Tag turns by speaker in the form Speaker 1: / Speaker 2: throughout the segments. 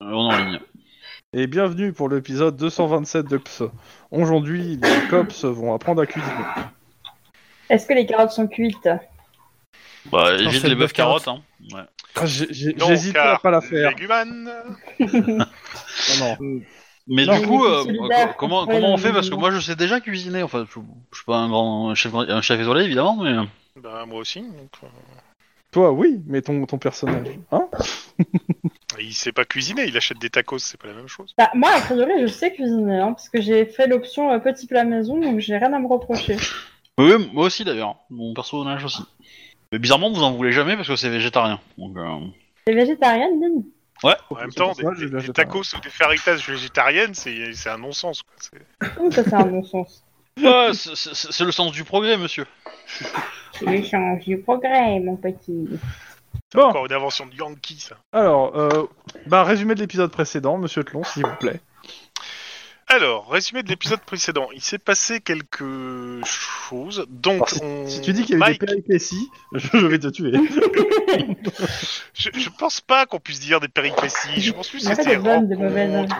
Speaker 1: Euh,
Speaker 2: et bienvenue pour l'épisode 227 de Cops. Aujourd'hui, les cops vont apprendre à cuisiner.
Speaker 3: Est-ce que les carottes sont cuites
Speaker 1: Bah, évite
Speaker 4: Parfait,
Speaker 1: les bœufs
Speaker 4: bœuf carottes.
Speaker 1: carottes, hein. Ouais.
Speaker 2: Ah, j'ai- j'ai-
Speaker 5: Donc, euh,
Speaker 2: J'hésitais à pas la faire.
Speaker 5: Légumane
Speaker 2: Non, non.
Speaker 1: Mais
Speaker 2: Non,
Speaker 1: du
Speaker 3: mais
Speaker 1: coup,
Speaker 3: c'est
Speaker 1: euh,
Speaker 3: solidaire.
Speaker 1: co- comment,
Speaker 3: Ouais,
Speaker 1: comment on
Speaker 3: le-
Speaker 1: fait Parce que moi, je sais déjà cuisiner. Enfin, je, je suis pas un grand chef, un chef étoilé, évidemment, mais.
Speaker 5: Bah, moi aussi. donc, euh,
Speaker 2: Toi, oui, mais ton, ton personnage. Hein
Speaker 5: euh, Il sait pas cuisiner, il achète des tacos, c'est pas la même chose.
Speaker 3: Bah, moi, a priori, je sais cuisiner, hein, parce que j'ai fait l'option euh, petit plat maison, donc j'ai rien à me reprocher.
Speaker 1: Oui, oui, moi aussi d'ailleurs. Mon personnage aussi. Mais bizarrement, vous en voulez jamais parce que c'est végétarien. Donc, euh,
Speaker 3: T'es végétarienne, Lynn
Speaker 5: En même
Speaker 2: c'est
Speaker 5: temps,
Speaker 2: pour ça que je
Speaker 5: des,
Speaker 2: lui
Speaker 5: des
Speaker 2: achète un.
Speaker 5: tacos ou des faritas végétariennes, c'est c'est un non-sens. quoi, c'est-
Speaker 3: Ouh, Ça, c'est un bon sens.
Speaker 1: ah, c'est- c'est c'est le sens du progrès, monsieur.
Speaker 3: L'échange du progrès, mon petit.
Speaker 5: C'est
Speaker 2: Bon.
Speaker 5: encore une invention de Yankee, ça.
Speaker 2: Alors, euh, bah, résumé de l'épisode précédent, monsieur Tlon, s'il vous plaît.
Speaker 5: Alors, résumé de l'épisode précédent. Il s'est passé quelque chose. Donc,
Speaker 2: Alors, si,
Speaker 5: on-
Speaker 2: si tu dis qu'il y a eu
Speaker 5: Mike,
Speaker 2: des péripéties, je vais te tuer.
Speaker 5: je, je pense pas qu'on puisse dire des péripéties. Je pense plus
Speaker 3: Il y
Speaker 5: que
Speaker 3: a pas
Speaker 5: c'était
Speaker 3: de bonnes, de mauvaises.
Speaker 5: rencontres.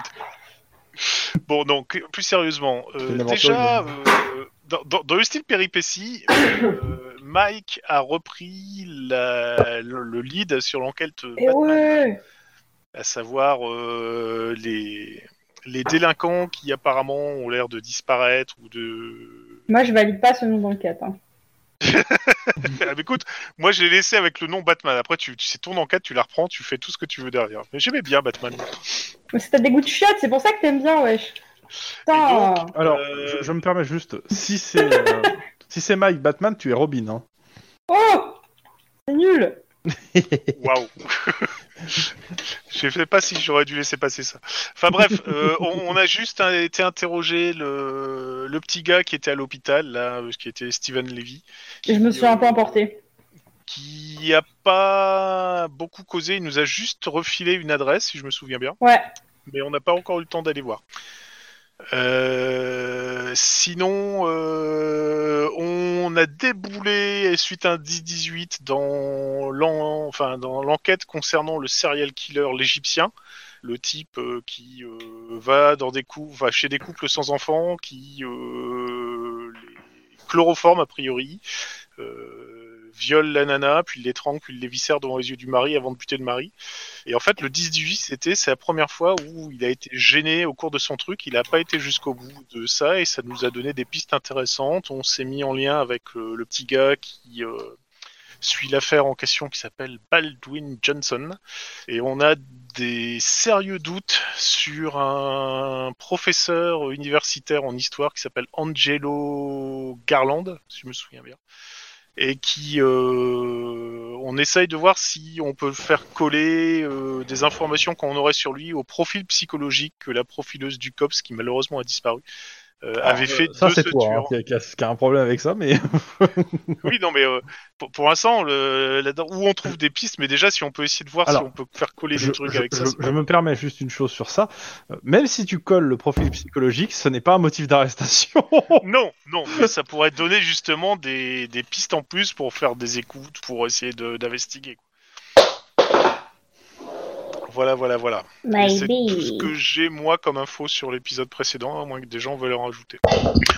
Speaker 5: Bon, donc, plus sérieusement, euh,
Speaker 2: C'est une
Speaker 5: déjà, euh, dans, dans- dans le style péripétie, euh, Mike a repris la- le, le lead sur l'enquête bah,
Speaker 3: Et Eh ouais
Speaker 5: à savoir euh, les, les délinquants qui apparemment ont l'air de disparaître ou de...
Speaker 3: Moi, je valide pas ce nom d'enquête. Hein.
Speaker 5: Ah, mais écoute, moi je l'ai laissé avec le nom Batman. Après, tu, tu- c'est ton enquête, tu la reprends, tu fais tout ce que tu veux derrière. Mais j'aimais bien Batman.
Speaker 3: Mais c'est t'as des goûts de chiottes, c'est pour ça que t'aimes bien, wesh.
Speaker 5: Et
Speaker 3: Putain
Speaker 2: Alors,
Speaker 5: Euh,
Speaker 2: je, je me permets juste, si c'est euh, si c'est Mike Batman, tu es Robin. Hein.
Speaker 3: Oh C'est nul
Speaker 5: Waouh. Je sais pas si j'aurais dû laisser passer ça. Enfin bref, euh, on, on a juste hein, été interrogé le, le petit gars qui était à l'hôpital, là, euh, qui était Steven Levy. euh,
Speaker 3: Je me suis un peu emportée.
Speaker 5: Qui a pas beaucoup causé, il nous a juste refilé une adresse, si je me souviens bien.
Speaker 3: Ouais.
Speaker 5: mais on n'a pas encore eu le temps d'aller voir. Euh, sinon, euh, on a déboulé suite à un 10-18 dans l'en- enfin, dans l'enquête concernant le serial killer l'Égyptien, le type euh, qui euh, va dans des cou- va chez des couples sans enfants, qui euh, les chloroforme a priori, euh, viole la nana, puis l'étrangle, puis l'éviscère devant les yeux du mari avant de buter le mari. Et en fait, le 10-18, c'était c'est la première fois où il a été gêné au cours de son truc. Il n'a pas été jusqu'au bout de ça et ça nous a donné des pistes intéressantes. On s'est mis en lien avec euh, le petit gars qui euh, suit l'affaire en question qui s'appelle Baldwin Johnson. Et on a des sérieux doutes sur un professeur universitaire en histoire qui s'appelle Angelo Garland, si je me souviens bien et qui euh, on essaye de voir si on peut faire coller euh, des informations qu'on aurait sur lui au profil psychologique que la profileuse du COPS, qui malheureusement a disparu, euh, avait fait
Speaker 2: Ah, Ça,
Speaker 5: de
Speaker 2: c'est
Speaker 5: ce
Speaker 2: toi
Speaker 5: tueur.
Speaker 2: hein, qui, a, qui a- qui a un problème avec ça, mais
Speaker 5: Oui, non, mais euh, pour, pour l'instant, le- là-dedans, où on trouve des pistes, mais déjà, si on peut essayer de voir
Speaker 2: Alors,
Speaker 5: si on peut faire coller
Speaker 2: je,
Speaker 5: des trucs
Speaker 2: je-
Speaker 5: avec ça.
Speaker 2: je-
Speaker 5: c'est-
Speaker 2: je me permets juste une chose sur ça. Euh, Même si tu colles le profil psychologique, ce n'est pas un motif d'arrestation.
Speaker 5: Non, non, mais ça pourrait donner justement des, des pistes en plus pour faire des écoutes, pour essayer de- d'investiguer. quoi. Voilà, voilà, voilà. Et C'est tout ce que j'ai moi comme info sur l'épisode précédent, à moins que des gens veulent en rajouter.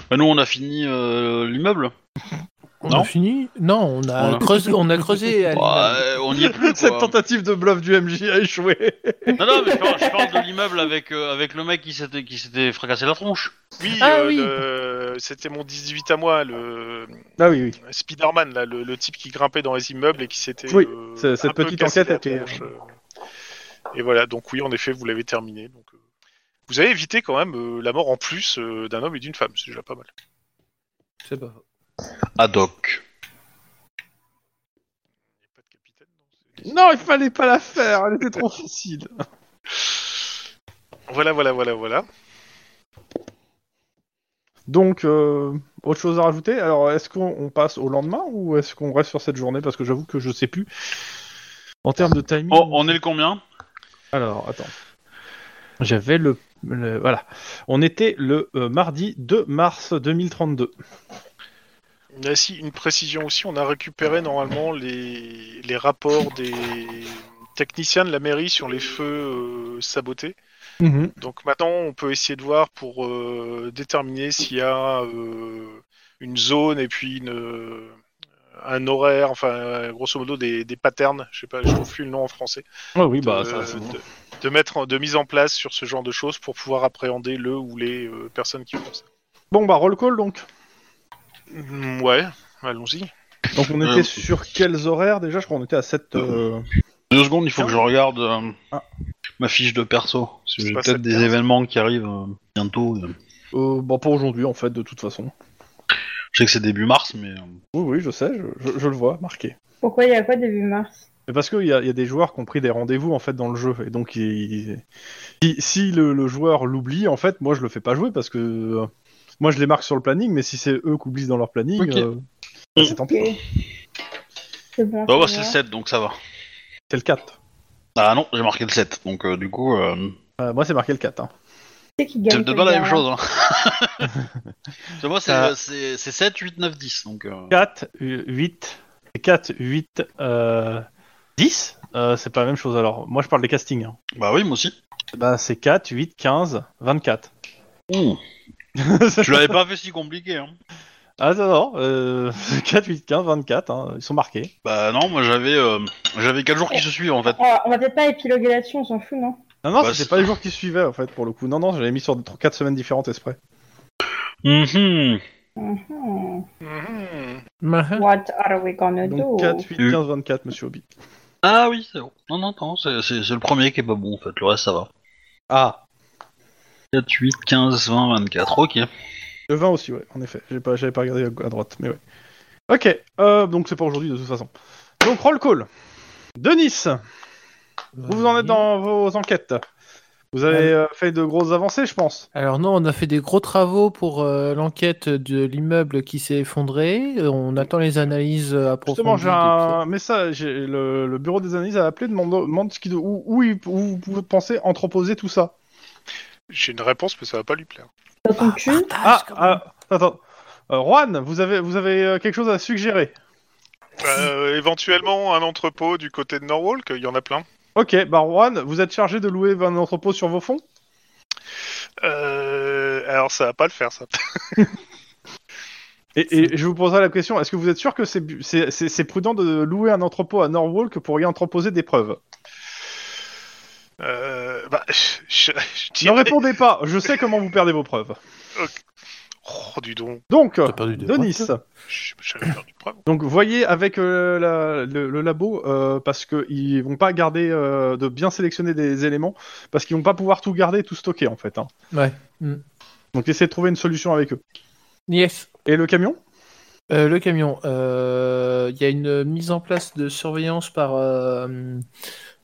Speaker 1: Bah, nous, on a fini euh, l'immeuble.
Speaker 4: On
Speaker 1: Non.
Speaker 4: a fini Non, on a,
Speaker 1: Voilà.
Speaker 4: creusé. On a creusé à
Speaker 1: Bah,
Speaker 4: l'immeuble.
Speaker 1: euh, on y est plus.
Speaker 2: Cette
Speaker 1: Quoi.
Speaker 2: tentative de bluff du MJ a échoué.
Speaker 1: non, non, mais je parle, je parle de l'immeuble avec euh, avec le mec qui s'était qui s'était fracassé la tronche.
Speaker 5: Oui,
Speaker 4: Ah
Speaker 5: euh,
Speaker 4: oui.
Speaker 5: le- c'était mon 18 à moi, le
Speaker 2: Ah oui, oui.
Speaker 5: Spider-Man, là, le, le type qui grimpait dans les immeubles et qui s'était.
Speaker 2: Oui,
Speaker 5: euh,
Speaker 2: c'est-
Speaker 5: un
Speaker 2: cette
Speaker 5: peu
Speaker 2: petite
Speaker 5: cassé
Speaker 2: enquête
Speaker 5: la
Speaker 2: était-
Speaker 5: tronche, euh. Et voilà, donc oui, en effet, vous l'avez terminé. Donc, euh, vous avez évité quand même euh, la mort en plus euh, d'un homme et d'une femme, c'est déjà pas mal.
Speaker 4: C'est pas faux.
Speaker 1: Ad hoc.
Speaker 5: Il n'y a pas de capitaine
Speaker 2: Non, il fallait pas la faire, elle était trop facile.
Speaker 5: Voilà, voilà, voilà, voilà.
Speaker 2: Donc, euh, autre chose à rajouter Alors, est-ce qu'on on passe au lendemain ou est-ce qu'on reste sur cette journée Parce que j'avoue que je sais plus. En termes de timing.
Speaker 1: Oh, on est le combien
Speaker 2: Alors, attends. J'avais le, le- Voilà. On était le euh, mardi 2 mars 2032.
Speaker 5: Il y a aussi une précision aussi, on a récupéré normalement les, les rapports des techniciens de la mairie sur les feux euh, sabotés.
Speaker 2: Mhm.
Speaker 5: Donc maintenant, on peut essayer de voir pour euh, déterminer s'il y a euh, une zone et puis une, euh, un horaire, enfin euh, grosso modo des, des patterns, je sais pas, je trouve plus le nom en français,
Speaker 2: Ah oui,
Speaker 5: de,
Speaker 2: bah ça, c'est bon.
Speaker 5: de, de mettre, en- de mise en place sur ce genre de choses pour pouvoir appréhender le ou les euh, personnes qui font ça.
Speaker 2: Bon, bah roll call donc.
Speaker 5: Mm, Ouais, allons-y.
Speaker 2: Donc on
Speaker 1: Euh.
Speaker 2: était sur quels horaires déjà Je crois qu'on était à 7...
Speaker 1: Deux secondes, il faut que je regarde euh,
Speaker 2: Ah.
Speaker 1: ma fiche de perso. Parce que
Speaker 5: C'est
Speaker 1: j'ai
Speaker 5: pas
Speaker 1: peut-être des
Speaker 5: 7-15.
Speaker 1: événements qui arrivent euh, bientôt. euh.
Speaker 2: Euh, bah pour aujourd'hui en fait, de toute façon.
Speaker 1: Je sais que c'est début mars, mais. euh,
Speaker 2: Oui, oui, je sais, je, je- je le vois, marqué.
Speaker 3: Pourquoi il y a quoi début mars
Speaker 2: Mais parce qu'il y, a- il y a des joueurs qui ont pris des rendez-vous en fait dans le jeu, et donc ils- ils- si le, le joueur l'oublie, en fait, moi je le fais pas jouer parce que euh, moi je les marque sur le planning, mais si c'est eux qui oublient dans leur planning,
Speaker 1: Ok.
Speaker 2: euh, bah, c'est tant pis.
Speaker 3: Ah, C'est bon. à
Speaker 1: Bah, ouais, c'est
Speaker 3: savoir.
Speaker 1: le 7, donc ça va.
Speaker 2: C'est le 4.
Speaker 1: Ah non, j'ai marqué le 7, donc euh, du coup, euh,
Speaker 2: Euh, moi c'est marqué le 4. Hein.
Speaker 3: C'est qui
Speaker 1: c'est
Speaker 3: gagne
Speaker 1: peut-être
Speaker 3: ce
Speaker 1: pas la même
Speaker 3: gars-là
Speaker 1: chose. Hein. Parce que moi, c'est,
Speaker 2: Ah.
Speaker 1: c'est, c'est 7, 8, 9, 10. Donc, euh,
Speaker 2: 4, 8, 4, 8, euh, 10 Euh, C'est pas la même chose alors. Moi je parle des castings. hein.
Speaker 1: Bah oui, moi aussi.
Speaker 2: Bah c'est 4, 8, 15, 24.
Speaker 1: Ouh, Je l'avais pas fait si compliqué. Hein.
Speaker 2: ah non, non, euh, 4, 8, 15, 24, hein, ils sont marqués.
Speaker 1: Bah non, moi j'avais, euh, j'avais 4 jours qui se suivent en fait.
Speaker 3: Ah, On va- on va peut-être pas épiloguer là-dessus, on s'en fout, non
Speaker 2: Non, non,
Speaker 1: Bah,
Speaker 2: c'était
Speaker 1: c'est-
Speaker 2: pas les jours qui suivaient en fait pour le coup. Non, non, je l'avais mis sur 4 semaines différentes exprès.
Speaker 1: Mhm.
Speaker 3: Mhm.
Speaker 5: Mhm.
Speaker 4: Mahin.
Speaker 3: What are we gonna do
Speaker 2: Donc 4, 8,
Speaker 1: Euh.
Speaker 2: 15, 24, monsieur Obi.
Speaker 1: Ah oui, c'est bon. Non, non, non, c'est, c'est, c'est le premier qui est pas bon en fait. Le reste, ça va.
Speaker 2: Ah
Speaker 1: 4, 8, 15, 20, 24. Ok.
Speaker 2: Le 20 Euh, aussi, ouais, en effet. J'ai pas, j'avais pas regardé à, à droite, mais ouais. Ok, euh, donc c'est pas aujourd'hui de toute façon. Donc roll call. Denis Où vous en êtes dans vos enquêtes Vous avez euh, fait de grosses avancées, je pense.
Speaker 4: Alors non, on a fait des gros travaux pour euh, l'enquête de l'immeuble qui s'est effondré. Euh, On attend les analyses euh, approfondies.
Speaker 2: Justement, j'ai un message. j'ai- Le, le bureau des analyses a appelé, demande, demande ce qui, où, où, il- où vous pouvez penser entreposer tout ça.
Speaker 5: J'ai une réponse, mais ça va pas lui plaire.
Speaker 3: Dans ton cul
Speaker 2: Ah, ah, attends. Euh, Juan, vous avez, vous avez euh, quelque chose à suggérer
Speaker 5: Euh, éventuellement, un entrepôt du côté de Norwalk, il y en a plein.
Speaker 2: Ok, bah Juan, vous êtes chargé de louer un entrepôt sur vos fonds
Speaker 5: Euh, alors, ça va pas le faire, ça.
Speaker 2: et, et je vous poserai la question, est-ce que vous êtes sûr que c'est bu- c'est- c'est- c'est prudent de louer un entrepôt à Norwalk pour y entreposer des preuves
Speaker 5: Euh, bah, je, je, je
Speaker 2: Ne
Speaker 5: dirais-
Speaker 2: répondez pas, je sais comment vous perdez vos preuves.
Speaker 5: Oh, dis donc,
Speaker 2: Donc,
Speaker 4: T'as perdu des
Speaker 2: Denis,
Speaker 4: points.
Speaker 5: je- j'avais perdu le bravo.
Speaker 2: Donc voyez avec euh, la- le, le labo euh, parce que ils vont pas garder euh, de bien sélectionner des éléments parce qu'ils vont pas pouvoir tout garder et tout stocker en fait. hein.
Speaker 4: Ouais.
Speaker 2: Donc essayez de trouver une solution avec eux.
Speaker 4: Yes.
Speaker 2: Et le camion
Speaker 4: Euh, le camion. euh, Il y a une mise en place de surveillance par, euh,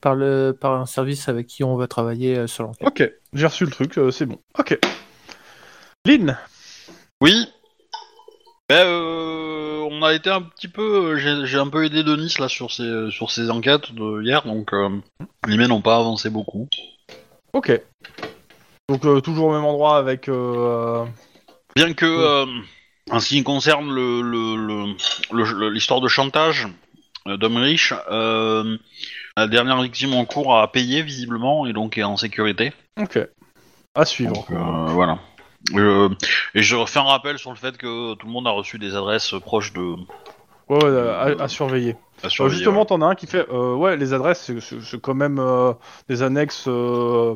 Speaker 4: par, le, par un service avec qui on va travailler euh, sur l'enquête.
Speaker 2: Ok, j'ai reçu le truc, euh, c'est bon. Ok. Lynn,
Speaker 1: Oui. Ben, euh, on a été un petit peu, euh, j'ai j'ai un peu aidé Denis là sur ses euh, sur ses enquêtes de hier, donc euh, les miennes n'ont pas avancé beaucoup.
Speaker 2: ok. Donc euh, toujours au même endroit avec. euh,
Speaker 1: Bien que, euh, en ce qui concerne le le- le- le- le- l'histoire de chantage euh, d'hommes riches, euh, la dernière victime en cours a payé visiblement et donc est en sécurité.
Speaker 2: Ok. À suivre.
Speaker 1: Donc, euh, voilà. Je- et je fais un rappel sur le fait que tout le monde a reçu des adresses proches de.
Speaker 2: Ouais, ouais, à, à surveiller.
Speaker 1: à
Speaker 2: Euh,
Speaker 1: surveiller,
Speaker 2: justement, t'en as un qui fait euh, ouais, les adresses, c'est- c'est c'est quand même euh, des annexes euh,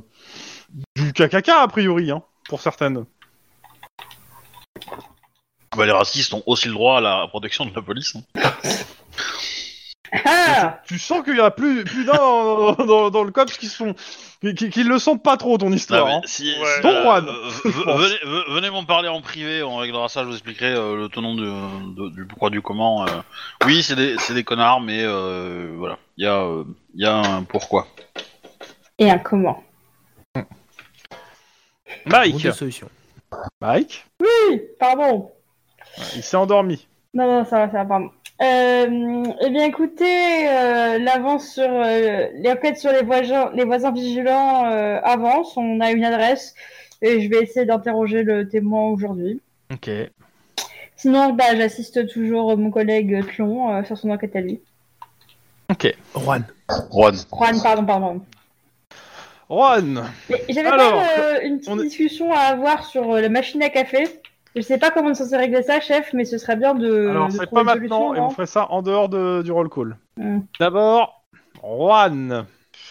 Speaker 2: du KKK a priori, hein, pour certaines.
Speaker 1: Bah, les racistes ont aussi le droit à la protection de la police. hein.
Speaker 3: Ah
Speaker 2: Tu sens qu'il y a plus, plus d'un dans, dans- dans le COPS qui sont qui, qui- qui le sentent pas trop ton histoire.
Speaker 1: Non,
Speaker 2: hein.
Speaker 1: Bah, mais si-
Speaker 5: Ouais.
Speaker 1: si-
Speaker 2: Don
Speaker 1: euh,
Speaker 2: Juan,
Speaker 1: euh,
Speaker 2: je
Speaker 1: ve-
Speaker 2: pense.
Speaker 1: venez, ve- venez m'en parler en privé, on réglera ça, je vous expliquerai euh, le tenant de- de- du pourquoi du comment. euh. Oui, c'est des, c'est des connards, mais euh, voilà, il y, a, euh, il y a un pourquoi.
Speaker 3: Et un comment
Speaker 4: Bon,
Speaker 2: Mike,
Speaker 4: des solutions.
Speaker 2: Mike,
Speaker 3: Oui, pardon.
Speaker 2: il s'est endormi.
Speaker 3: Non, non, ça va, ça va, pardon. Euh, eh bien, écoutez, euh, l'avance sur euh, l'enquête sur les voisins, les voisins vigilants euh, avance. On a une adresse et je vais essayer d'interroger le témoin aujourd'hui.
Speaker 2: Ok.
Speaker 3: Sinon, bah, j'assiste toujours mon collègue Tlon euh, sur son enquête à lui.
Speaker 2: Ok.
Speaker 4: Juan.
Speaker 1: Juan.
Speaker 3: Juan, pardon, pardon.
Speaker 2: Juan
Speaker 3: Mais J'avais
Speaker 2: Alors,
Speaker 3: pas euh, une petite
Speaker 2: on est-
Speaker 3: discussion à avoir sur euh, la machine à café. Je sais pas comment on est censé régler ça, chef, mais ce serait bien de.
Speaker 2: Alors,
Speaker 3: de
Speaker 2: c'est
Speaker 3: trouver
Speaker 2: pas
Speaker 3: une
Speaker 2: maintenant,
Speaker 3: solution,
Speaker 2: et on
Speaker 3: non
Speaker 2: fait ça en dehors de- du roll call.
Speaker 3: Hmm.
Speaker 2: D'abord, Juan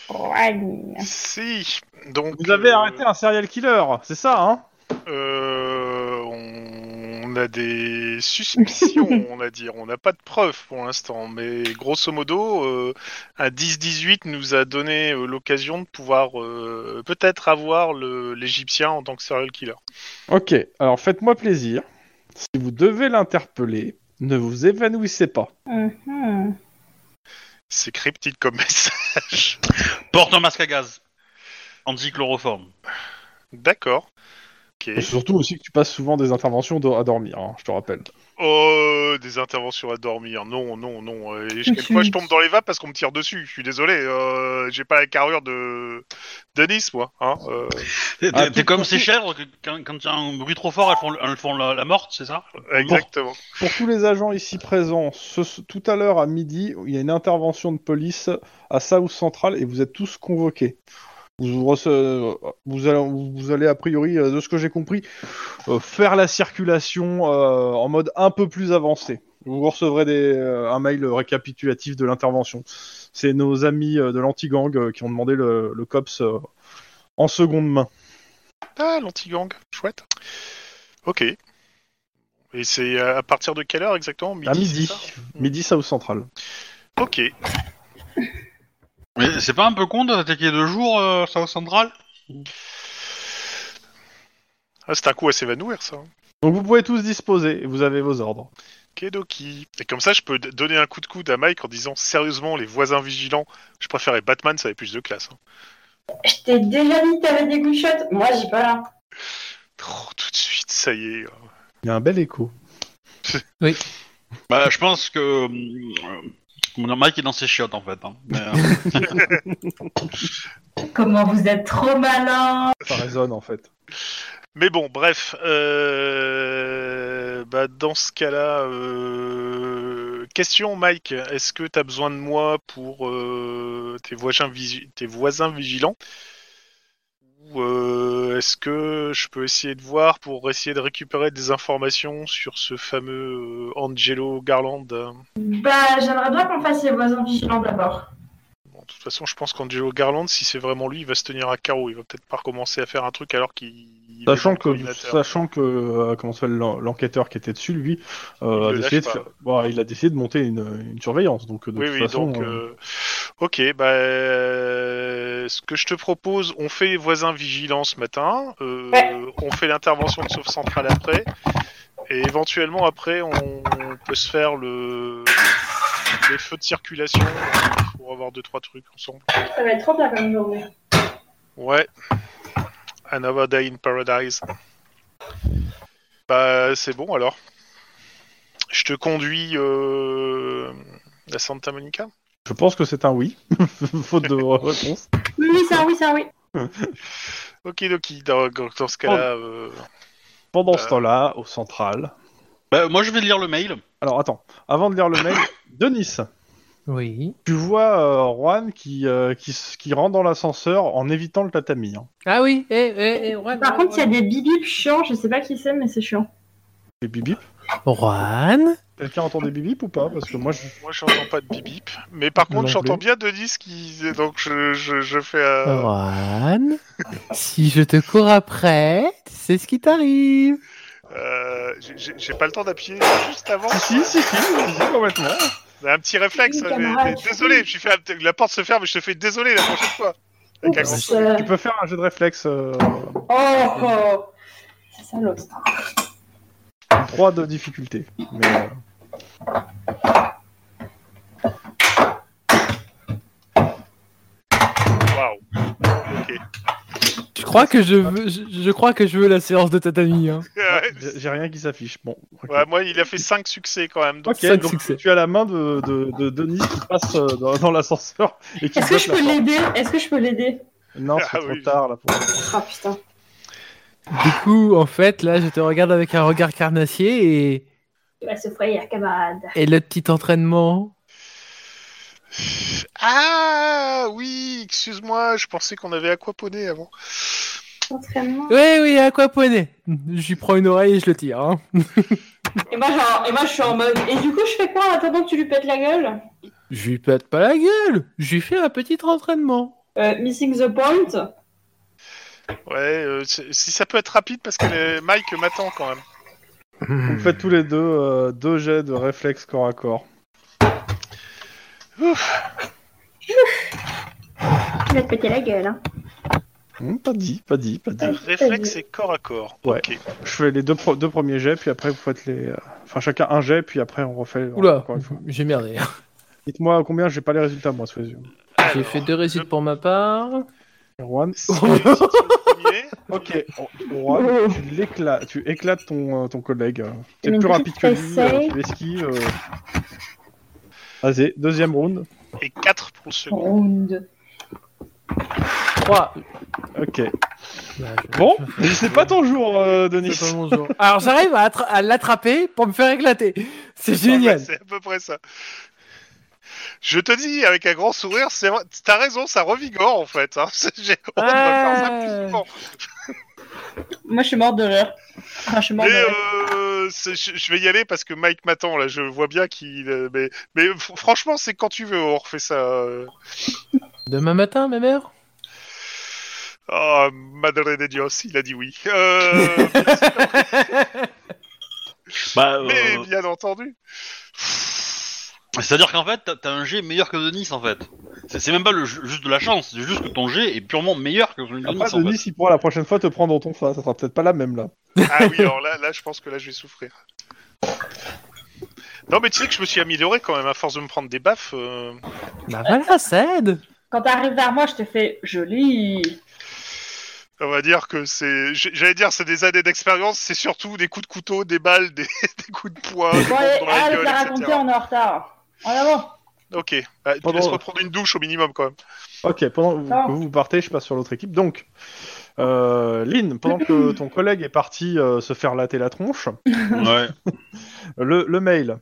Speaker 3: Ouais.
Speaker 5: Si. Donc,
Speaker 2: Vous avez
Speaker 5: euh,
Speaker 2: arrêté un serial killer, c'est ça, hein
Speaker 5: euh, on... on a des suspicions, on a dire. On n'a pas de preuves pour l'instant, mais grosso modo, euh, un 10-18 nous a donné euh, l'occasion de pouvoir euh, peut-être avoir le- l'Égyptien en tant que serial killer.
Speaker 2: Ok, alors faites-moi plaisir. Si vous devez l'interpeller, ne vous évanouissez pas.
Speaker 3: Mhm.
Speaker 5: C'est cryptique comme message.
Speaker 1: Porte un masque à gaz. Anti-chloroforme.
Speaker 5: D'accord. Ok.
Speaker 2: Et surtout aussi que tu passes souvent des interventions do- à dormir, hein, je te rappelle.
Speaker 5: Oh, des interventions à dormir. Non, non, non. Euh, et quelquefois, je tombe dans les vapes parce qu'on me tire dessus. Je suis désolé. Euh, J'ai pas la carrure de Denis, moi. Hein euh,
Speaker 1: T'es
Speaker 2: Ah,
Speaker 1: t'es
Speaker 2: tout-
Speaker 1: comme
Speaker 2: tout-
Speaker 1: ces chèvres, que quand quand il y a un bruit trop fort, elles font, elles font la, la morte, c'est ça
Speaker 5: exactement.
Speaker 2: Pour tous les agents ici présents, ce- tout à l'heure à midi, il y a une intervention de police à South Central et vous êtes tous convoqués. Vous, vous rece- vous allez, vous allez, a priori, euh, de ce que j'ai compris, euh, faire la circulation euh, en mode un peu plus avancé. Vous recevrez des, euh, un mail récapitulatif de l'intervention. C'est nos amis euh, de l'anti-gang euh, qui ont demandé le, le COPS euh, en seconde main.
Speaker 5: Ah, l'anti-gang. Chouette. Ok. Et c'est à partir de quelle heure exactement midi,
Speaker 2: à
Speaker 5: c'est
Speaker 2: midi.
Speaker 5: ça
Speaker 2: Midi South Central.
Speaker 5: Ok.
Speaker 1: Mais c'est pas un peu con d'attaquer deux jours, euh, South Central
Speaker 5: Ah, c'est un coup à s'évanouir, ça.
Speaker 2: Donc vous pouvez tous disposer, et vous avez vos ordres.
Speaker 5: Kedoki. Et comme ça, je peux d- donner un coup de coude à Mike en disant sérieusement, les voisins vigilants, je préférais Batman, ça avait plus de classe. hein.
Speaker 3: Je t'ai déjà dit que t'avais des gouchottes. Moi, j'ai pas là.
Speaker 5: Oh, tout de suite, ça y est. euh.
Speaker 2: Il y a un bel écho.
Speaker 1: Bah, je pense que. euh, Mon Mike est dans ses chiottes en fait. hein. Mais, euh,
Speaker 3: Comment vous êtes trop malin
Speaker 2: Ça résonne en fait.
Speaker 5: Mais bon, bref. euh, Bah, dans ce cas-là, euh, question Mike, est-ce que t'as besoin de moi pour euh, tes, voisins visi- tes voisins vigilants Ou euh, est-ce que je peux essayer de voir pour essayer de récupérer des informations sur ce fameux euh, Angelo Garland hein?
Speaker 3: Bah, j'aimerais bien qu'on fasse les voisins vigilants d'abord.
Speaker 5: Bon, de toute façon, je pense qu'Angelo Garland, si c'est vraiment lui, il va se tenir à carreau. Il va peut-être pas recommencer à faire un truc alors qu'il. il est dans
Speaker 2: Sachant
Speaker 5: le
Speaker 2: que,
Speaker 5: coordinateur.
Speaker 2: sachant que euh, comment s'appelle l'en- l'enquêteur qui était dessus, lui,
Speaker 5: Il
Speaker 2: euh, a
Speaker 5: le
Speaker 2: décidé de
Speaker 5: lâche pas.
Speaker 2: faire- bah, il a décidé de monter une, une surveillance. Donc de
Speaker 5: oui,
Speaker 2: toute
Speaker 5: oui,
Speaker 2: façon,
Speaker 5: donc.
Speaker 2: euh,
Speaker 5: euh, Ok, bah. euh, Ce que je te propose, on fait voisins vigilants ce matin. euh,
Speaker 3: Ouais.
Speaker 5: On fait l'intervention de Sauf Central après. Et éventuellement, après, on, on peut se faire le. Les feux de circulation euh, pour avoir deux, trois trucs ensemble.
Speaker 3: Ça va être trop bien comme journée.
Speaker 5: Ouais. Another Day in Paradise. Bah, c'est bon alors. Je te conduis euh, à Santa Monica
Speaker 2: je pense que c'est un oui, faute de réponse.
Speaker 3: Oui, oui, c'est un oui, c'est un oui.
Speaker 5: Ok, Doki, dans, dans ce cas-là.
Speaker 2: Oh.
Speaker 5: euh,
Speaker 2: Pendant
Speaker 5: Euh.
Speaker 2: ce temps-là, au central.
Speaker 1: bah, moi je vais lire le mail.
Speaker 2: Alors attends, avant de lire le mail, Denis,
Speaker 4: Oui.
Speaker 2: tu vois euh, Juan qui, euh, qui, s- qui rentre dans l'ascenseur en évitant le tatami. hein.
Speaker 4: Ah oui, eh, eh, eh, Juan.
Speaker 3: Par contre, il y a des bibips chiants, je sais pas qui c'est, mais c'est chiant.
Speaker 2: Les bip
Speaker 4: Juan
Speaker 2: Quelqu'un entend des bip ou pas Parce que moi, je...
Speaker 5: Moi, j'entends pas de bip bip. Mais par
Speaker 4: Non
Speaker 5: contre, j'entends
Speaker 4: plus.
Speaker 5: bien Denis qui. Donc, je, je, je fais. euh,
Speaker 2: Ah,
Speaker 4: Juan Si je te cours après, c'est ce qui t'arrive.
Speaker 5: euh, j'ai- j'ai j'ai pas le temps d'appuyer juste avant.
Speaker 2: si, si, si, si, si, complètement.
Speaker 5: Un petit réflexe.
Speaker 3: Oui,
Speaker 5: hein, mais-
Speaker 3: camarade.
Speaker 5: mais désolé, je suis fait, la porte se ferme et je te fais désolé la prochaine fois. Avec un grand
Speaker 3: Oups, euh,
Speaker 2: Tu peux faire un jeu de réflexe. euh,
Speaker 3: Oh, oh. C'est ça l'autre.
Speaker 2: 3 de difficulté. Mais, euh,
Speaker 5: Waouh. Ok.
Speaker 4: Je crois que je veux, je, je crois que je veux la séance de tatami. Hein.
Speaker 2: ouais, j'ai- j'ai rien qui s'affiche. Bon. ok.
Speaker 5: Ouais, moi, il a fait 5 succès quand même. Donc,
Speaker 2: Ok,
Speaker 4: Cinq
Speaker 2: donc
Speaker 4: succès.
Speaker 2: tu as la main de, de, de Denis qui passe euh, dans, dans l'ascenseur et qui
Speaker 3: Est-ce que
Speaker 2: bloque
Speaker 3: je
Speaker 2: la
Speaker 3: peux
Speaker 2: porte.
Speaker 3: l'aider Est-ce que je peux l'aider
Speaker 2: Non, c'est
Speaker 5: Ah
Speaker 2: trop
Speaker 5: oui.
Speaker 2: tard là. Pour...
Speaker 3: Ah putain.
Speaker 4: Du coup, en fait, là, je te regarde avec un regard carnassier et,
Speaker 3: Tu vas se frayer, camarade.
Speaker 4: et le petit entraînement.
Speaker 5: Ah oui, excuse-moi, je pensais qu'on avait aquaponé avant.
Speaker 3: Entraînement.
Speaker 4: Oui, oui, aquaponé. J'y prends une oreille et je le tire. hein.
Speaker 3: Et moi, genre, et moi, je suis en mode. Et du coup, je fais quoi en attendant que tu lui pètes la gueule
Speaker 4: Je lui pète pas la gueule. Je lui fais un petit entraînement.
Speaker 3: Euh, Missing the point.
Speaker 5: Ouais, euh, c'est- si ça peut être rapide parce que euh, Mike m'attend quand même.
Speaker 2: Vous faites tous les deux euh, deux jets de réflexe corps à corps.
Speaker 6: Il va te péter la gueule. Hein.
Speaker 2: Hmm, pas dit, pas dit, pas dit.
Speaker 5: Réflexe et corps à corps.
Speaker 2: Ouais.
Speaker 5: Ok.
Speaker 2: Je fais les deux, pro- deux premiers jets, puis après vous faites les. euh, Enfin, chacun un jet, puis après on refait.
Speaker 4: Oula,
Speaker 2: encore une fois.
Speaker 4: j'ai merdé. hein.
Speaker 2: Dites-moi combien, j'ai pas les résultats moi sous les yeux.
Speaker 4: J'ai
Speaker 5: Alors,
Speaker 4: fait deux réussites pour ma part.
Speaker 2: Erwan.
Speaker 5: c'est réussi sur le premier.
Speaker 2: Ok, Erwan, tu, l'éclates- tu éclates ton, euh, ton collègue. C'est
Speaker 6: Mais
Speaker 2: plus
Speaker 6: qu'est-ce
Speaker 2: rapide que lui,
Speaker 6: que
Speaker 2: euh,
Speaker 6: c'est
Speaker 2: tu l'esquives. euh. Vas-y, deuxième round.
Speaker 5: Et 4 pour le second.
Speaker 3: Round.
Speaker 4: 3.
Speaker 2: Ok.
Speaker 4: Bah,
Speaker 2: Bon, c'est pas ton jour, euh, Denis.
Speaker 4: C'est pas mon jour. Alors j'arrive à, attra- à l'attraper pour me faire éclater. C'est
Speaker 5: Ouais,
Speaker 4: génial.
Speaker 5: C'est à peu près ça. Je te dis, avec un grand sourire, c'est... t'as raison, ça revigore en fait. hein. C'est- J'ai honte de faire ça plus
Speaker 4: Ouais.
Speaker 5: souvent.
Speaker 3: Moi, je suis morte de rire. Ah, je suis
Speaker 5: Mais
Speaker 3: morte de rire.
Speaker 5: euh, c'est- je je vais y aller parce que Mike m'attend là, je vois bien qu'il. euh, Mais, mais fr- franchement, c'est quand tu veux, on refait ça. euh.
Speaker 4: Demain matin, ma mère
Speaker 5: Ah, Madre de Dios, il a dit oui. Euh,
Speaker 1: Bah, euh,
Speaker 5: mais bien entendu.
Speaker 1: C'est-à-dire qu'en fait, t'as- t'as un jet meilleur que Denis en fait. C'est c'est même pas le, ju- juste de la chance, c'est juste que ton jet est purement meilleur que celui de Denis
Speaker 2: Après,
Speaker 1: en
Speaker 2: Denis,
Speaker 1: fait.
Speaker 2: il pourra la prochaine fois te prendre dans ton face. Ça sera peut-être pas la même là.
Speaker 5: Ah oui, alors là, là, je pense que là, je vais souffrir. Non, mais tu sais que je me suis amélioré quand même à force de me prendre des baffes. euh.
Speaker 4: Bah voilà, ça aide.
Speaker 3: Quand t'arrives vers moi, je te fais joli.
Speaker 5: On va dire que c'est, j- j'allais dire, c'est des années d'expérience, c'est surtout des coups de couteau, des balles, des, des coups de poing, des
Speaker 3: Bon, allez,
Speaker 5: bombes dans la
Speaker 3: arrête de
Speaker 5: gueule,
Speaker 3: la
Speaker 5: etc.
Speaker 3: raconter, on est en retard. En avant.
Speaker 5: Ok, bah, tu
Speaker 2: Pendant-
Speaker 5: laisses reprendre une douche au minimum quand même.
Speaker 2: Ok, pendant que vous-
Speaker 3: Ah.
Speaker 2: que vous, partez, je passe sur l'autre équipe. Donc, euh, Lynn, pendant que ton collègue est parti euh, se faire latter la tronche,
Speaker 1: Ouais.
Speaker 2: le, le mail.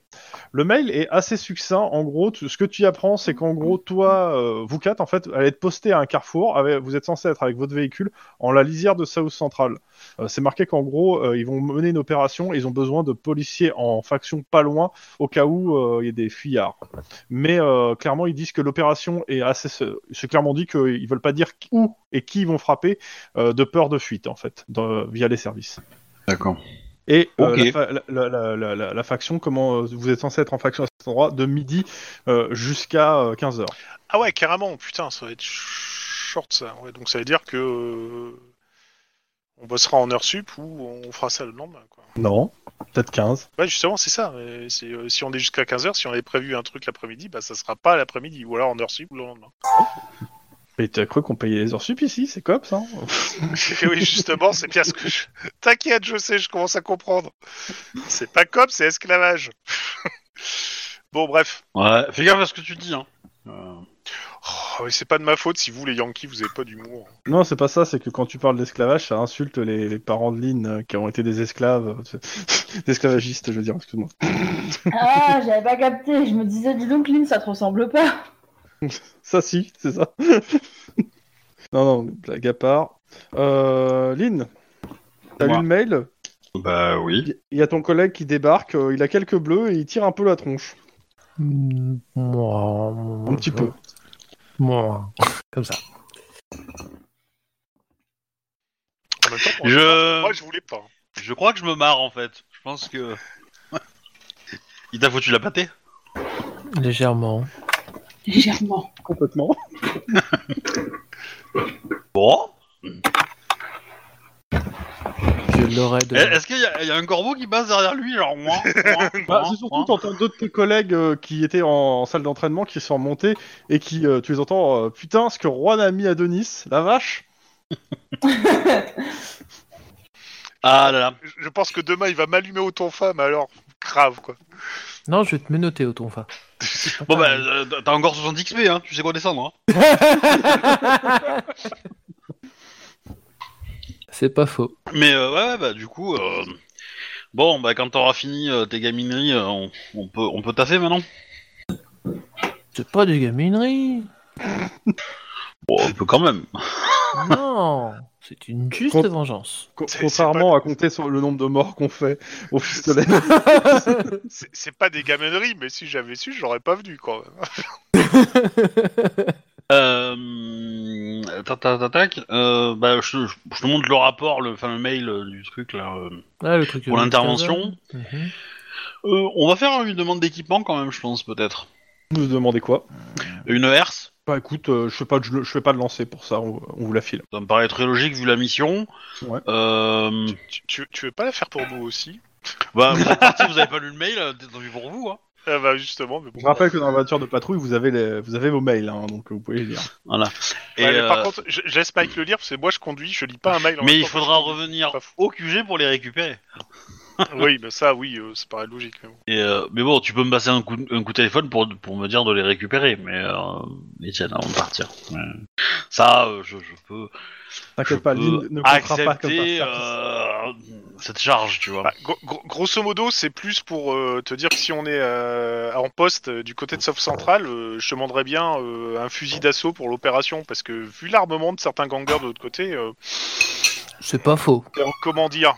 Speaker 2: Le mail est assez succinct. En gros, tu- ce que tu y apprends, c'est qu'en gros, toi, euh, vous quatre, en fait, allez être posté à un carrefour. avec- vous êtes censé être avec votre véhicule en la lisière de South Central. Euh, c'est marqué qu'en gros, euh, ils vont mener une opération. Ils ont besoin de policiers en faction pas loin, au cas où euh, il y a des fuyards. Mais euh, clairement, ils disent que l'opération est assez. se- C'est clairement dit qu'ils veulent pas dire où et qui ils vont frapper, euh, de peur de fuite, en fait, dans- via les services.
Speaker 1: D'accord.
Speaker 2: Et euh,
Speaker 1: Ok.
Speaker 2: la, fa- la- la- la- la- la faction, comment euh, vous êtes censé être en faction à cet endroit de midi euh, jusqu'à 15h.
Speaker 5: Ah ouais, carrément, putain, ça va être ch- short ça. Ouais, donc ça veut dire que euh, on bossera en heure sup ou on fera ça le lendemain. Quoi.
Speaker 2: Non, peut-être 15.
Speaker 5: Ouais, justement, c'est ça. euh, c'est, euh, si on est jusqu'à 15h, si on avait prévu un truc l'après-midi, bah ça sera pas l'après-midi ou alors en heure sup ou le lendemain.
Speaker 2: Mais t'as cru qu'on payait les heures sup ici, c'est cops, hein
Speaker 5: oui, justement, c'est bien ce que je. T'inquiète, je sais, je commence à comprendre. C'est pas comme, c'est esclavage. bon, bref.
Speaker 1: Ouais, fais gaffe à ce que tu dis, hein. Euh,
Speaker 5: Oh, mais c'est pas de ma faute si vous, les Yankees, vous avez pas d'humour.
Speaker 2: Non, c'est pas ça, c'est que quand tu parles d'esclavage, ça insulte les, les parents de Lynn euh, qui ont été des esclaves, euh, des esclavagistes, je veux dire, excuse-moi.
Speaker 3: Ah, j'avais pas capté. Je me disais, dis donc, Lynn, ça te ressemble pas.
Speaker 2: Ça, si, c'est ça. non, non, blague à part. Euh, Lynn, t'as lu
Speaker 1: Moi.
Speaker 2: le mail
Speaker 1: Bah oui.
Speaker 2: Il y a ton collègue qui débarque, euh, il a quelques bleus et il tire un peu la tronche. Euh, Un
Speaker 4: Un
Speaker 2: petit peu.
Speaker 4: Moi. Comme ça.
Speaker 5: En même temps, pour- moi,
Speaker 1: Je...
Speaker 5: je voulais pas.
Speaker 1: je crois que je me marre en fait. Je pense que. Il t'a foutu la pâtée
Speaker 4: Légèrement.
Speaker 3: Légèrement.
Speaker 2: Complètement.
Speaker 1: Bon.
Speaker 4: Je l'aurais
Speaker 1: Eh,
Speaker 4: de.
Speaker 1: Est-ce qu'il y, a- il y a un corbeau qui passe derrière lui, genre moi
Speaker 2: Bah, c'est surtout t'entends deux de tes collègues euh, qui étaient en, en salle d'entraînement qui sont remontés et qui euh, tu les entends euh, putain ce que Juan a mis à Denis la vache
Speaker 1: Ah là là.
Speaker 5: Je- Je pense que demain, il va m'allumer au ton femme, alors grave, quoi.
Speaker 4: Non, je vais te menoter au ton
Speaker 1: Bon bah, euh, t'as encore 60 XP, hein. Tu sais quoi descendre, hein.
Speaker 4: C'est pas faux.
Speaker 1: Mais euh, ouais, ouais, bah du coup. euh, Bon, bah quand t'auras fini euh, tes gamineries, euh, on, on peut, on peut taffer maintenant
Speaker 4: C'est pas des gamineries.
Speaker 1: Bon, un peu quand même.
Speaker 4: Non. C'est une juste
Speaker 2: Contre-
Speaker 4: vengeance.
Speaker 2: Co-
Speaker 5: C'est-
Speaker 2: Contrairement
Speaker 5: c'est pas-
Speaker 2: à compter sur le nombre de morts qu'on fait au pistolet.
Speaker 5: C'est c'est pas des gamineries, mais si j'avais su, je l'aurais pas venu quand même.
Speaker 1: Euh, tac, tac, tac, tac. Euh, bah, je, je- je te montre le rapport, le, enfin, le mail euh, du truc là. euh,
Speaker 4: Ah, le truc
Speaker 1: Pour
Speaker 4: avec
Speaker 1: l'intervention.
Speaker 4: Tarzan. Mhm.
Speaker 1: Euh, on va faire une demande d'équipement quand même, je pense, peut-être.
Speaker 2: Vous vous demandez quoi
Speaker 1: Une herse,
Speaker 2: Bah écoute, euh, je fais pas, de- je, fais pas de lancer pour ça, on, on vous la file.
Speaker 1: ça me paraît très logique vu la mission.
Speaker 2: Ouais.
Speaker 1: Euh,
Speaker 5: Tu, tu- tu veux pas la faire pour nous aussi
Speaker 1: bah, vous êtes partis, vous avez pas lu le mail, euh, tant pis pour vous. Hein.
Speaker 5: Ah bah justement, mais bon.
Speaker 2: Je rappelle que dans la voiture de patrouille, vous avez, les, vous avez vos mails, hein, donc vous pouvez les lire.
Speaker 1: Voilà. Et,
Speaker 5: Ouais, mais
Speaker 1: euh,
Speaker 5: Par contre, je, je laisse Mike le lire parce que moi je conduis, je lis pas un mail. en
Speaker 1: mais
Speaker 5: même
Speaker 1: il
Speaker 5: temps que je
Speaker 1: faudra
Speaker 5: conduis.
Speaker 1: revenir
Speaker 5: Pas fou.
Speaker 1: au QG pour les récupérer.
Speaker 5: Oui, mais ça, oui, euh, ça paraît logique. Mais bon.
Speaker 1: Et, euh, mais bon, tu peux me passer un coup, un coup de téléphone pour, pour me dire de les récupérer, mais euh, les tiennes avant de partir. Ouais. Ça, euh, je, je peux, je
Speaker 2: T'inquiète Ah, pas,
Speaker 1: peux
Speaker 2: Lynn ne comptera pas comme
Speaker 1: accepter
Speaker 2: ça.
Speaker 1: euh, cette charge, tu vois.
Speaker 5: Bah, gro- gro- grosso modo, c'est plus pour euh, te dire que si on est euh, en poste euh, du côté de Sauf Central, euh, je te demanderais bien euh, un fusil d'assaut pour l'opération parce que vu l'armement de certains gangers de l'autre côté, euh,
Speaker 4: C'est pas faux.
Speaker 5: comment dire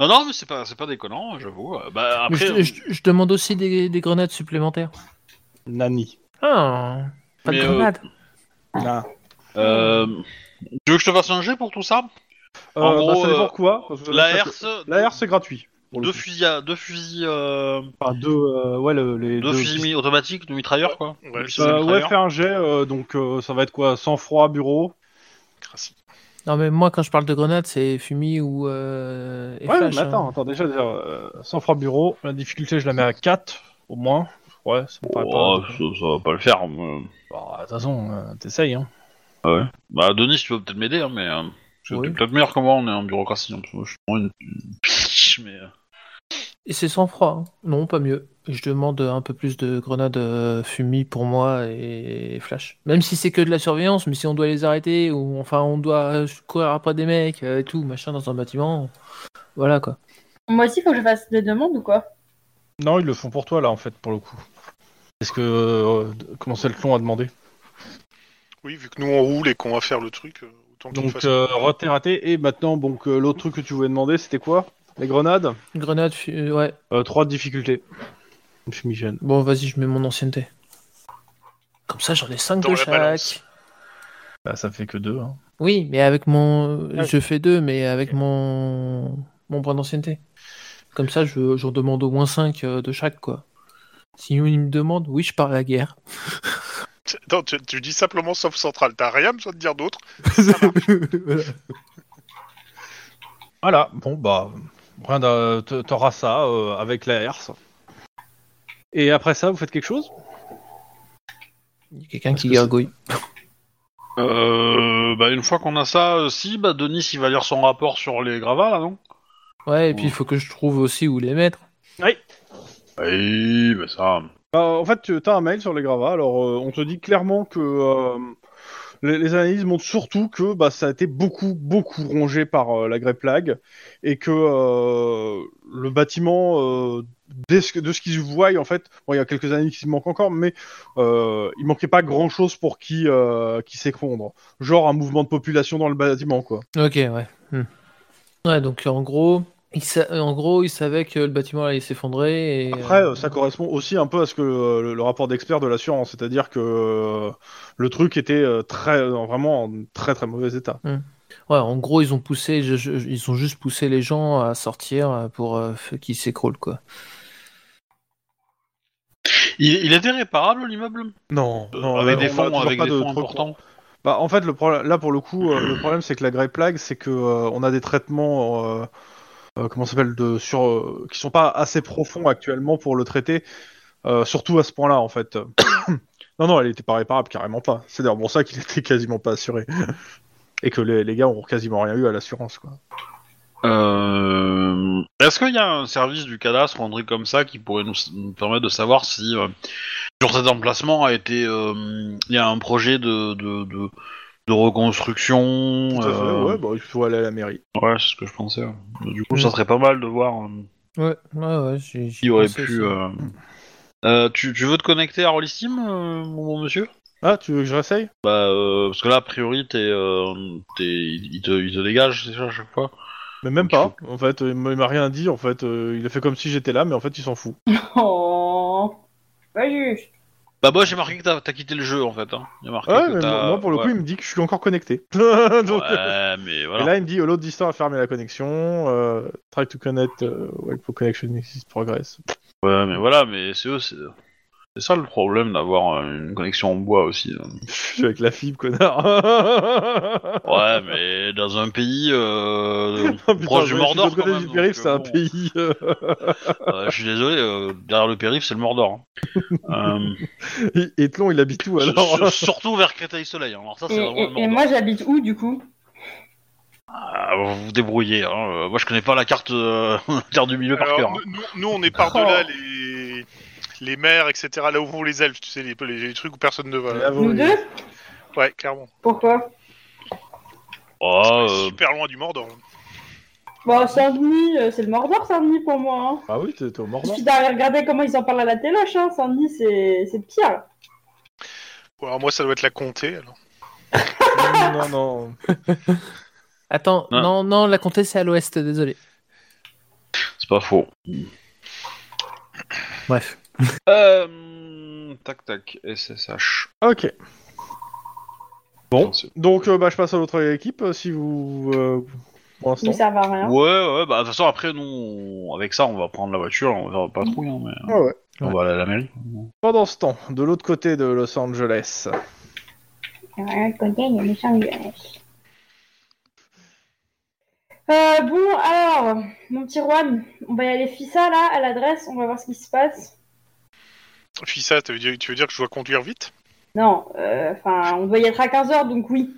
Speaker 1: Non, non, mais c'est pas, c'est pas déconnant, j'avoue. Euh, Bah,
Speaker 4: Mais
Speaker 1: après,
Speaker 4: je, je- je demande aussi des, des grenades supplémentaires.
Speaker 2: Nani.
Speaker 4: Ah, pas
Speaker 1: Mais,
Speaker 4: de
Speaker 1: euh,
Speaker 4: grenades.
Speaker 2: Ah.
Speaker 1: euh, tu veux que je te fasse un jet pour tout ça
Speaker 2: Euh,
Speaker 1: en gros,
Speaker 2: bah, ça dépend
Speaker 1: euh,
Speaker 2: quoi. parce que
Speaker 1: La
Speaker 2: ça peut-
Speaker 1: herse,
Speaker 2: La R, c'est gratuit. pour le
Speaker 1: deux
Speaker 2: coup.
Speaker 1: fusils, à- deux fusils, euh,
Speaker 2: Enfin, deux, euh, ouais, le- les
Speaker 1: deux
Speaker 2: deux-
Speaker 1: fusils mi- automatiques, de mitrailleurs, quoi.
Speaker 5: Ouais,
Speaker 1: Deux fusils
Speaker 2: Euh, ouais,
Speaker 1: mitrailleurs.
Speaker 2: fais un jet, euh, donc euh, ça va être quoi Sang froid, bureau
Speaker 4: Non, mais moi, quand je parle de grenades, c'est fumi ou. Euh, et
Speaker 2: Ouais,
Speaker 4: flash,
Speaker 2: mais attends, attends, déjà, déjà euh, sang froid, bureau, la difficulté, je la mets à 4, au moins. Ouais, ça me paraît
Speaker 1: Oh,
Speaker 2: pas...
Speaker 1: ça, ça va pas le faire. mais-
Speaker 2: Bah, de toute façon, euh, t'essayes, hein.
Speaker 1: Bah, Denis, tu peux peut-être m'aider, hein, mais euh, c'est
Speaker 4: Oui.
Speaker 1: t'es peut-être meilleur que moi, on est en bureaucratie. hein, parce que moi, je suis vraiment une- une piche, mais. euh,
Speaker 4: Et c'est sans froid. hein. Non, pas mieux. Je demande un peu plus de grenades euh, fumi pour moi et flash. Même si c'est que de la surveillance, mais si on doit les arrêter ou enfin on doit euh, courir après des mecs euh, et tout, machin dans un bâtiment. Voilà quoi.
Speaker 3: Moi aussi, faut que je fasse des demandes ou quoi
Speaker 2: Non, ils le font pour toi, là, en fait, pour le coup. Est-ce que... euh, comment c'est le clon a demandé
Speaker 5: Oui, vu que nous on roule et qu'on va faire le truc, euh, autant qu'on
Speaker 2: Donc,
Speaker 5: fasse.
Speaker 2: euh, raté, raté, et maintenant, donc, euh, l'autre truc que tu voulais demander, c'était quoi Les grenades
Speaker 4: Grenade, fu- euh, ouais.
Speaker 2: 3 difficultés. Fumigène.
Speaker 4: Bon, vas-y, je mets mon ancienneté. Comme ça, j'en ai 5
Speaker 5: Dans
Speaker 4: de
Speaker 5: la
Speaker 4: chaque.
Speaker 5: balance.
Speaker 2: Bah, ça fait que 2, hein.
Speaker 4: Oui, mais avec mon.
Speaker 2: Ah.
Speaker 4: Je fais deux, mais avec mon. Mon point d'ancienneté. Comme ça, je- j'en demande au moins 5 de chaque, quoi. Si une me demande, oui, je pars à la guerre.
Speaker 5: Non, tu, tu dis simplement Sauf Central, t'as rien besoin de dire d'autre.
Speaker 4: Voilà.
Speaker 2: Voilà, bon bah, rien d'un- t- t'auras ça euh, avec la herse. Et après ça, vous faites quelque chose
Speaker 4: Il y a quelqu'un
Speaker 2: Parce
Speaker 4: qui
Speaker 2: que c'est-
Speaker 4: gargouille.
Speaker 1: Euh, bah, une fois qu'on a ça, euh, si, bah, Denis, il va lire son rapport sur les gravats, là, non
Speaker 4: Ouais, et puis il faut que je trouve aussi où les mettre.
Speaker 1: Oui, bah, ça.
Speaker 2: Bah, En fait, tu as un mail sur les gravats, alors euh, on te dit clairement que euh, les, les analyses montrent surtout que bah, ça a été beaucoup, beaucoup rongé par euh, la grêpe plague et que euh, le bâtiment, euh, dès ce que- de ce qu'ils voient, en fait, bon, il y a quelques années qui manquent encore, mais euh, il manquait pas grand-chose pour qui, euh, qui s'effondre. Genre un mouvement de population dans le bâtiment, quoi.
Speaker 4: Ok, ouais. Hmm. Ouais, donc en gros. Il sa- euh, En gros, il savait que le bâtiment allait s'effondrer. et,
Speaker 2: Après,
Speaker 4: euh,
Speaker 2: euh, ça correspond aussi un peu à ce que euh, le, le rapport d'experts de l'assurance, c'est-à-dire que euh, le truc était euh, très, euh, vraiment en très très mauvais état.
Speaker 4: Ouais, en gros, ils ont poussé, je- je- ils ont juste poussé les gens à sortir euh, pour euh, f- qu'ils s'écroulent, quoi.
Speaker 1: Il, il était réparable, l'immeuble
Speaker 2: Non,
Speaker 1: Avec
Speaker 2: euh,
Speaker 1: des
Speaker 2: on a
Speaker 1: fonds,
Speaker 2: toujours
Speaker 1: avec
Speaker 2: pas
Speaker 1: des
Speaker 2: de
Speaker 1: fonds
Speaker 2: trop-
Speaker 1: importants.
Speaker 2: Bah, en fait, le problème, là pour le coup, euh, le problème c'est que la grey plague, c'est que euh, on a des traitements, euh, euh, comment ça s'appelle, de sur, euh, qui sont pas assez profonds actuellement pour le traiter, euh, surtout à ce point-là en fait. non, non, elle était pas réparable, carrément pas. C'est d'ailleurs pour ça qu'il était quasiment pas assuré et que les, les gars ont quasiment rien eu à l'assurance, quoi.
Speaker 1: Euh, Est-ce qu'il y a un service du cadastre, un truc comme ça, qui pourrait nous, nous permettre de savoir si euh, sur cet emplacement a été, euh, il y a un projet de de, de, de reconstruction
Speaker 2: Tout à fait,
Speaker 1: euh,
Speaker 2: ouais, bah, il faut aller à la mairie.
Speaker 1: ouais, c'est ce que je pensais. ouais. Du coup,
Speaker 4: Mm.
Speaker 1: ça serait pas mal de voir euh,
Speaker 4: Ouais, ouais, ouais. J'ai, j'y
Speaker 1: qui aurait
Speaker 4: pensais
Speaker 1: pu.
Speaker 4: aussi.
Speaker 1: euh, Euh, tu, tu veux te connecter à Rollistim, euh, mon bon monsieur
Speaker 2: Ah, tu veux que je réessaye
Speaker 1: Bah, euh, parce que là, a priori, t'es, euh, t'es- il, te, il te dégage, c'est ça, à chaque fois
Speaker 2: Mais même
Speaker 1: Ok.
Speaker 2: pas. En fait, euh, il m'a il m'a rien dit. En fait, euh, il a fait comme si j'étais là, mais en fait, il s'en fout.
Speaker 3: Oh, c'est pas juste.
Speaker 1: Bah, moi, j'ai marqué que t'as, t'as quitté le jeu, en fait. Hein. Il y a marqué
Speaker 2: Ouais,
Speaker 1: que
Speaker 2: mais
Speaker 1: t'as-
Speaker 2: moi, moi, pour le
Speaker 1: ouais.
Speaker 2: coup, il me dit que je suis encore connecté. Donc, euh,
Speaker 1: Ouais, mais voilà.
Speaker 2: Et là, il me dit, oh, l'autre d'histoire a fermé la connexion. euh, try to connect euh, while the connection exists progress.
Speaker 1: Ouais, mais voilà, mais c'est eux, c'est... c'est ça le problème d'avoir euh, une connexion en bois aussi. hein.
Speaker 2: Je suis avec la fibre, connard.
Speaker 1: Ouais, mais dans un pays euh,
Speaker 2: Oh, putain,
Speaker 1: proche du
Speaker 2: je voyais- je suis
Speaker 1: Mordor,
Speaker 2: l'autre côté
Speaker 1: quand même,
Speaker 2: du périph',
Speaker 1: donc,
Speaker 2: c'est un
Speaker 1: bon.
Speaker 2: pays. euh,
Speaker 1: euh, je suis désolé, euh, derrière le périph', c'est le Mordor. hein. Euh,
Speaker 2: et- et Tlon, il habite où alors
Speaker 1: s- s- surtout vers Créteil-Soleil. hein. Alors ça,
Speaker 3: Et,
Speaker 1: c'est vraiment le
Speaker 3: et- et
Speaker 1: Mordor.
Speaker 3: moi, j'habite où du coup
Speaker 1: Ah, vous vous débrouillez. hein. Euh, Moi, je connais pas la carte, euh, la carte du milieu par
Speaker 5: Alors,
Speaker 1: cœur. hein.
Speaker 5: nous- nous, nous, on est
Speaker 2: Oh.
Speaker 5: par-delà les... les mers, etc. Là où vont les elfes, tu sais, les, les- les trucs où personne ne va.
Speaker 2: Là, vous-
Speaker 3: Nous deux
Speaker 5: Ouais, clairement.
Speaker 3: Pourquoi
Speaker 1: Oh, euh,
Speaker 5: Super loin du Mordor.
Speaker 3: Bon, Saint-Denis, euh, c'est le Mordor, Saint-Denis pour moi. Hein.
Speaker 2: Ah oui, t'es t'es au
Speaker 3: Il
Speaker 2: Mordor.
Speaker 3: suffit d'aller regarder comment ils en parlent à la téloche, hein. Saint-Denis, c'est c'est pire.
Speaker 5: Ou alors, moi, ça doit être la comté.
Speaker 2: non,
Speaker 5: Alors.
Speaker 2: non.
Speaker 4: Attends,
Speaker 1: Non.
Speaker 4: non, non, la comté c'est à l'ouest, désolé.
Speaker 1: c'est pas faux.
Speaker 4: Bref.
Speaker 1: Euh, tac, tac, SSH.
Speaker 2: Ok. Bon.
Speaker 1: Putain, c'est-
Speaker 2: Donc, euh, bah, je passe à l'autre équipe euh, si vous. euh, pour
Speaker 3: Ils ne
Speaker 2: l'instant.
Speaker 3: servent à rien.
Speaker 1: Ouais, ouais, bah, de toute façon, après, nous, on- avec ça, on va prendre la voiture, on va pas trop, hein, mais
Speaker 2: Ouais, ouais.
Speaker 1: on va aller à la mairie.
Speaker 2: Pendant ce temps, de l'autre côté de Los Angeles.
Speaker 6: Un côté, il y a des gens qui-
Speaker 3: Euh, bon, alors, mon petit Juan, on va y aller Fissa là, à l'adresse, on va voir ce qui se passe.
Speaker 5: Fissa, ça veut dire- tu veux dire que je dois conduire vite
Speaker 3: Non, euh, enfin, on doit y être à 15h, donc oui.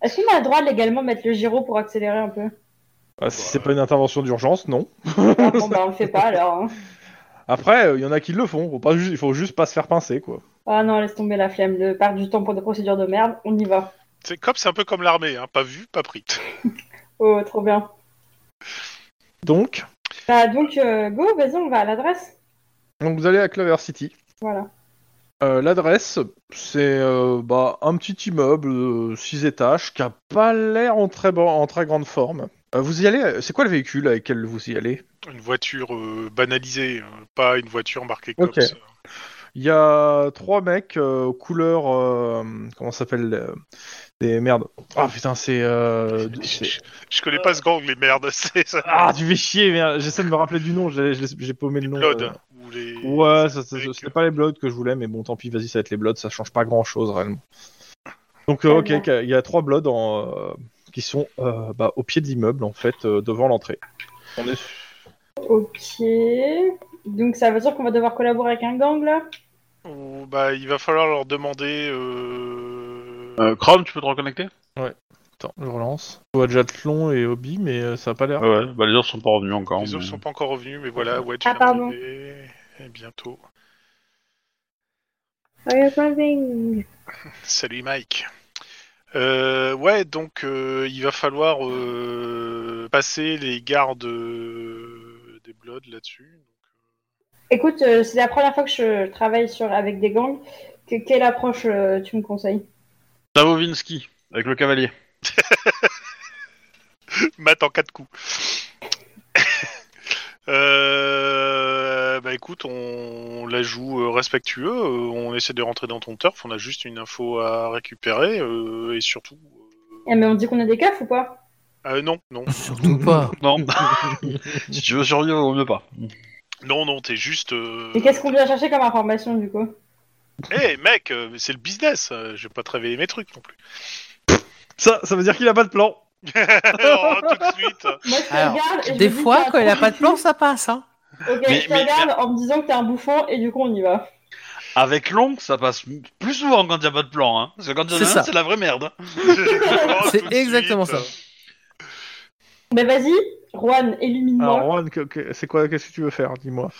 Speaker 3: Est-ce qu'on a le droit de légalement mettre le gyro pour accélérer un peu
Speaker 2: Ah, si c'est pas une intervention d'urgence, non.
Speaker 3: Ah, Bon, bah, on le fait pas alors. hein.
Speaker 2: Après, il y en a qui le font. Faut pas ju- Il faut juste pas se faire pincer, quoi.
Speaker 3: Ah non, laisse tomber la flemme de perdre du temps pour des procédures de merde, on y va.
Speaker 5: C'est comme, c'est un peu comme l'armée, hein, pas vu, pas pris.
Speaker 3: Oh, trop bien.
Speaker 2: Donc,
Speaker 3: Bah, donc, euh, go, vas-y, on va à l'adresse.
Speaker 2: donc vous allez à Clover City.
Speaker 3: Voilà.
Speaker 2: Euh, L'adresse, c'est euh, bah, un petit immeuble, 6 étages, qui a pas l'air en très, bon- en très grande forme. Euh, vous y allez euh, C'est quoi le véhicule avec lequel vous y allez
Speaker 5: Une voiture euh, banalisée, hein, pas une voiture marquée comme
Speaker 2: Ok. Il y a trois mecs euh, aux couleurs. euh, comment ça s'appelle euh, Des merdes. Ah putain, c'est. euh, c'est-
Speaker 5: Je connais pas ce gang, les merdes. C'est ça.
Speaker 2: Ah, tu fais chier, merde. j'essaie de me rappeler du nom, j'ai j'ai- j'ai paumé le nom.
Speaker 5: Blood,
Speaker 2: euh.
Speaker 5: hein, ou les-
Speaker 2: Ouais, ça- ça-
Speaker 5: Avec-
Speaker 2: c'était pas les Bloods que je voulais, mais bon, tant pis, vas-y, ça va être les Bloods, ça change pas grand chose réellement. Donc, euh, ok,
Speaker 3: Très
Speaker 2: il y a trois Bloods en, euh, qui sont euh, bah, au pied de l'immeuble, en fait, euh, devant l'entrée. On est
Speaker 3: Ok. Donc, ça veut dire qu'on va devoir collaborer avec un gang là
Speaker 5: Ou, bah, il va falloir leur demander. euh,
Speaker 1: Euh, Chrome, tu peux te reconnecter
Speaker 2: Attends, je relance. Je vois déjà Tlon et Obi, mais euh, ça a pas l'air.
Speaker 1: Ouais, bah les autres sont pas revenus encore.
Speaker 5: Les autres sont pas encore revenus, mais voilà, ouais, tu
Speaker 3: Ah,
Speaker 5: viens
Speaker 3: pardon.
Speaker 5: d'arriver, Et bientôt. Salut Mike. Euh, ouais, donc euh, il va falloir euh, passer les gardes euh, des Bloods là-dessus.
Speaker 3: Écoute, euh, c'est la première fois que je travaille sur, avec des gangs. Que- quelle approche euh, tu me conseilles
Speaker 1: Savovinsky, avec le cavalier.
Speaker 5: Mat en quatre coups. Euh, bah écoute, on la joue euh, respectueux, euh, on essaie de rentrer dans ton turf, on a juste une info à récupérer euh, et surtout.
Speaker 3: Eh, mais on dit qu'on a des keufs ou pas
Speaker 5: euh, non, non,
Speaker 4: Surtout pas.
Speaker 1: Non. si tu veux survivre, vaut mieux pas.
Speaker 5: non, non, t'es juste. euh,
Speaker 3: Mais qu'est-ce qu'on vient chercher comme information du coup
Speaker 5: Eh mec, euh, mais c'est le business, euh, je vais pas te révéler mes trucs non plus.
Speaker 2: Ça, ça veut dire qu'il a pas de plan.
Speaker 5: Oh, tout de suite.
Speaker 3: Moi, je te
Speaker 4: Alors,
Speaker 3: regarde et je
Speaker 4: Des
Speaker 3: me dis
Speaker 4: fois,
Speaker 3: que
Speaker 4: quand il a pas de plan,
Speaker 3: t'es
Speaker 4: ça passe, hein.
Speaker 3: un con. Ok,
Speaker 1: Mais-
Speaker 3: je te
Speaker 1: mais-
Speaker 3: regarde en me disant que t'es un bouffon et du coup on y va.
Speaker 1: Avec long, ça passe m- plus souvent quand y a pas de plan. Hein. Parce que quand y en
Speaker 4: C'est
Speaker 1: a un,
Speaker 4: ça.
Speaker 1: c'est la vraie merde. hein.
Speaker 5: Oh,
Speaker 4: C'est
Speaker 5: tout de
Speaker 4: exactement
Speaker 5: suite.
Speaker 4: ça.
Speaker 3: Mais Ben, vas-y, Juan,
Speaker 2: Alors,
Speaker 3: illumine-moi.
Speaker 2: Juan, que- que- c'est quoi Qu'est-ce que tu veux faire Dis-moi.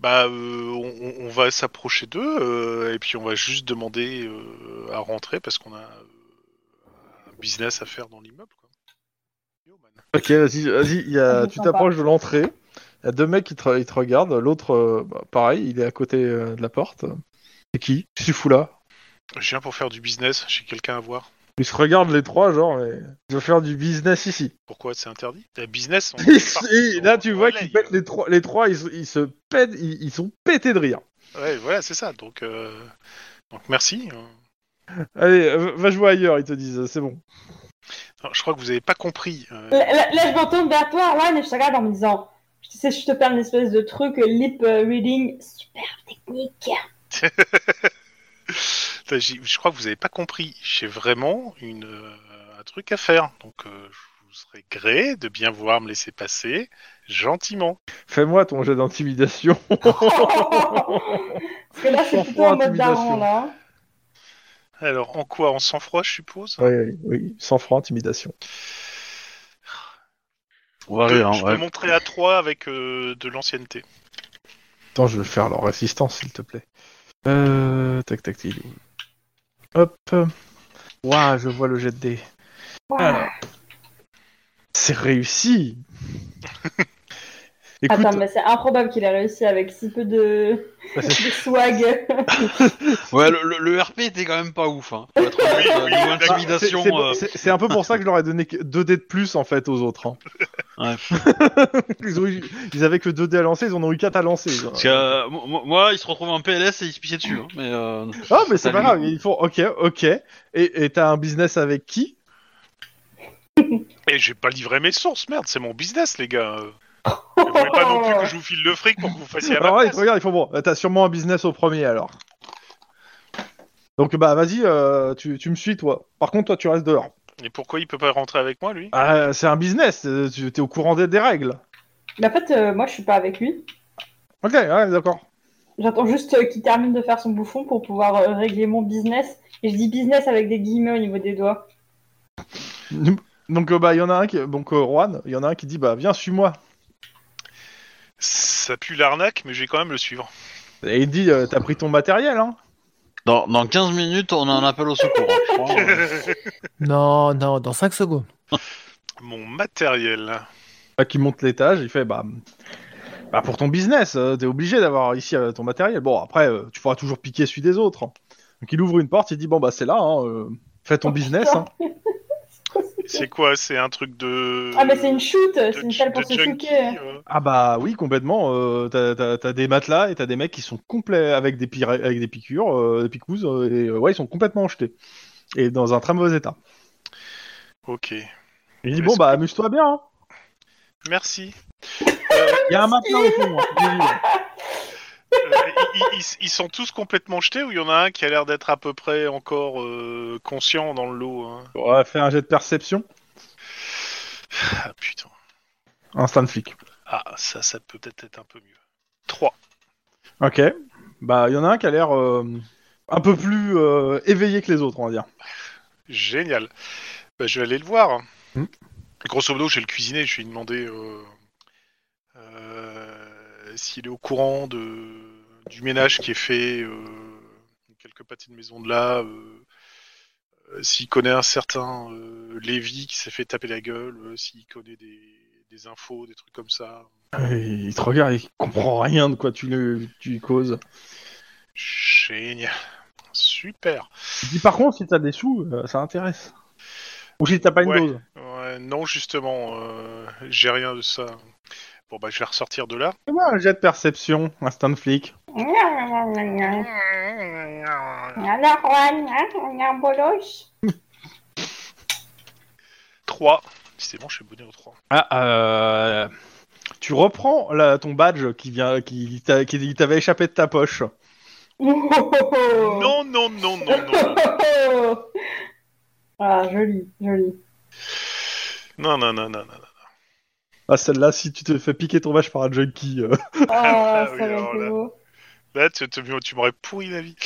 Speaker 5: Bah, euh, on, on- on va s'approcher d'eux euh, et puis on va juste demander euh, à rentrer parce qu'on a euh, un business à faire dans l'immeuble. quoi. Yo, man.
Speaker 2: Ok, vas-y, vas-y. il y a-
Speaker 3: Je
Speaker 2: Tu
Speaker 3: sens pas.
Speaker 2: t'approches de l'entrée. Il y a deux mecs qui te, ils te regardent. L'autre, euh, bah, pareil, il est à côté euh, de la porte. C'est qui Qu'est-ce que tu fous là
Speaker 5: Je viens pour faire du business, j'ai quelqu'un à voir.
Speaker 2: Ils se regardent les trois, genre, mais je veux faire du business ici.
Speaker 5: Pourquoi c'est interdit La business, on
Speaker 2: Et
Speaker 5: fait partie
Speaker 2: et
Speaker 5: de-
Speaker 2: là, tu vois
Speaker 5: Voilà,
Speaker 2: qu'ils
Speaker 5: il-
Speaker 2: pètent les trois, les trois ils, se- ils se pètent, ils, ils sont pétés de rire.
Speaker 5: Ouais, voilà, c'est ça. Donc, euh, donc merci. Euh,
Speaker 2: Allez, euh, va jouer ailleurs, ils te disent, c'est bon.
Speaker 5: Non, je crois que vous avez pas compris. euh,
Speaker 3: Là, là- là, je me retourne vers toi, Arwan, et je te regarde en me disant Je sais, je te fais un espèce de truc euh, lip euh, reading super technique.
Speaker 5: Putain, j'ai- Je crois que vous avez pas compris. J'ai vraiment une, euh, un truc à faire. Donc, euh, je vous serais gré de bien vouloir me laisser passer gentiment.
Speaker 2: Fais-moi ton jet d'intimidation.
Speaker 3: Parce que là, c'est
Speaker 2: Sans
Speaker 3: plutôt en
Speaker 2: froid,
Speaker 3: mode daron,
Speaker 2: intimidation.
Speaker 3: là.
Speaker 5: Alors, en quoi En sang-froid, je suppose
Speaker 2: oui, oui, oui, sans franc, intimidation.
Speaker 1: On va
Speaker 5: Je,
Speaker 1: rire, hein,
Speaker 5: je
Speaker 1: ouais.
Speaker 5: peux montrer à 3 avec euh, de l'ancienneté.
Speaker 2: Attends, je vais faire leur résistance, s'il te plaît. Euh, tac, tac, tac. Hop. Ouah, je vois le jet de dés. Alors. C'est réussi. Écoute,
Speaker 3: Attends, mais c'est improbable qu'il ait réussi avec si peu de,
Speaker 2: bah, c'est-
Speaker 3: de swag.
Speaker 1: Ouais, le, le- le RP était quand même pas ouf. Hein. Faut être honnête, euh, niveau intimidation,
Speaker 2: Ah, c'est- c'est-
Speaker 1: euh,
Speaker 2: c'est- c'est un peu pour ça que je leur ai donné que 2 dés de plus en fait aux autres. hein.
Speaker 1: Ouais.
Speaker 2: ils, ont eu- ils avaient que 2 dés à lancer, ils en ont eu 4 à lancer.
Speaker 1: parce que, euh, mo- mo- moi, il se retrouve en PLS et il se pissait dessus. hein, mais, euh,
Speaker 2: Ah, mais c'est pas
Speaker 1: Salut.
Speaker 2: grave, ils font ok, ok. Et- Et t'as un business avec qui
Speaker 5: Et j'ai pas livré mes sources, merde, c'est mon business, les gars. Euh, Vous voulez pas non plus que je vous file le fric pour que vous fassiez à ma
Speaker 2: Alors là, ils te
Speaker 5: place
Speaker 2: regardent, ils font bon, t'as sûrement un business au premier alors. Donc bah vas-y, euh, tu, tu me suis toi. Par contre, toi, tu restes dehors.
Speaker 5: Et pourquoi il peut pas rentrer avec moi, lui
Speaker 2: Ah, c'est un business, euh, tu es au courant des, des règles.
Speaker 3: mais en fait, euh, moi, je suis pas avec lui.
Speaker 2: Ok, ouais, d'accord.
Speaker 3: J'attends juste euh, qu'il termine de faire son bouffon pour pouvoir euh, régler mon business. Et je dis business avec des guillemets au niveau des doigts.
Speaker 2: Donc euh, bah il y en a un qui, donc euh, Juan, il y en a un qui dit bah viens suis-moi.
Speaker 5: Ça pue l'arnaque, mais je vais quand même le suivre.
Speaker 2: Et il dit euh, t'as pris ton matériel hein.
Speaker 1: dans, dans 15 minutes, on a un appel au secours. hein, je crois, euh.
Speaker 4: Non, non, dans 5 secondes.
Speaker 5: Mon matériel.
Speaker 2: Ah, qui monte l'étage, il fait bah bah pour ton business, euh, t'es obligé d'avoir ici euh, ton matériel. Bon après euh, tu pourras toujours piquer celui des autres. hein. Donc il ouvre une porte, il dit bon bah c'est là, hein, euh, fais ton business. Hein.
Speaker 5: C'est quoi C'est un truc de.
Speaker 3: Ah, mais c'est une shoot,
Speaker 5: de-
Speaker 3: c'est une salle pour
Speaker 5: de
Speaker 3: se
Speaker 5: junkie,
Speaker 3: shooter.
Speaker 5: euh.
Speaker 2: Ah bah oui complètement. euh, t'as- t'as t'as des matelas et t'as des mecs qui sont complets avec des pira- avec des piqûres, euh, des picouzes euh, et euh, ouais ils sont complètement jetés et dans un très mauvais état.
Speaker 5: Ok.
Speaker 2: Il dit bon bah amuse-toi bien. hein.
Speaker 5: Merci.
Speaker 2: Il y a un matelas au fond. hein. Il dit,
Speaker 5: Euh, ils, ils- ils sont tous complètement jetés ou il y en a un qui a l'air d'être à peu près encore euh, conscient dans le lot hein
Speaker 2: On va faire un jet de perception.
Speaker 5: Ah putain.
Speaker 2: Instant flic.
Speaker 5: Ah, ça, ça peut peut-être être un peu mieux. 3.
Speaker 2: Ok. Bah, il y en a un qui a l'air euh, un peu plus euh, éveillé que les autres, on va dire.
Speaker 5: Génial. Bah, je vais aller le voir.
Speaker 2: Hmm.
Speaker 5: Grosso modo, je vais le cuisiner. Je vais lui demander euh, euh, s'il est au courant de, du ménage qui est fait, euh, quelques pâtés de maison de là, euh, euh, s'il connaît un certain euh, Lévi qui s'est fait taper la gueule, euh, s'il connaît des, des infos, des trucs comme ça.
Speaker 2: Il te regarde, il comprend rien de quoi tu, le- tu lui causes.
Speaker 5: Génial. Super.
Speaker 2: Il dit par contre, si t'as des sous, euh, ça intéresse. Ou si t'as pas une
Speaker 5: Ouais.
Speaker 2: dose.
Speaker 5: Ouais, non, justement, euh, j'ai rien de ça. Bon, bah, je vais ressortir de là.
Speaker 2: Fais-moi un jet de perception, instant flic.
Speaker 3: Alors, Juan, hein, on a un boloche
Speaker 5: 3. C'est bon, je suis abonné au 3.
Speaker 2: Ah, euh, Tu reprends la- ton badge qui vient, qui t'a- qui t'avait échappé de ta poche.
Speaker 3: Oh, oh, oh.
Speaker 5: Non, non, non, non, non.
Speaker 3: Ah, joli, joli.
Speaker 5: Non, non, non, non, non.
Speaker 2: Ah, celle-là, si tu te fais piquer ton badge par un junkie. euh,
Speaker 3: Ah,
Speaker 5: oui,
Speaker 3: ça va
Speaker 5: alors
Speaker 3: être
Speaker 5: là.
Speaker 3: beau.
Speaker 5: Là, Bah, tu, tu, tu m'aurais pourri la vie.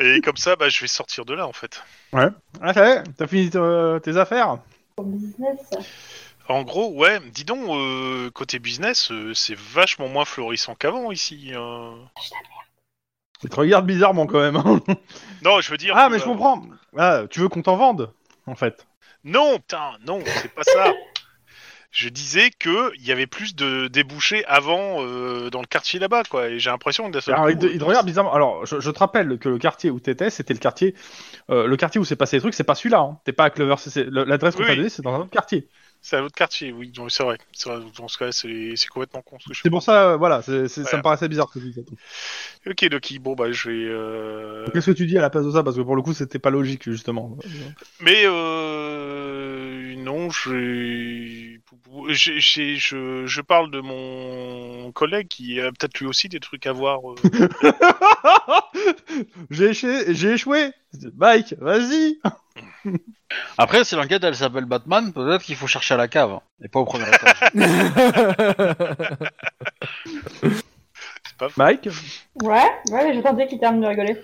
Speaker 5: Et comme ça, bah, je vais sortir de là, en fait.
Speaker 2: Ah, ça y est, t'as fini euh, tes affaires
Speaker 3: Pour le business.
Speaker 5: En gros, ouais, dis donc, euh, côté business, euh, c'est vachement moins florissant qu'avant, ici. hein.
Speaker 2: Il te regarde bizarrement quand même. hein.
Speaker 5: Non, je veux dire...
Speaker 2: ah,
Speaker 5: que,
Speaker 2: mais je
Speaker 5: bah,
Speaker 2: comprends. Ah, tu veux qu'on t'en vende, en fait.
Speaker 5: Non, putain, non, c'est pas ça. je disais que il y avait plus de débouchés avant euh, dans le quartier là-bas, quoi. Et j'ai l'impression que d'un seul
Speaker 2: Alors,
Speaker 5: coup,
Speaker 2: il, te- il te regarde bizarrement. Alors, je, je te rappelle que le quartier où t'étais, c'était le quartier, euh, le quartier où s'est passé les trucs, c'est pas celui-là. hein. T'es pas à Clover, c'est- c'est- le- l'adresse qu'on
Speaker 5: Oui.
Speaker 2: t'a donnée, c'est dans un autre quartier.
Speaker 5: c'est un autre quartier, oui. donc C'est vrai. C'est vrai, Dans ce cas, c'est c'est complètement con. ce que je
Speaker 2: C'est pour ça, euh, voilà, c'est- c'est- ça
Speaker 5: Voilà.
Speaker 2: me paraissait bizarre que tu dises ça.
Speaker 5: fais. Ok, Doki. Bon bah, je vais. euh,
Speaker 2: Qu'est-ce que tu dis à la place de ça Parce que pour le coup, c'était pas logique justement.
Speaker 5: Mais euh, non, je, j'ai- j'ai- je, je parle de mon collègue qui a peut-être lui aussi des trucs à voir. euh.
Speaker 2: j'ai échoué, j'ai échoué. Mike, vas-y.
Speaker 1: Après, si l'enquête elle s'appelle Batman, peut-être qu'il faut chercher à la cave hein, et pas au premier étage.
Speaker 2: Mike.
Speaker 3: Ouais, ouais, j'attendais qu'il termine de rigoler.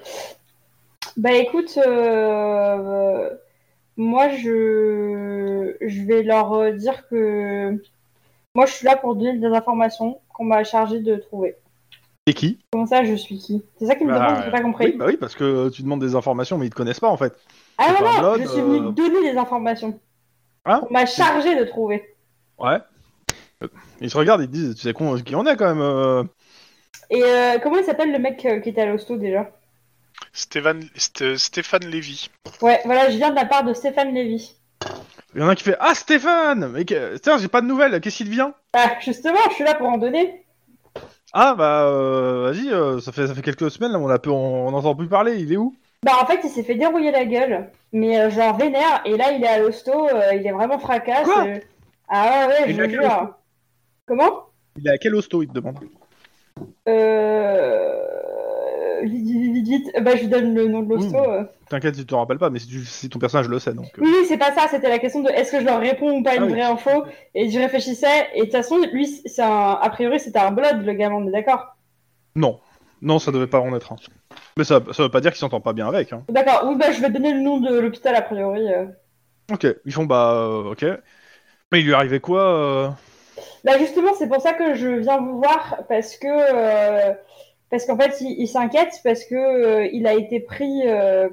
Speaker 3: Bah écoute, euh, moi je, je vais leur euh, dire que moi je suis là pour donner des informations qu'on m'a chargé de trouver.
Speaker 2: Et qui
Speaker 3: Comment ça, je suis qui C'est ça qu'ils me
Speaker 2: Bah,
Speaker 3: demandent, j'ai pas compris.
Speaker 2: Oui, bah oui, parce que tu demandes des informations, mais ils te connaissent pas en fait.
Speaker 3: ah
Speaker 2: c'est
Speaker 3: non,
Speaker 2: pas un
Speaker 3: non,
Speaker 2: blog,
Speaker 3: je suis venue
Speaker 2: euh.
Speaker 3: donner des informations.
Speaker 2: Hein
Speaker 3: qu'on m'a chargé de trouver.
Speaker 2: Ouais. Euh, Ils se regardent, ils te disent, tu sais con- qui on est quand même. euh.
Speaker 3: Et euh, comment il s'appelle le mec euh, qui était à l'hosto déjà
Speaker 5: Stéphane, Sté- Stéphane Lévy.
Speaker 3: Ouais, voilà, je viens de la part de Stéphane Lévy.
Speaker 2: Il y en a un qui fait Ah Stéphane, mais que- tiens j'ai pas de nouvelles, qu'est-ce qu'il devient
Speaker 3: Ah, justement, je suis là pour en donner.
Speaker 2: Ah bah euh, vas-y, euh, ça fait ça fait quelques semaines là, on a peu, on, on entend plus parler, il est où
Speaker 3: Bah en fait il s'est fait dérouiller la gueule, mais euh, genre vénère, et là il est à l'hosto, euh, il est vraiment fracasse.
Speaker 2: Quoi
Speaker 3: euh. Ah ouais ouais,
Speaker 2: Il
Speaker 3: je
Speaker 2: est à
Speaker 3: le
Speaker 2: quel hosto
Speaker 3: jure. Comment
Speaker 2: Il est à quel hosto il te demande
Speaker 3: euh... Vite, vite, vite, vite. Euh, Bah je vous donne le nom de l'hosto.
Speaker 2: Oui.
Speaker 3: euh.
Speaker 2: T'inquiète, tu te rappelles pas, mais si, tu- si ton personnage le sait donc. euh.
Speaker 3: Oui, oui, c'est pas ça, c'était la question de est-ce que je leur réponds ou pas une
Speaker 2: Ah oui.
Speaker 3: vraie info, et j'y réfléchissais, et de toute façon, lui, c'est un... a priori c'était un blood le gamin, on est d'accord
Speaker 2: Non, non ça devait pas en être un. Mais ça, ça veut pas dire qu'il s'entend pas bien avec. Hein.
Speaker 3: D'accord, oui bah je vais donner le nom de l'hôpital a priori. euh.
Speaker 2: Ok, ils font bah euh, ok. Mais il lui arrivait quoi euh
Speaker 3: Bah justement, c'est pour ça que je viens vous voir parce que euh, parce qu'en fait, il, il s'inquiète parce que euh, il a été pris. euh,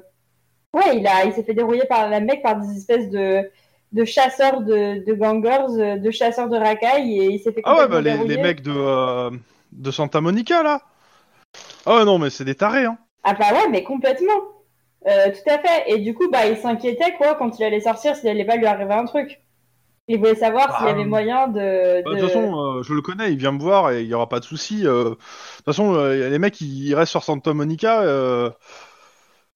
Speaker 3: ouais, il a, il s'est fait dérouiller par la mec par des espèces de de chasseurs de, de gangers, euh, de chasseurs de racailles et il s'est fait.
Speaker 2: Ah ouais
Speaker 3: complètement
Speaker 2: bah les, les
Speaker 3: dérouiller.
Speaker 2: mecs de euh, de Santa Monica là. Ah ouais, non mais c'est des tarés hein.
Speaker 3: Ah bah ouais, mais complètement. Euh, tout à fait. Et du coup, bah il s'inquiétait quoi quand il allait sortir s'il allait pas lui arriver un truc. Il voulait savoir s'il
Speaker 2: Bah,
Speaker 3: y avait moyen de.
Speaker 2: Bah, De toute façon, euh, je le connais, il vient me voir et il n'y aura pas de souci. euh. De toute façon, euh, les mecs, ils ils restent sur Santa Monica. euh.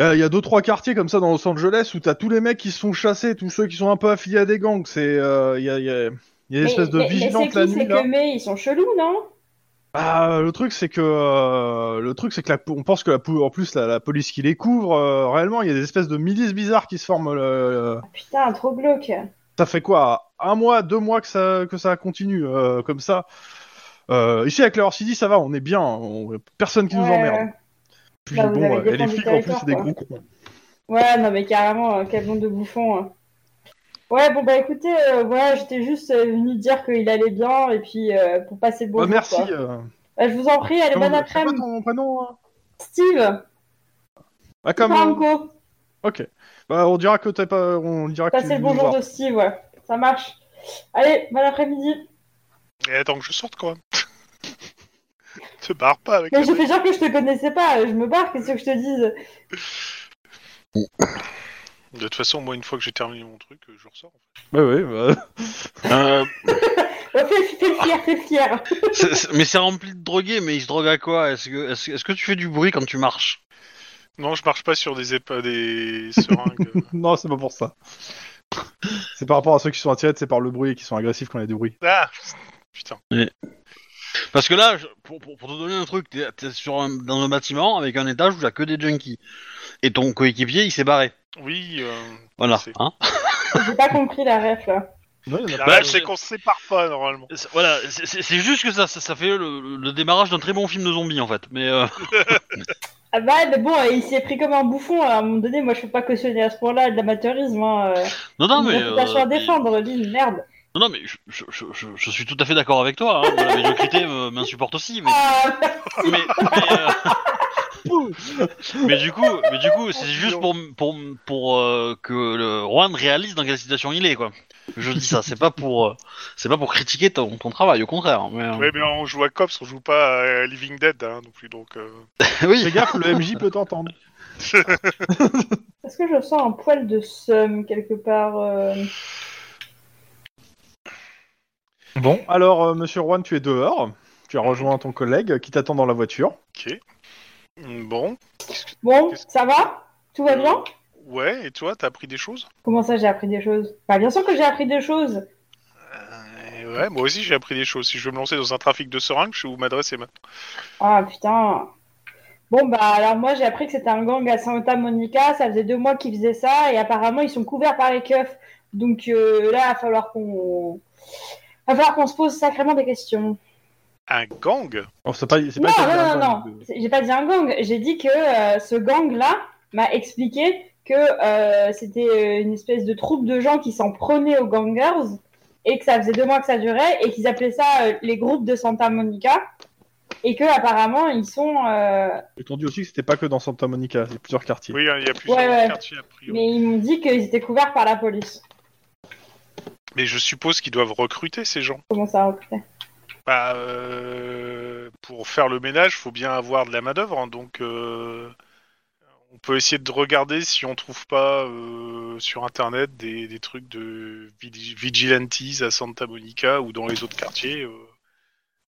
Speaker 2: Euh, Il y a deux trois quartiers comme ça dans Los Angeles où t'as tous les mecs qui se sont chassés, tous ceux qui sont un peu affiliés à des gangs. C'est euh, il y a, il y a- il y a une
Speaker 3: Mais-
Speaker 2: espèce de
Speaker 3: mais- mais
Speaker 2: vigilante
Speaker 3: c'est
Speaker 2: la
Speaker 3: qui
Speaker 2: nuit
Speaker 3: ces
Speaker 2: là.
Speaker 3: queumés ils sont chelous, non
Speaker 2: Bah, le truc c'est que euh, le truc c'est que la, po- on pense que la, po- en plus la, la police qui les couvre euh, réellement il y a des espèces de milices bizarres qui se forment. euh, euh.
Speaker 3: Ah, Putain, trop glauque.
Speaker 2: ça fait quoi Un mois, deux mois que ça, que ça continue euh, comme ça. Euh, ici avec la City, ça va, on est bien, on- personne qui nous
Speaker 3: Ouais,
Speaker 2: emmerde. Puis
Speaker 3: Bah, vous
Speaker 2: bon,
Speaker 3: avez
Speaker 2: euh, et les
Speaker 3: défendu
Speaker 2: flics
Speaker 3: le
Speaker 2: en plus,
Speaker 3: territoire,
Speaker 2: c'est des
Speaker 3: quoi.
Speaker 2: gros cons.
Speaker 3: Ouais, non, mais carrément, euh, quel monde de bouffons. hein. Ouais, bon, bah écoutez, euh, voilà, j'étais juste euh, venue dire qu'il allait bien et puis euh, pour passer le bon
Speaker 2: Bah,
Speaker 3: jour,
Speaker 2: merci.
Speaker 3: quoi.
Speaker 2: euh,
Speaker 3: Bah, je vous en prie, allez,
Speaker 2: comment-
Speaker 3: bon
Speaker 2: c'est quoi
Speaker 3: après-midi.
Speaker 2: ton prénom hein
Speaker 3: Steve,
Speaker 2: Ah, comme-
Speaker 3: Franco,
Speaker 2: Ok. Bah, on dira que t'es pas. On dira que tu
Speaker 3: passez le
Speaker 2: nous
Speaker 3: bonjour
Speaker 2: voir.
Speaker 3: de Steve, ouais, ça marche. Allez, bon après-midi.
Speaker 5: Et attends que je sorte quand même. Te barre pas avec.
Speaker 3: Mais
Speaker 5: la-
Speaker 3: je fais genre que je te connaissais pas, euh, je me barre, qu'est-ce que je te dise
Speaker 5: De toute façon, moi, une fois que j'ai terminé mon truc, euh, je ressors.
Speaker 2: Ouais, ouais, bah,
Speaker 1: Euh,
Speaker 3: Ouais, Fais, fais fier, fais fier.
Speaker 1: c'est- c'est- mais c'est rempli de drogués, mais ils se droguent à quoi Est-ce que, est-ce, est-ce que tu fais du bruit quand tu marches
Speaker 5: Non, je marche pas sur des épa... des seringues. euh.
Speaker 2: Non, c'est pas pour ça. c'est par rapport à ceux qui sont attirés, c'est par le bruit et qui sont agressifs quand il y a du bruit.
Speaker 5: ah, putain.
Speaker 1: Parce que là, je- pour, pour- pour te donner un truc, t'es, t'es sur un- dans un bâtiment avec un étage où il y a que des junkies. Et ton coéquipier, il s'est barré.
Speaker 5: Oui. euh,
Speaker 1: Voilà.
Speaker 5: C'est-
Speaker 1: hein.
Speaker 3: J'ai pas compris la ref, là.
Speaker 2: Ouais, il y en a-
Speaker 5: La
Speaker 1: Bah,
Speaker 5: règle,
Speaker 1: je-
Speaker 5: c'est qu'on se sépare pas normalement.
Speaker 1: C'est- Voilà, c'est- c'est c'est juste que ça, ça, ça fait le, le démarrage d'un très bon film de zombies en fait. Mais euh,
Speaker 3: Ah bah, mais bon, euh, il s'est pris comme un bouffon, hein. à un moment donné, moi je peux pas cautionner à ce point-là de l'amateurisme, hein. euh.
Speaker 1: non, non, mais.
Speaker 3: Une réputation
Speaker 1: euh,
Speaker 3: à défendre, Lynn, merde.
Speaker 1: Non, non, mais je, je- je- je- je suis tout à fait euh, d'accord avec toi. Hein. La médiocrité me- m'insupporte aussi. Mais,
Speaker 3: Ah,
Speaker 1: mais, mais, euh, Mais du coup, mais du coup, c'est juste pour pour pour euh, que le Juan réalise dans quelle situation il est quoi. Je dis ça, c'est pas pour euh, c'est pas pour critiquer ton, ton travail, au contraire. Mais, euh,
Speaker 5: Ouais, mais on joue à Cops, on joue pas à Living Dead hein, non plus, donc. euh,
Speaker 2: Fais
Speaker 1: oui.
Speaker 2: gaffe, le MJ peut t'entendre.
Speaker 3: Est-ce que je sens un poil de somme quelque part euh,
Speaker 4: Bon,
Speaker 2: Alors, euh, monsieur Juan, tu es dehors. Tu as rejoint ton collègue qui t'attend dans la voiture.
Speaker 5: Ok. Bon.
Speaker 3: Bon,
Speaker 5: Qu'est-ce-
Speaker 3: ça va Tout
Speaker 1: Euh.
Speaker 3: va bien
Speaker 5: Ouais, et toi, t'as appris des choses
Speaker 3: Comment ça, j'ai appris des choses Bah, bien sûr que j'ai appris des choses.
Speaker 5: Euh, Ouais, moi aussi j'ai appris des choses. Si je veux me lancer dans un trafic de seringues, je sais où m'adresser maintenant.
Speaker 3: Ah putain. Bon, bah, alors moi, j'ai appris que c'était un gang à Santa Monica. Ça faisait deux mois qu'ils faisaient ça. Et apparemment, ils sont couverts par les keufs. Donc euh, là, il va falloir qu'on. va falloir qu'on se pose sacrément des questions.
Speaker 5: Un gang
Speaker 2: Oh, c'est pas, c'est
Speaker 3: Non,
Speaker 2: pas
Speaker 3: non, non, non. C'est- J'ai pas dit un gang. J'ai dit que euh, ce gang-là m'a expliqué que euh, c'était une espèce de troupe de gens qui s'en prenaient aux gangers et que ça faisait deux mois que ça durait et qu'ils appelaient ça euh, les groupes de Santa Monica et que apparemment ils sont. euh,
Speaker 2: Ils t'ont dit aussi que c'était pas que dans Santa Monica, il y a plusieurs quartiers.
Speaker 5: Oui, hein, il y a plusieurs
Speaker 3: Ouais, ouais.
Speaker 5: quartiers a priori.
Speaker 3: Mais ils m'ont dit qu'ils étaient couverts par la police.
Speaker 5: Mais je suppose qu'ils doivent recruter ces gens.
Speaker 3: Comment ça recruter
Speaker 5: Bah, euh, pour faire le ménage, faut bien avoir de la main d'œuvre, hein, donc euh, on peut essayer de regarder si on trouve pas euh, sur internet des, des trucs de vigi- vigilantes à Santa Monica ou dans les autres quartiers. euh,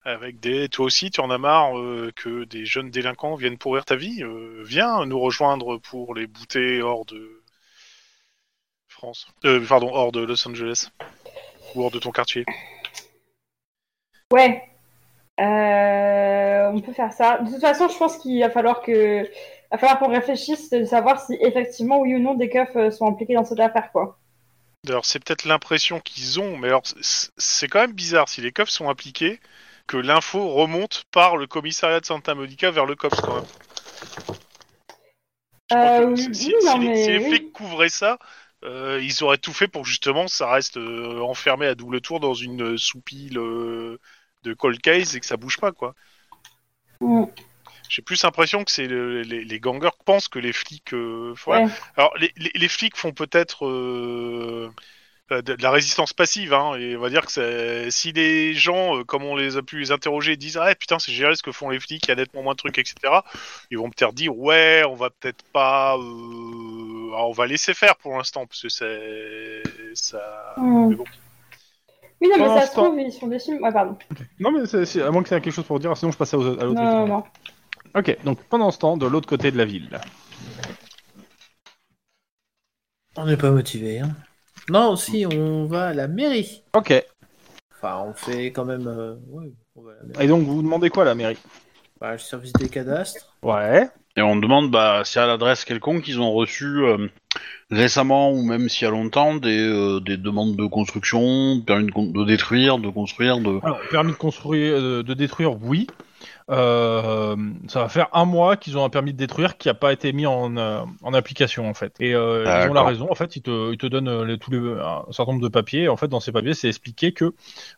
Speaker 5: avec des, toi aussi, tu en as marre euh, que des jeunes délinquants viennent pourrir ta vie. euh, viens nous rejoindre pour les bouter hors de France, Euh, pardon, hors de Los Angeles ou hors de ton quartier.
Speaker 3: Ouais. Euh, on peut faire ça. De toute façon, je pense qu'il va falloir que, va falloir qu'on réfléchisse de savoir si effectivement oui ou non des keufs euh, sont impliqués dans cette affaire quoi.
Speaker 5: Alors c'est peut-être l'impression qu'ils ont, mais alors c'est- c'est quand même bizarre si les cops sont impliqués que l'info remonte par le commissariat de Santa Monica vers le cops quand même. Je
Speaker 3: Euh,
Speaker 5: crois que
Speaker 3: oui,
Speaker 5: si, si-
Speaker 3: oui, non,
Speaker 5: si les-
Speaker 3: mais
Speaker 5: si les
Speaker 3: oui.
Speaker 5: flics couvraient ça, euh, ils auraient tout fait pour que justement ça reste euh, enfermé à double tour dans une euh, soupile euh, de cold case et que ça bouge pas quoi.
Speaker 3: Mm.
Speaker 5: J'ai plus l'impression que c'est le- les, les gangers pensent que les flics. euh, font-
Speaker 3: Ouais.
Speaker 5: Alors les, les- les flics font peut-être euh, euh, de, de la résistance passive, hein, et on va dire que c'est- si les gens, euh, comme on les a pu les interroger, disent ah putain c'est génial ce que font les flics, il y a nettement moins de trucs, etc. Ils vont peut-être dire ouais on va peut-être pas, euh, alors, on va laisser faire pour l'instant parce que c'est ça.
Speaker 3: Hmm.
Speaker 5: Mais bon.
Speaker 3: Oui, non, mais
Speaker 2: Pendant
Speaker 3: ça
Speaker 2: ce
Speaker 3: se
Speaker 2: temps-
Speaker 3: trouve, ils sont des films. Ah, pardon.
Speaker 2: Non, mais c'est, c'est- à moins que tu aies quelque chose pour dire, sinon je passais aux- à
Speaker 3: Non,
Speaker 2: l'autre.
Speaker 3: non,
Speaker 2: victime.
Speaker 3: non.
Speaker 2: Ok, donc pendant ce temps, de l'autre côté de la ville.
Speaker 4: on n'est pas motivé. Hein. Non, si, on va à la mairie.
Speaker 2: Ok, et
Speaker 4: Enfin, on fait quand même. euh, ouais, on va à la mairie.
Speaker 2: donc vous vous demandez quoi la mairie
Speaker 4: Bah, le service des cadastres.
Speaker 2: Ouais.
Speaker 1: Et on demande bah, si à l'adresse quelconque ils ont reçu euh, récemment ou même s'il y a longtemps des, euh, des demandes de construction, de permis de, con- de détruire, de construire, de.
Speaker 2: Alors, permis de construire, euh, de détruire, oui. Euh, ça va faire un mois qu'ils ont un permis de détruire qui n'a pas été mis en, euh, en application en fait. Et euh, ils ont
Speaker 1: D'accord.
Speaker 2: la raison. En fait, ils te, ils te donnent euh, les- tous les, un certain nombre de papiers. En fait, dans ces papiers, c'est expliqué que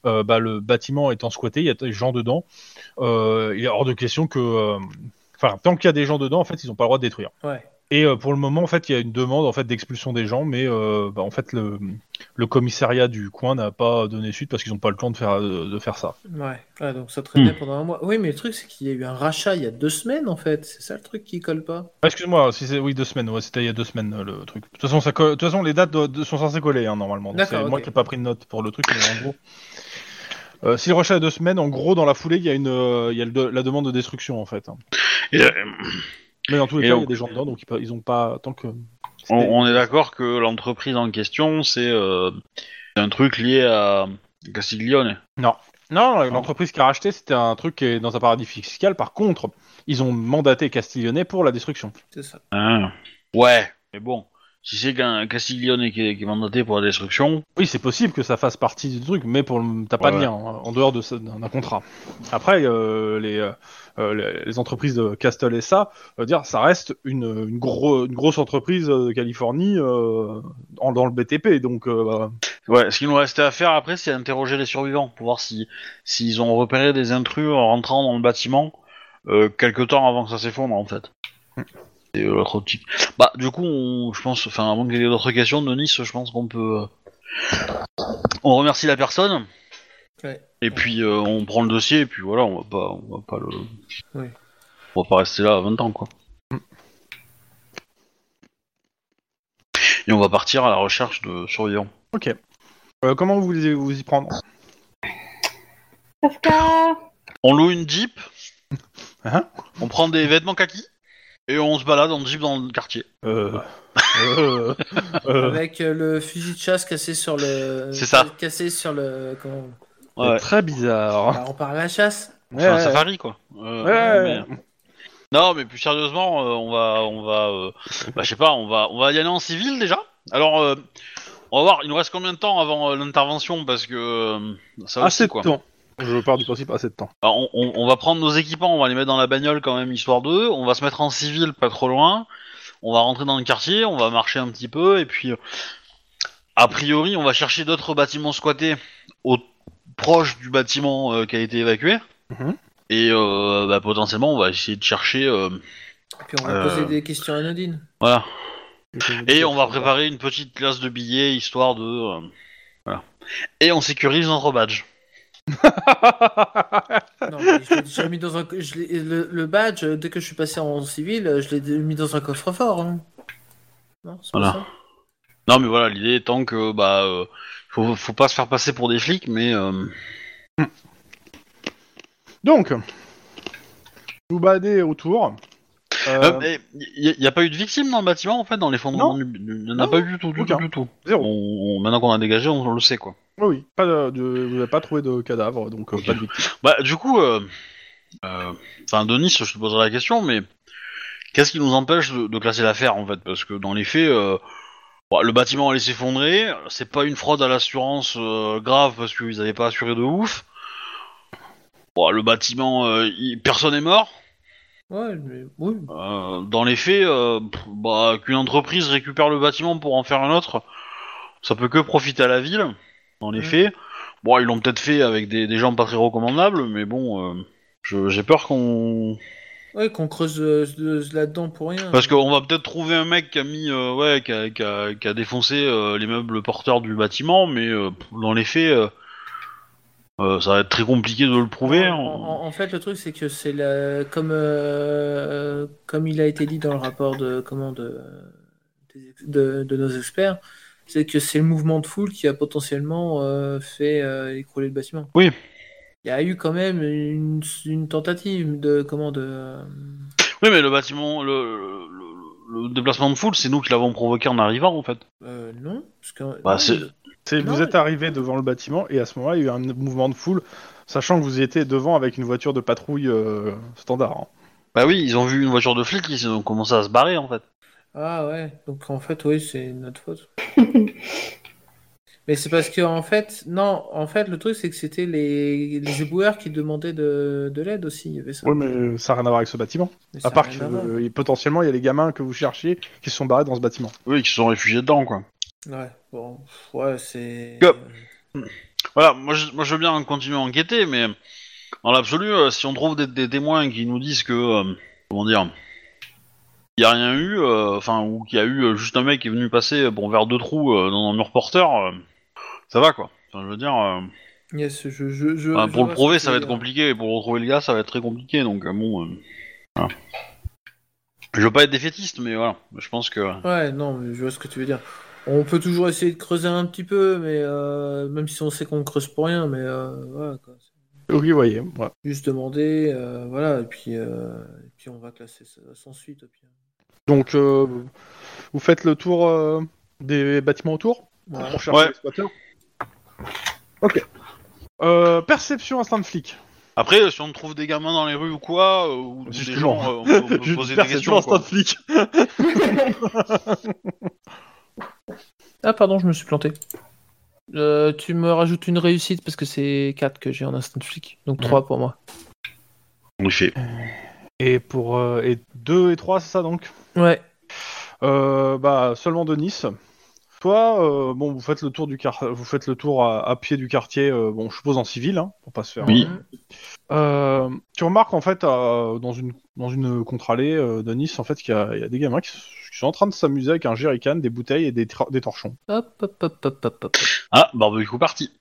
Speaker 2: euh, bah, le bâtiment étant squatté, il y a des gens dedans. Euh, il est hors de question que, euh, enfin, tant qu'il y a des gens dedans, en fait, ils n'ont pas le droit de détruire.
Speaker 4: Ouais.
Speaker 2: Et euh, pour le moment, en fait, il y a une demande en fait d'expulsion des gens, mais euh, bah, en fait, le, le commissariat du coin n'a pas donné suite parce qu'ils n'ont pas le temps de faire euh, de faire ça.
Speaker 4: Ouais. Ah, donc ça traînait pendant un mois. Oui, mais le truc, c'est qu'il y a eu un rachat il y a deux semaines, en fait. C'est ça le truc qui colle pas.
Speaker 2: Ah, Excuse-moi, si c'est oui deux semaines, ouais, c'était il y a deux semaines euh, le truc. De toute façon, ça co- de toute façon les dates doivent- de- sont censées coller hein, normalement. Donc, C'est
Speaker 4: D'accord, ok.
Speaker 2: moi qui n'ai pas pris de note pour le truc, mais en gros, euh, si le rachat est deux semaines, en gros dans la foulée, il y a une, euh, il y a le de- la demande de destruction en fait. hein.
Speaker 1: Et, euh,
Speaker 2: Mais dans tous les
Speaker 1: Et
Speaker 2: cas, il
Speaker 1: donc-
Speaker 2: y a des gens dedans, donc ils, pe- ils ont pas tant que.
Speaker 1: on, on est d'accord que l'entreprise en question, c'est euh, un truc lié à Castiglione.
Speaker 2: Non, l'entreprise qui a racheté, c'était un truc qui est dans un paradis fiscal. Par contre, ils ont mandaté Castiglione pour la destruction.
Speaker 4: C'est ça.
Speaker 1: Hein. Ouais, mais bon, si c'est qu'un Castiglione qui est, qui est mandaté pour la destruction,
Speaker 2: Oui, c'est possible que ça fasse partie du truc, mais pour le- t'as pas de
Speaker 1: Ouais.
Speaker 2: lien hein, en dehors de ce- d'un d'un contrat. Après, euh, les, euh, euh, les- les entreprises de Castle et ça, euh, dire ça reste une, une, gro- une grosse entreprise euh, de Californie euh, en- dans le BTP, donc euh, bah,
Speaker 1: ouais, ce qu'il nous restait à faire après, c'est interroger les survivants pour voir si s'ils ont repéré des intrus en rentrant dans le bâtiment euh, quelque temps avant que ça s'effondre en fait. Et euh, l'autre type. Bah, du coup, on- je pense, enfin, avant qu'il y ait d'autres questions, Denis, je pense qu'on peut. euh, On remercie la personne.
Speaker 4: Ouais.
Speaker 1: Et puis, euh, on prend le dossier, et puis voilà, on va pas, on va pas le.
Speaker 4: Oui.
Speaker 1: On va pas rester là à 20 ans, quoi. Et on va partir à la recherche de survivants.
Speaker 2: Euh, comment vous voulez vous y prendre
Speaker 3: Kafka
Speaker 1: On loue une jeep.
Speaker 2: Hein
Speaker 1: on prend des vêtements kaki. Et on se balade en jeep dans le quartier.
Speaker 2: euh... euh, euh,
Speaker 4: Avec euh, le fusil de chasse cassé sur le.
Speaker 1: C'est ça.
Speaker 4: Cassé sur le. Comment...
Speaker 1: Ouais.
Speaker 2: euh, Très bizarre.
Speaker 4: Bah, on parle à la chasse.
Speaker 1: On fait un
Speaker 2: Ouais,
Speaker 1: safari, quoi. Euh,
Speaker 2: Ouais.
Speaker 1: mais- Non, mais plus sérieusement, euh, on va, on va, euh, bah, je sais pas, on va, on va y aller en civil déjà. Alors, euh, on va voir. Il nous reste combien de temps avant euh, l'intervention parce que euh, ça aussi,
Speaker 2: Assez de
Speaker 1: quoi.
Speaker 2: temps. Je pars du principe assez de temps.
Speaker 1: Alors, Bah, on, on- on va prendre nos équipements, on va les mettre dans la bagnole quand même, histoire d'eux. On va se mettre en civil, pas trop loin. On va rentrer dans le quartier, on va marcher un petit peu, et puis, euh, a priori, on va chercher d'autres bâtiments squattés au proche du bâtiment euh, qui a été évacué.
Speaker 2: Mhm.
Speaker 1: Et euh, bah, potentiellement, on va essayer de chercher. euh,
Speaker 4: Et puis on va
Speaker 1: Euh.
Speaker 4: poser des questions anodines.
Speaker 1: voilà. Et on va préparer une petite classe de billets, histoire de. euh, voilà. Et on sécurise notre badge.
Speaker 4: Non, mais je l'ai déjà mis dans un. co- je l'ai- le, le badge, euh, dès que je suis passé en civil, euh, je l'ai dé- mis dans un coffre-fort. hein. Non, c'est
Speaker 1: Voilà.
Speaker 4: pas ça.
Speaker 1: Non, mais voilà, l'idée étant que bah euh, faut, faut pas se faire passer pour des flics, mais euh,
Speaker 2: Donc, vous badez autour. Euh,
Speaker 1: euh, mais y, y- y a pas eu de victime dans le bâtiment en fait dans l'effondrement du, du- y en a
Speaker 2: Non,
Speaker 1: pas eu du tout, du
Speaker 2: aucun.
Speaker 1: tout, du tout.
Speaker 2: Zéro.
Speaker 1: On- on- maintenant qu'on a dégagé, on, le sait quoi.
Speaker 2: Oui, oui, pas de, de- vous n'avez pas trouvé de cadavre, donc euh,
Speaker 1: Ok.
Speaker 2: pas de victime.
Speaker 1: Bah du coup, euh, euh, enfin Denis, je te poserai la question, mais qu'est-ce qui nous empêche de, de classer l'affaire en fait Parce que dans les faits, euh, bah, le bâtiment allait s'effondrer, c'est pas une fraude à l'assurance euh, grave parce qu'ils n'avaient pas assuré de ouf. Bah, le bâtiment, euh, il- personne n'est mort.
Speaker 4: Ouais, mais. Oui.
Speaker 1: Euh, dans les faits, euh, pff, bah, qu'une entreprise récupère le bâtiment pour en faire un autre, ça peut que profiter à la ville. Dans les
Speaker 4: Ouais.
Speaker 1: faits, bon, ils l'ont peut-être fait avec des, des gens pas très recommandables, mais bon, euh, je- j'ai peur qu'on,
Speaker 4: Ouais, qu'on creuse euh, de- de- là-dedans pour rien.
Speaker 1: parce qu'on va peut-être trouver un mec qui a mis, euh, ouais, qui a, qui a- qui a défoncé euh, les meubles porteurs du bâtiment, mais euh, pff, dans les faits, euh, euh, ça va être très compliqué de le prouver. hein.
Speaker 4: En, en- en fait, le truc, c'est que c'est la... comme euh, comme il a été dit dans le rapport de comment de des ex- de, de nos experts, c'est que c'est le mouvement de foule qui a potentiellement euh, fait euh, écrouler le bâtiment.
Speaker 1: Oui.
Speaker 4: Il y a eu quand même une, une tentative de comment de
Speaker 1: Oui, mais le bâtiment, le, le- le- le déplacement de foule, c'est nous qui l'avons provoqué en arrivant, en fait.
Speaker 4: euh, non parce que
Speaker 1: Bah,
Speaker 4: non,
Speaker 1: c'est-
Speaker 4: mais-
Speaker 2: C'est- Vous
Speaker 4: Non,
Speaker 2: êtes arrivé devant le bâtiment et à ce moment-là, il y a eu un mouvement de foule, sachant que vous y étiez devant avec une voiture de patrouille euh, standard. hein.
Speaker 1: Bah oui, ils ont vu une voiture de flic, ils ont commencé à se barrer en fait.
Speaker 4: Ah ouais, donc en fait, oui, c'est notre faute. Mais c'est parce que, en fait, non, en fait, le truc, c'est que c'était les, les éboueurs qui demandaient de, de l'aide aussi. Il y avait ça.
Speaker 2: Oui, mais ça n'a rien à voir avec ce bâtiment.
Speaker 4: Mais ça
Speaker 2: À
Speaker 4: a
Speaker 2: part
Speaker 4: rien
Speaker 2: que
Speaker 4: à voir.
Speaker 2: euh, et potentiellement, il y a les gamins que vous cherchiez qui se sont barrés dans ce bâtiment.
Speaker 1: Oui, qui se sont réfugiés dedans quoi.
Speaker 4: Ouais, bon, pff, ouais, c'est.
Speaker 1: Go. Voilà, moi je, moi, je veux bien continuer à enquêter, mais dans l'absolu, euh, si on trouve des, des témoins qui nous disent que. euh, comment dire Il n'y a rien eu, euh, enfin, ou qu'il y a eu euh, juste un mec qui est venu passer euh, bon, vers deux trous euh, dans un mur porteur, euh, ça va quoi. Enfin, je veux dire, euh,
Speaker 4: Yes, je, je, je-
Speaker 1: bah,
Speaker 4: je
Speaker 1: pour
Speaker 4: vois
Speaker 1: le
Speaker 4: ce
Speaker 1: prouver,
Speaker 4: que tu
Speaker 1: ça va
Speaker 4: veux
Speaker 1: être
Speaker 4: dire.
Speaker 1: compliqué, et pour retrouver le gars, ça va être très compliqué, donc euh, bon. euh, voilà. Je veux pas être défaitiste, mais voilà, je pense que.
Speaker 4: Ouais, non, mais je vois ce que tu veux dire. On peut toujours essayer de creuser un petit peu, mais euh, même si on sait qu'on creuse pour rien, mais euh, voilà, quoi.
Speaker 2: Oui, vous voyez. ouais.
Speaker 4: Juste demander, euh, voilà, et puis, euh, et puis on va classer ça sans suite, au pire.
Speaker 2: Donc, euh, vous faites le tour euh, des bâtiments autour
Speaker 4: Ouais.
Speaker 2: pour chercher
Speaker 1: Ouais.
Speaker 2: les squatteurs Ok. Euh, perception instinct de flic.
Speaker 1: Après, euh, si on trouve des gamins dans les rues ou quoi, euh, ou des
Speaker 2: Justement.
Speaker 1: gens, euh, on peut, on peut
Speaker 2: Je
Speaker 1: poser des
Speaker 2: perception
Speaker 1: questions. Quoi.
Speaker 2: instinct de flic.
Speaker 4: Ah pardon, je me suis planté. Euh, tu me rajoutes une réussite parce que c'est 4 que j'ai en instant flic. Donc 3 pour moi.
Speaker 1: En effet.
Speaker 2: Et pour euh, et 2 et 3, c'est ça donc
Speaker 4: Ouais.
Speaker 2: euh, Bah seulement de Nice. Soit, euh, bon, vous faites le tour du quart- vous faites le tour à, à pied du quartier, euh, bon, je suppose en civil, hein, pour pas se faire.
Speaker 1: Oui.
Speaker 2: Euh, tu remarques en fait euh, dans une dans une contre-allée euh, de Nice, en fait, qu'il y, a- il y a des gamins qui, s- qui sont en train de s'amuser avec un jerrycan, des bouteilles et des, tra- des torchons.
Speaker 4: Hop, hop, hop, hop, hop, hop.
Speaker 1: Ah, barbecue party.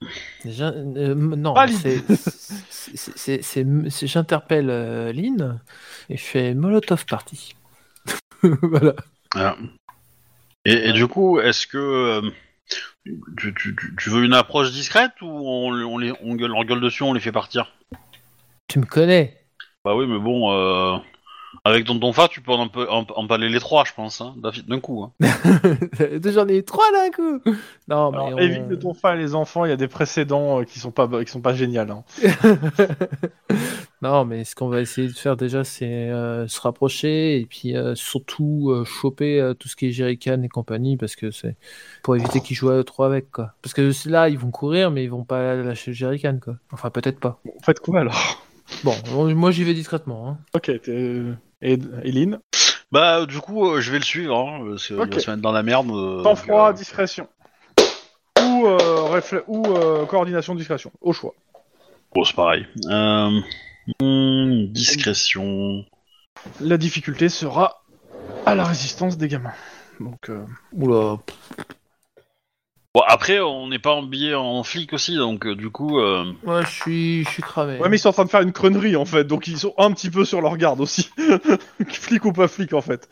Speaker 4: Déjà, euh, m- non,
Speaker 2: Ah, Lynn.
Speaker 4: c'est- c'est- c'est- c'est- c'est- c'est- j'interpelle euh, Lynn et je fais Molotov Party. voilà.
Speaker 1: Et, et du coup, est-ce que euh, tu, tu- tu- tu veux une approche discrète ou on, on les, on gueule, on gueule dessus, on les fait partir
Speaker 4: Tu me connais.
Speaker 1: Bah oui, mais bon, euh, avec ton tonfa, tu peux en, emp- emp- empaler les trois, je pense, hein, d'un d'un coup. hein.
Speaker 4: J'en ai eu trois d'un coup. Non,
Speaker 2: Alors,
Speaker 4: mais on-
Speaker 2: évite de ton fa les enfants, il y a des précédents euh, qui sont pas qui sont pas géniaux. hein.
Speaker 4: non, mais ce qu'on va essayer de faire déjà, c'est euh, se rapprocher et puis euh, surtout euh, choper euh, tout ce qui est jerrycan et compagnie parce que c'est pour éviter qu'ils jouent à eux trois avec quoi. Parce que là, ils vont courir, mais ils vont pas lâcher le jerrycan quoi. Enfin, peut-être pas.
Speaker 2: Bon, faites quoi alors
Speaker 4: Bon, on- moi j'y vais discrètement. hein.
Speaker 2: Ok, t'es... et Eline.
Speaker 1: Bah, du coup, euh, je vais le suivre, hein, parce qu'il
Speaker 2: Ok.
Speaker 1: va se mettre dans la merde. euh,
Speaker 2: Sans
Speaker 1: donc,
Speaker 2: froid,
Speaker 1: euh,
Speaker 2: discrétion. Ou, euh, réfle- ou euh, coordination, discrétion, au choix.
Speaker 1: Bon, c'est pareil. Euh, hmm, discrétion.
Speaker 2: La difficulté sera à la résistance des gamins. Donc, euh,
Speaker 4: Oula,
Speaker 1: Bon, après, on n'est pas en billet en flic aussi, donc euh, du coup. euh,
Speaker 4: moi je suis, je suis cramé.
Speaker 2: Ouais, mais ils sont en train de faire une crânerie en fait, donc ils sont un petit peu sur leur garde aussi. flic ou pas flic en fait.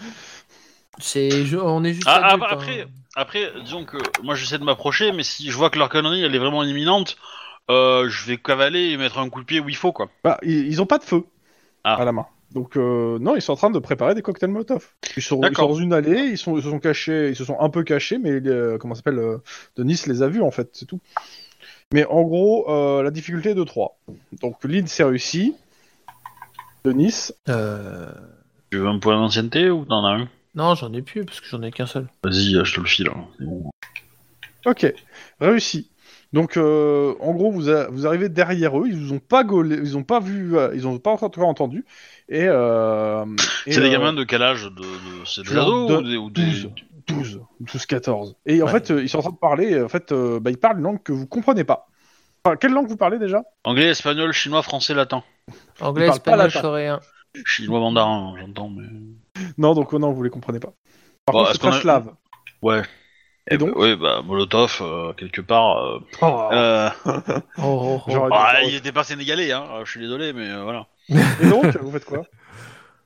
Speaker 4: C'est, je- on est juste.
Speaker 1: Ah, ah,
Speaker 4: adulte,
Speaker 1: bah,
Speaker 4: hein.
Speaker 1: après, après, disons que moi j'essaie de m'approcher, mais si je vois que leur connerie elle est vraiment imminente, euh, je vais cavaler et mettre un coup de pied où il faut, quoi.
Speaker 2: Bah, ils, ils ont pas de feu
Speaker 1: Ah.
Speaker 2: à la main. Donc, euh, non, ils sont en train de préparer des cocktails Molotov. Ils sont, ils
Speaker 1: D'accord.
Speaker 2: sont dans une allée, ils, sont, ils se sont cachés, ils se sont un peu cachés, mais euh, comment ça s'appelle euh, Denis les a vus en fait, c'est tout. Mais en gros, euh, la difficulté est de 3. Donc, Lynn c'est réussi. Denis,
Speaker 4: Euh,
Speaker 1: Tu veux un point d'ancienneté ou t'en as un
Speaker 4: Non, j'en ai plus parce que j'en ai qu'un seul.
Speaker 1: Vas-y, euh, je te le file. hein, c'est bon.
Speaker 2: Ok, réussi. Donc, euh, en gros, vous, a- vous arrivez derrière eux. Ils vous ont pas gaulé, ils ont pas vu, euh, ils ont pas encore encore entendu. Et, euh, et,
Speaker 1: C'est des
Speaker 2: euh,
Speaker 1: gamins de quel âge de, de- C'est des
Speaker 2: genre
Speaker 1: ados
Speaker 2: deux-
Speaker 1: ou des. ou des-
Speaker 2: 12, 12, 12, 14. Et en
Speaker 4: Ouais.
Speaker 2: fait, euh, ils sont en train de parler. et En fait, euh, bah, ils parlent une langue que vous comprenez pas. Enfin, quelle langue vous parlez déjà
Speaker 1: Anglais, espagnol, chinois, français, latin.
Speaker 4: Anglais,
Speaker 2: parle pas
Speaker 4: espagnol,
Speaker 2: latin.
Speaker 4: coréen.
Speaker 1: Chinois, mandarin, hein, j'entends, mais.
Speaker 2: Non, donc oh, non, vous les comprenez pas. Par
Speaker 1: Bon,
Speaker 2: contre,
Speaker 1: est-ce
Speaker 2: c'est très
Speaker 1: qu'on a-
Speaker 2: slave.
Speaker 1: Ouais.
Speaker 2: Et donc
Speaker 1: Oui, bah, Molotov, euh, quelque part. euh,
Speaker 2: Oh.
Speaker 1: euh,
Speaker 4: Oh, oh, oh.
Speaker 2: J'aurais-
Speaker 1: ah, il était pas sénégalais, hein, euh, je suis désolé, mais euh, voilà.
Speaker 2: Et donc, vous faites quoi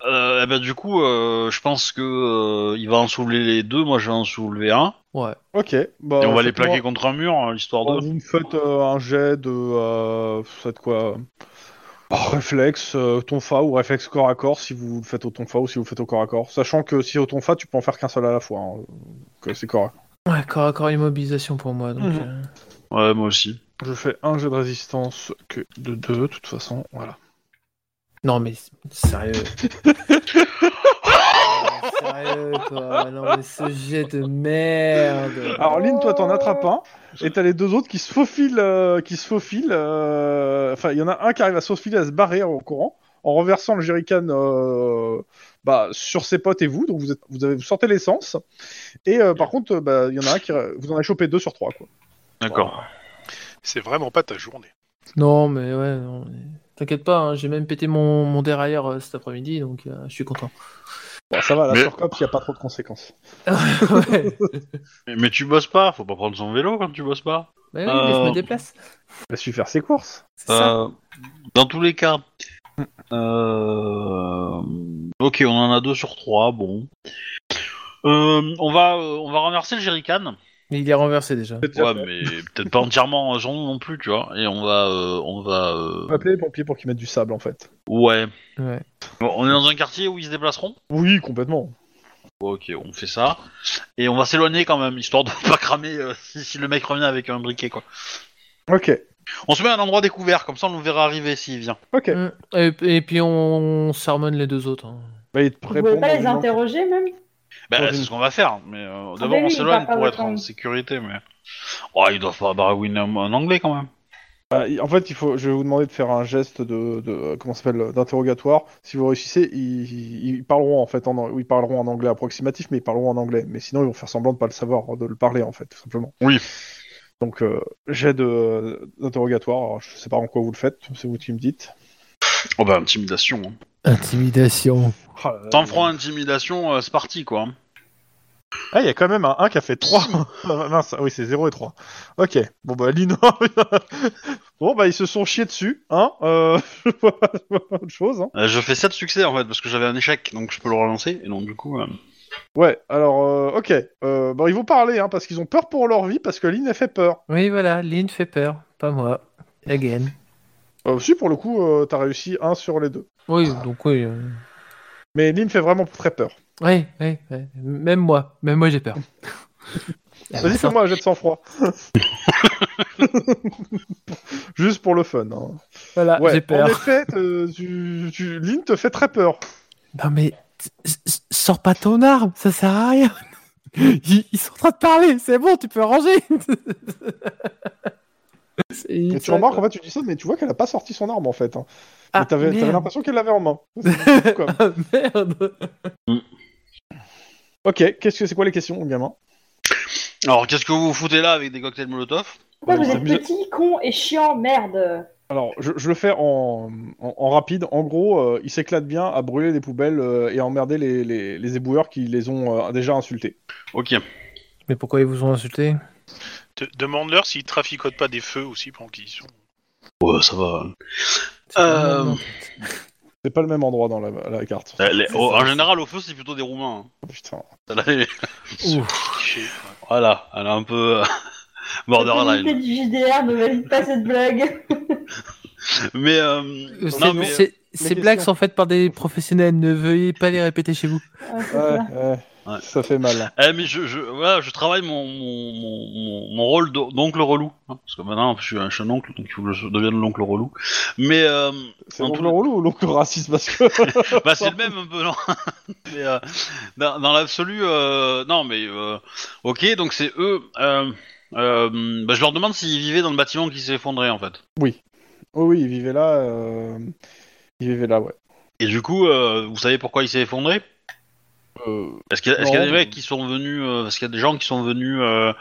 Speaker 1: Euh, eh ben, du coup, euh, je pense que euh, il va en soulever les deux, moi je vais en soulever un,
Speaker 4: Ouais.
Speaker 2: Ok. Bah,
Speaker 1: et on va les
Speaker 2: faites-moi-
Speaker 1: plaquer contre un mur, hein, l'histoire
Speaker 2: Bon,
Speaker 1: de.
Speaker 2: vous me faites euh, un jet de. Euh, vous faites quoi euh, bah, Réflexe, euh, tonfa ou réflexe corps à corps si vous le faites au tonfa ou si vous le faites au corps à corps. Sachant que si au tonfa, tu peux en faire qu'un seul à la fois. hein, que c'est corps à corps.
Speaker 4: Ouais, corps à corps immobilisation pour moi. Donc,
Speaker 2: Mhm.
Speaker 4: euh,
Speaker 1: Ouais, moi aussi.
Speaker 2: Je fais un jet de résistance que de deux, de toute façon. Voilà.
Speaker 4: Non, mais s- sérieux. Euh, sérieux, quoi. Non, mais ce jet de merde.
Speaker 2: Alors, Lynn, toi, t'en attrapes un. Et t'as les deux autres qui se faufilent. euh, qui se faufilent euh, Enfin, il y en a un qui arrive à se faufiler, à se barrer en courant. En renversant le jerrycan euh, bah, sur ses potes et vous. Donc, vous, êtes, vous, avez, vous sortez l'essence. Et euh, par contre, euh, bah, il y en a un qui. Vous en avez chopé deux sur trois, quoi.
Speaker 1: D'accord.
Speaker 5: C'est vraiment pas ta journée.
Speaker 4: Non, mais ouais. non, mais- T'inquiète pas, hein, j'ai même pété mon, mon dérailleur euh, cet après-midi, donc euh, je suis content.
Speaker 2: Bon, ça va, la
Speaker 1: Mais-
Speaker 2: surcop, il n'y a pas trop de conséquences.
Speaker 4: ouais.
Speaker 1: Mais, mais tu bosses pas, faut pas prendre son vélo quand tu bosses pas.
Speaker 4: Mais oui, mais je
Speaker 1: Euh,
Speaker 4: me déplace.
Speaker 2: Il a su faire ses courses.
Speaker 4: C'est ça.
Speaker 1: Euh, dans tous les cas. Euh... Ok, on en a deux sur trois, bon. Euh, on va, euh, on va renverser le jerrycan.
Speaker 4: Mais il est renversé déjà.
Speaker 1: Ouais, mais peut-être pas entièrement son nom non plus, tu vois. Et on va, euh, on va. euh,
Speaker 2: On va appeler les pompiers pour qu'ils mettent du sable, en fait.
Speaker 1: Ouais.
Speaker 4: Ouais.
Speaker 1: Bon, on est dans un quartier où ils se déplaceront.
Speaker 2: Oui, complètement.
Speaker 1: Bon, ok, on fait ça. Et on va s'éloigner quand même, histoire de pas cramer euh, si, si le mec revient avec un briquet, quoi.
Speaker 2: Ok,
Speaker 1: On se met à un endroit découvert, comme ça on le verra arriver s'il vient.
Speaker 2: ok.
Speaker 4: Mm. Et, et puis on sermone les deux autres. hein.
Speaker 2: Bah, ils te
Speaker 3: Vous
Speaker 2: répondent
Speaker 3: pouvez pas
Speaker 2: dans
Speaker 3: les
Speaker 2: une langue-
Speaker 3: interroger même
Speaker 2: Dans
Speaker 1: Bah,
Speaker 2: une-
Speaker 1: c'est ce qu'on va faire, mais euh,
Speaker 3: Ah, mais
Speaker 1: d'abord
Speaker 3: oui,
Speaker 1: on
Speaker 3: il va
Speaker 1: s'éloigne
Speaker 3: pas
Speaker 1: pour être en
Speaker 3: répondre.
Speaker 1: sécurité, mais. Oh, ils doivent pas baragouiner en en anglais quand même.
Speaker 2: Bah, il- en fait, il faut, je vais vous demander de faire un geste de, de comment ça s'appelle, d'interrogatoire. Si vous réussissez, ils, ils parleront en fait, en, an- ils parleront en anglais approximatif, mais ils parleront en anglais. Mais sinon, ils vont faire semblant de pas le savoir, de le parler en fait, tout simplement.
Speaker 1: Oui.
Speaker 2: Donc, euh, jet de- d'interrogatoire. Alors, Je sais pas en quoi vous le faites, c'est vous qui me dites.
Speaker 1: Oh bah, intimidation. hein.
Speaker 7: Intimidation.
Speaker 1: Sans franc, intimidation, euh, c'est parti, quoi.
Speaker 2: Ah, il y a quand même un 1 qui a fait 3. Mince, ah oui, c'est 0 et 3. Ok, bon bah Lino. bon bah ils se sont chiés dessus, hein. Euh... je vois pas- je vois pas autre chose, hein.
Speaker 1: Euh, je fais 7 succès, en fait, parce que j'avais un échec, donc je peux le relancer. Et donc, du coup... euh,
Speaker 2: Ouais, alors, euh, ok. Euh, bon, ils vont parler, hein, parce qu'ils ont peur pour leur vie, parce que Lynn a fait peur.
Speaker 4: Oui, voilà, Lynn fait peur, pas moi. Again.
Speaker 2: Euh, si, pour le coup, euh, t'as réussi un sur les deux.
Speaker 4: Oui, donc oui. euh,
Speaker 2: Mais Lynn fait vraiment très peur.
Speaker 4: Oui, oui, oui. Même moi, même moi j'ai peur. Ah,
Speaker 2: Vas-y,
Speaker 4: bah,
Speaker 2: fais-moi un jet de sang-froid. Juste pour le fun. hein.
Speaker 4: Voilà,
Speaker 2: Ouais,
Speaker 4: Ah, j'ai
Speaker 2: En
Speaker 4: peur.
Speaker 2: effet, te- tu, tu- Lynn te fait très peur.
Speaker 7: Non mais sors pas ton arme, ça sert à rien. Ils, sont en train de parler, c'est bon, tu peux ranger.
Speaker 4: C'est
Speaker 2: Et
Speaker 4: une
Speaker 2: tu
Speaker 4: seule,
Speaker 2: remarques, en
Speaker 4: quoi.
Speaker 2: fait, tu dis ça, mais tu vois qu'elle a pas sorti son arme, en fait. hein.
Speaker 4: Ah,
Speaker 2: Mais T'avais t'avais
Speaker 4: merde.
Speaker 2: l'impression qu'elle l'avait en main. quoi.
Speaker 4: Ah, merde.
Speaker 2: ok, qu'est-ce que c'est quoi les questions, mon gamin
Speaker 1: Alors, qu'est-ce que vous vous foutez là avec des cocktails Molotov
Speaker 3: Pourquoi
Speaker 2: Bon,
Speaker 3: vous
Speaker 2: ça
Speaker 3: êtes
Speaker 2: vous a-
Speaker 3: petit, con et chiant, merde
Speaker 2: Alors, je, je le fais en, en- en rapide. En gros, euh, ils s'éclatent bien à brûler les poubelles euh, et à emmerder les, les- les éboueurs qui les ont euh, déjà insultés.
Speaker 1: Ok.
Speaker 4: Mais pourquoi ils vous ont insulté
Speaker 5: De- Demande-leur s'ils traficotent pas des feux aussi pendant qu'ils y sont.
Speaker 1: Ouais, ça va.
Speaker 4: C'est pas
Speaker 1: Euh,
Speaker 4: mal, non
Speaker 2: C'est pas le même endroit dans la, la carte.
Speaker 1: Euh, les-
Speaker 4: C'est
Speaker 1: au-
Speaker 4: ça.
Speaker 1: en général, au feu, c'est plutôt des Roumains. hein.
Speaker 2: Putain.
Speaker 1: Celle-là, elle est-
Speaker 5: Cliché.
Speaker 1: Voilà, elle est un peu euh, borderline.
Speaker 3: Communauté du JDR ne valide pas cette blague.
Speaker 1: Mais, euh,
Speaker 4: Euh, c'est-
Speaker 1: non, mais
Speaker 4: c'est- Ces
Speaker 2: questions.
Speaker 4: blagues sont faites par des professionnels, ne veuillez pas les répéter chez vous.
Speaker 3: Ouais, Ah, c'est
Speaker 2: Ouais,
Speaker 3: ça.
Speaker 2: ouais,
Speaker 1: Ouais.
Speaker 2: Ça fait mal.
Speaker 1: Eh mais je, je, voilà, je travaille mon, mon, mon- mon, mon rôle d'o- d'oncle relou. hein, parce que maintenant, je suis, un, je suis un oncle, donc il faut que je devienne l'oncle relou. Mais euh,
Speaker 2: C'est
Speaker 1: En
Speaker 2: l'oncle
Speaker 1: tout-
Speaker 2: relou ou l'oncle raciste Parce que.
Speaker 1: bah, c'est le même un peu, non Mais, euh, Dans, dans l'absolu, euh, non, mais euh, ok, donc c'est eux. euh, euh, bah, je leur demande s'ils vivaient dans le bâtiment qui s'est effondré, en fait.
Speaker 2: Oh oui, il vivait là. euh, Il vivait là, ouais.
Speaker 1: Et du coup, euh, vous savez pourquoi il s'est effondré
Speaker 2: Euh,
Speaker 1: Est-ce qu'il y, a- est-ce qu'il y a des
Speaker 2: Non.
Speaker 1: mecs qui sont venus, euh, est-ce qu'il y a des gens qui sont venus, euh,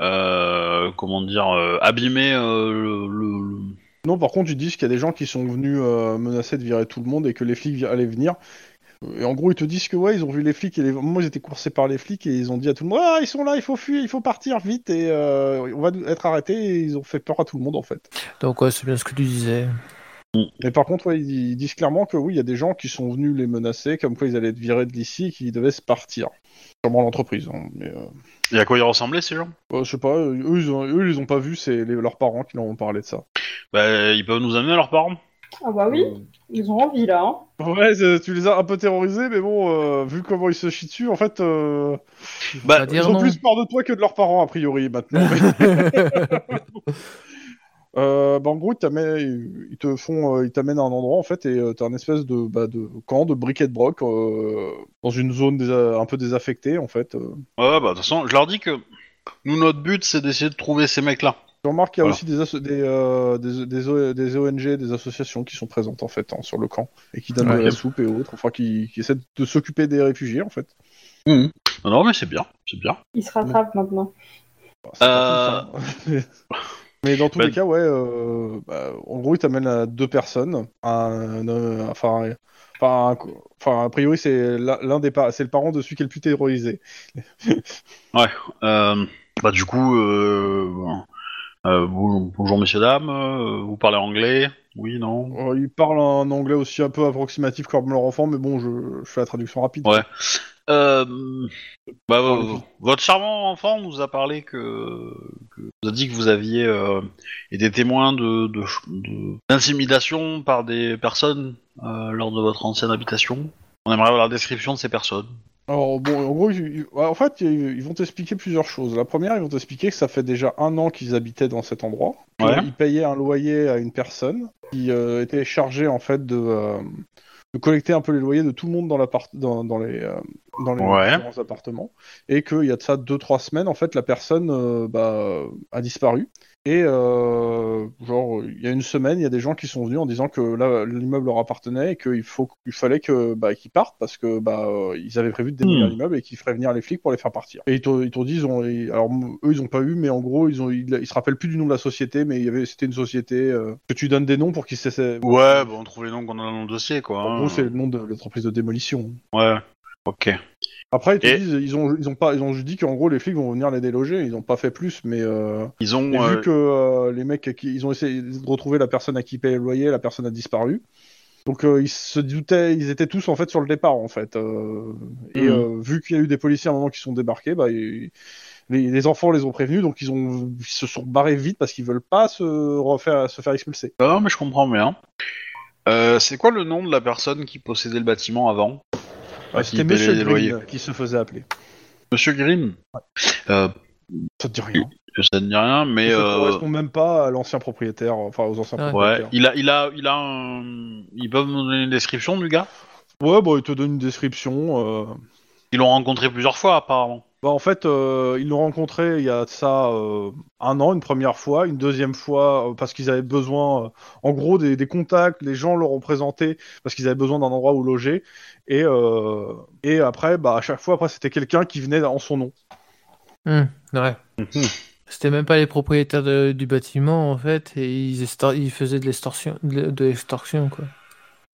Speaker 1: euh, comment dire, euh, abîmer euh, le, le- le-
Speaker 2: Non, par contre, ils disent qu'il y a des gens qui sont venus euh, menacer de virer tout le monde et que les flics vi- allaient venir. Et en gros, ils te disent que ouais, ils ont vu les flics et les... moi, ils étaient coursés par les flics et ils ont dit à tout le monde Ah, ils sont là, il faut fuir, il faut partir vite et euh, on va être arrêtés. Et ils ont fait peur à tout le monde en fait.
Speaker 4: Donc, ouais, c'est bien ce que tu disais.
Speaker 2: Mais par contre, ouais, ils ils disent clairement que oui, il y a des gens qui sont venus les menacer, comme quoi ils allaient être virés de l'ici et qu'ils devaient se partir. Sûrement l'entreprise. hein, mais euh,
Speaker 1: Et à quoi ils ressemblaient ces gens
Speaker 2: euh, je sais pas, euh, eux, ils ont, eux, ils les ont pas vus, c'est les- leurs parents qui leur ont parlé de ça. Euh,
Speaker 1: bah, Ils peuvent nous amener leurs parents
Speaker 3: Ah bah oui, ils ont envie là. Hein.
Speaker 2: Ouais, c'est- tu les as un peu terrorisés, mais bon, euh, vu comment ils se chient dessus, en fait. euh,
Speaker 4: On
Speaker 1: Bah,
Speaker 4: va dire
Speaker 2: Ils ont
Speaker 4: non.
Speaker 2: plus peur de toi que de leurs parents, a priori, maintenant. Mais- Euh, bah, en gros, ils, t'amènent- ils te font, euh, ils t'amènent à un endroit en fait, et euh, t'as un espèce de, bah, de camp de briquet de broc euh, dans une zone désa- un peu désaffectée en fait. euh.
Speaker 1: Ouais, bah, de toute façon, je leur dis que nous, notre but, c'est d'essayer de trouver ces mecs-là.
Speaker 2: Tu remarques qu'il y a
Speaker 1: Voilà.
Speaker 2: aussi des, asso- des, euh, des, des O- des ONG, des associations qui sont présentes en fait hein, sur le camp et qui donnent de
Speaker 4: Ouais.
Speaker 2: la soupe et autres, enfin qui, qui essaient de s'occuper des réfugiés en fait.
Speaker 1: Non, non, mais c'est bien, c'est bien.
Speaker 3: Ils se
Speaker 5: Mm.
Speaker 3: rattrapent maintenant.
Speaker 2: Enfin, Bah, c'est pas tout, ça, hein. Mais dans tous
Speaker 1: Ben-
Speaker 2: les cas, ouais, euh, bah, en gros, il t'amène à deux personnes. Un, euh, enfin, un- enfin, un co- enfin, a priori, c'est l'un l'un des pa- c'est le parent de celui qui est le plus terrorisé.
Speaker 1: Euh, bah, du coup, euh, bon. Euh, bon- bonjour, messieurs, dames, euh, vous parlez anglais Oui, non
Speaker 2: Euh, il parle un anglais aussi un peu approximatif comme leur enfant, mais bon, je, je fais la traduction rapide.
Speaker 1: Ouais. Euh, bah, euh, votre charmant enfant nous a parlé que, que- nous a dit que vous aviez euh, été témoin de de- de- d'intimidation par des personnes euh, lors de votre ancienne habitation. On aimerait avoir la description de ces personnes.
Speaker 2: Alors bon, en gros, ils- ils- en fait, ils ils vont t'expliquer plusieurs choses. La première, ils vont t'expliquer que ça fait déjà un an qu'ils habitaient dans cet endroit. que
Speaker 1: Ouais.
Speaker 2: Ils payaient un loyer à une personne qui euh, était chargée en fait de, euh, de collecter un peu les loyers de tout le monde dans l'appart, dans, dans les, euh, dans les
Speaker 1: Ouais.
Speaker 2: différents appartements, et qu'il y a de ça deux trois semaines, en fait, la personne euh, bah, a disparu. Et euh, genre, il y a une semaine, il y a des gens qui sont venus en disant que là, l'immeuble leur appartenait et qu'il faut, il fallait que bah, qu'ils partent parce que bah euh, ils avaient prévu de démolir
Speaker 1: Hmm.
Speaker 2: l'immeuble et qu'ils feraient venir les flics pour les faire partir. Et ils t'ont ils t'ont dit, ils ont, ils- alors m- eux, ils ont pas eu, mais en gros, ils ont, ils, ils se rappellent plus du nom de la société, mais il y avait, c'était une société euh, que tu donnes des noms pour qu'ils cessent.
Speaker 1: Ouais, bah, on trouve les noms qu'on a dans le dossier, quoi.
Speaker 2: En
Speaker 1: hein.
Speaker 2: gros, c'est le nom de l'entreprise de démolition.
Speaker 1: Ouais. Ok.
Speaker 2: Après, ils te
Speaker 1: Et-
Speaker 2: disent, ils ont, ils ont pas, ils ont juste dit qu'en gros, les flics vont venir les déloger. Ils ont pas fait plus, mais euh,
Speaker 1: Ils ont.
Speaker 2: et
Speaker 1: euh,
Speaker 2: vu que euh, les mecs, qui, ils ont essayé de retrouver la personne à qui payer le loyer, la personne a disparu. Donc euh, ils se doutaient, ils étaient tous en fait sur le départ en fait. euh, et
Speaker 1: Mhm.
Speaker 2: euh, vu qu'il y a eu des policiers à un moment qui sont débarqués, bah, ils- les, les enfants les ont prévenus, donc ils, ont, ils se sont barrés vite parce qu'ils veulent pas se refaire se faire expulser.
Speaker 1: Non, Ah, mais je comprends bien. Euh, c'est quoi le nom de la personne qui possédait le bâtiment avant
Speaker 2: Euh,
Speaker 1: qui
Speaker 2: C'était
Speaker 1: payait
Speaker 2: Monsieur
Speaker 1: les loyers.
Speaker 2: Green qui se faisait appeler.
Speaker 1: Monsieur Green euh,
Speaker 2: Ça te dit rien.
Speaker 1: Ça ne dit rien, mais.
Speaker 2: Ça
Speaker 1: euh,
Speaker 2: correspond même pas à l'ancien propriétaire, enfin aux anciens
Speaker 4: Ouais.
Speaker 1: Ouais,
Speaker 2: propriétaires.
Speaker 1: il a, il a, il a un... Ils peuvent nous donner une description du gars
Speaker 2: Ouais, bah, il te donne une description. euh,
Speaker 1: Ils l'ont rencontré plusieurs fois, apparemment.
Speaker 2: Bah, en fait, euh, ils l'ont rencontré il y a de ça euh, un an, une première fois, une deuxième fois, euh, parce qu'ils avaient besoin, euh, en gros, des, des contacts, les gens leur ont présenté, parce qu'ils avaient besoin d'un endroit où loger, et, euh, et après, bah, à chaque fois, après, c'était quelqu'un qui venait en son nom.
Speaker 4: Ouais. C'était même pas les propriétaires de- du bâtiment en fait, et ils, estor- ils faisaient de l'extorsion, de, de l'extorsion quoi.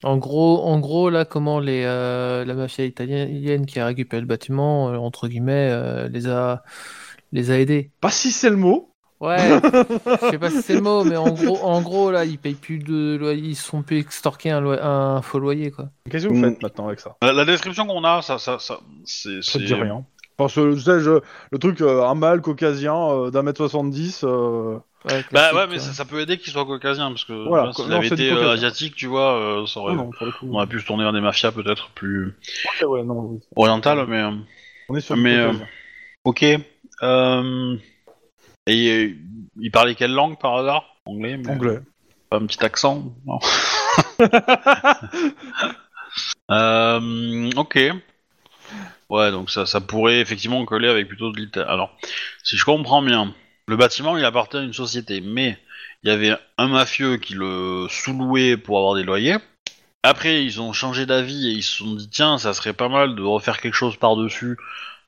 Speaker 4: En gros, en gros là, comment les euh, la mafia italienne qui a récupéré le bâtiment euh, entre guillemets euh, les a les a aidés.
Speaker 2: Pas si c'est le mot
Speaker 4: Ouais, je sais pas si c'est le mot, mais en gros, en gros là, ils payent plus de loyer, ils se sont plus extorquer un, loyer- un faux loyer quoi.
Speaker 2: Qu'est-ce que vous
Speaker 1: Mm.
Speaker 2: faites maintenant avec ça
Speaker 1: La, la description qu'on a, ça, ça, ça, c'est.
Speaker 2: Ça te
Speaker 1: c'est-
Speaker 2: dit rien. Parce que, je sais, je- le truc, euh, un mâle caucasien euh, d'un mètre soixante-dix... euh,
Speaker 4: Ouais,
Speaker 1: Bah
Speaker 4: classique,
Speaker 1: ouais, mais
Speaker 4: quoi.
Speaker 1: ça, ça peut aider qu'il soit caucasien, parce que
Speaker 2: Voilà,
Speaker 1: là,
Speaker 2: quoi.
Speaker 1: s'il
Speaker 2: Non,
Speaker 1: avait
Speaker 2: c'est du
Speaker 1: été euh,
Speaker 2: caucasien.
Speaker 1: asiatique, tu vois, euh, ça aurait-
Speaker 2: oh non, pour le coup.
Speaker 1: on aurait pu se tourner vers des mafias peut-être plus
Speaker 2: Ouais, ouais, non,
Speaker 1: orientales, mais. euh,
Speaker 2: on est sur
Speaker 1: Mais,
Speaker 2: du
Speaker 1: euh,
Speaker 2: caucasien.
Speaker 1: Ok. Euh... Et euh, il parlait quelle langue par hasard Anglais, mais
Speaker 2: Anglais.
Speaker 1: pas un petit accent non. Euh, Ok. Ouais, donc ça, ça pourrait effectivement coller avec plutôt de l'italien. Alors, si je comprends bien, le bâtiment il appartient à une société, mais il y avait un mafieux qui le sous-louait pour avoir des loyers. Après, ils ont changé d'avis et ils se sont dit tiens, ça serait pas mal de refaire quelque chose par-dessus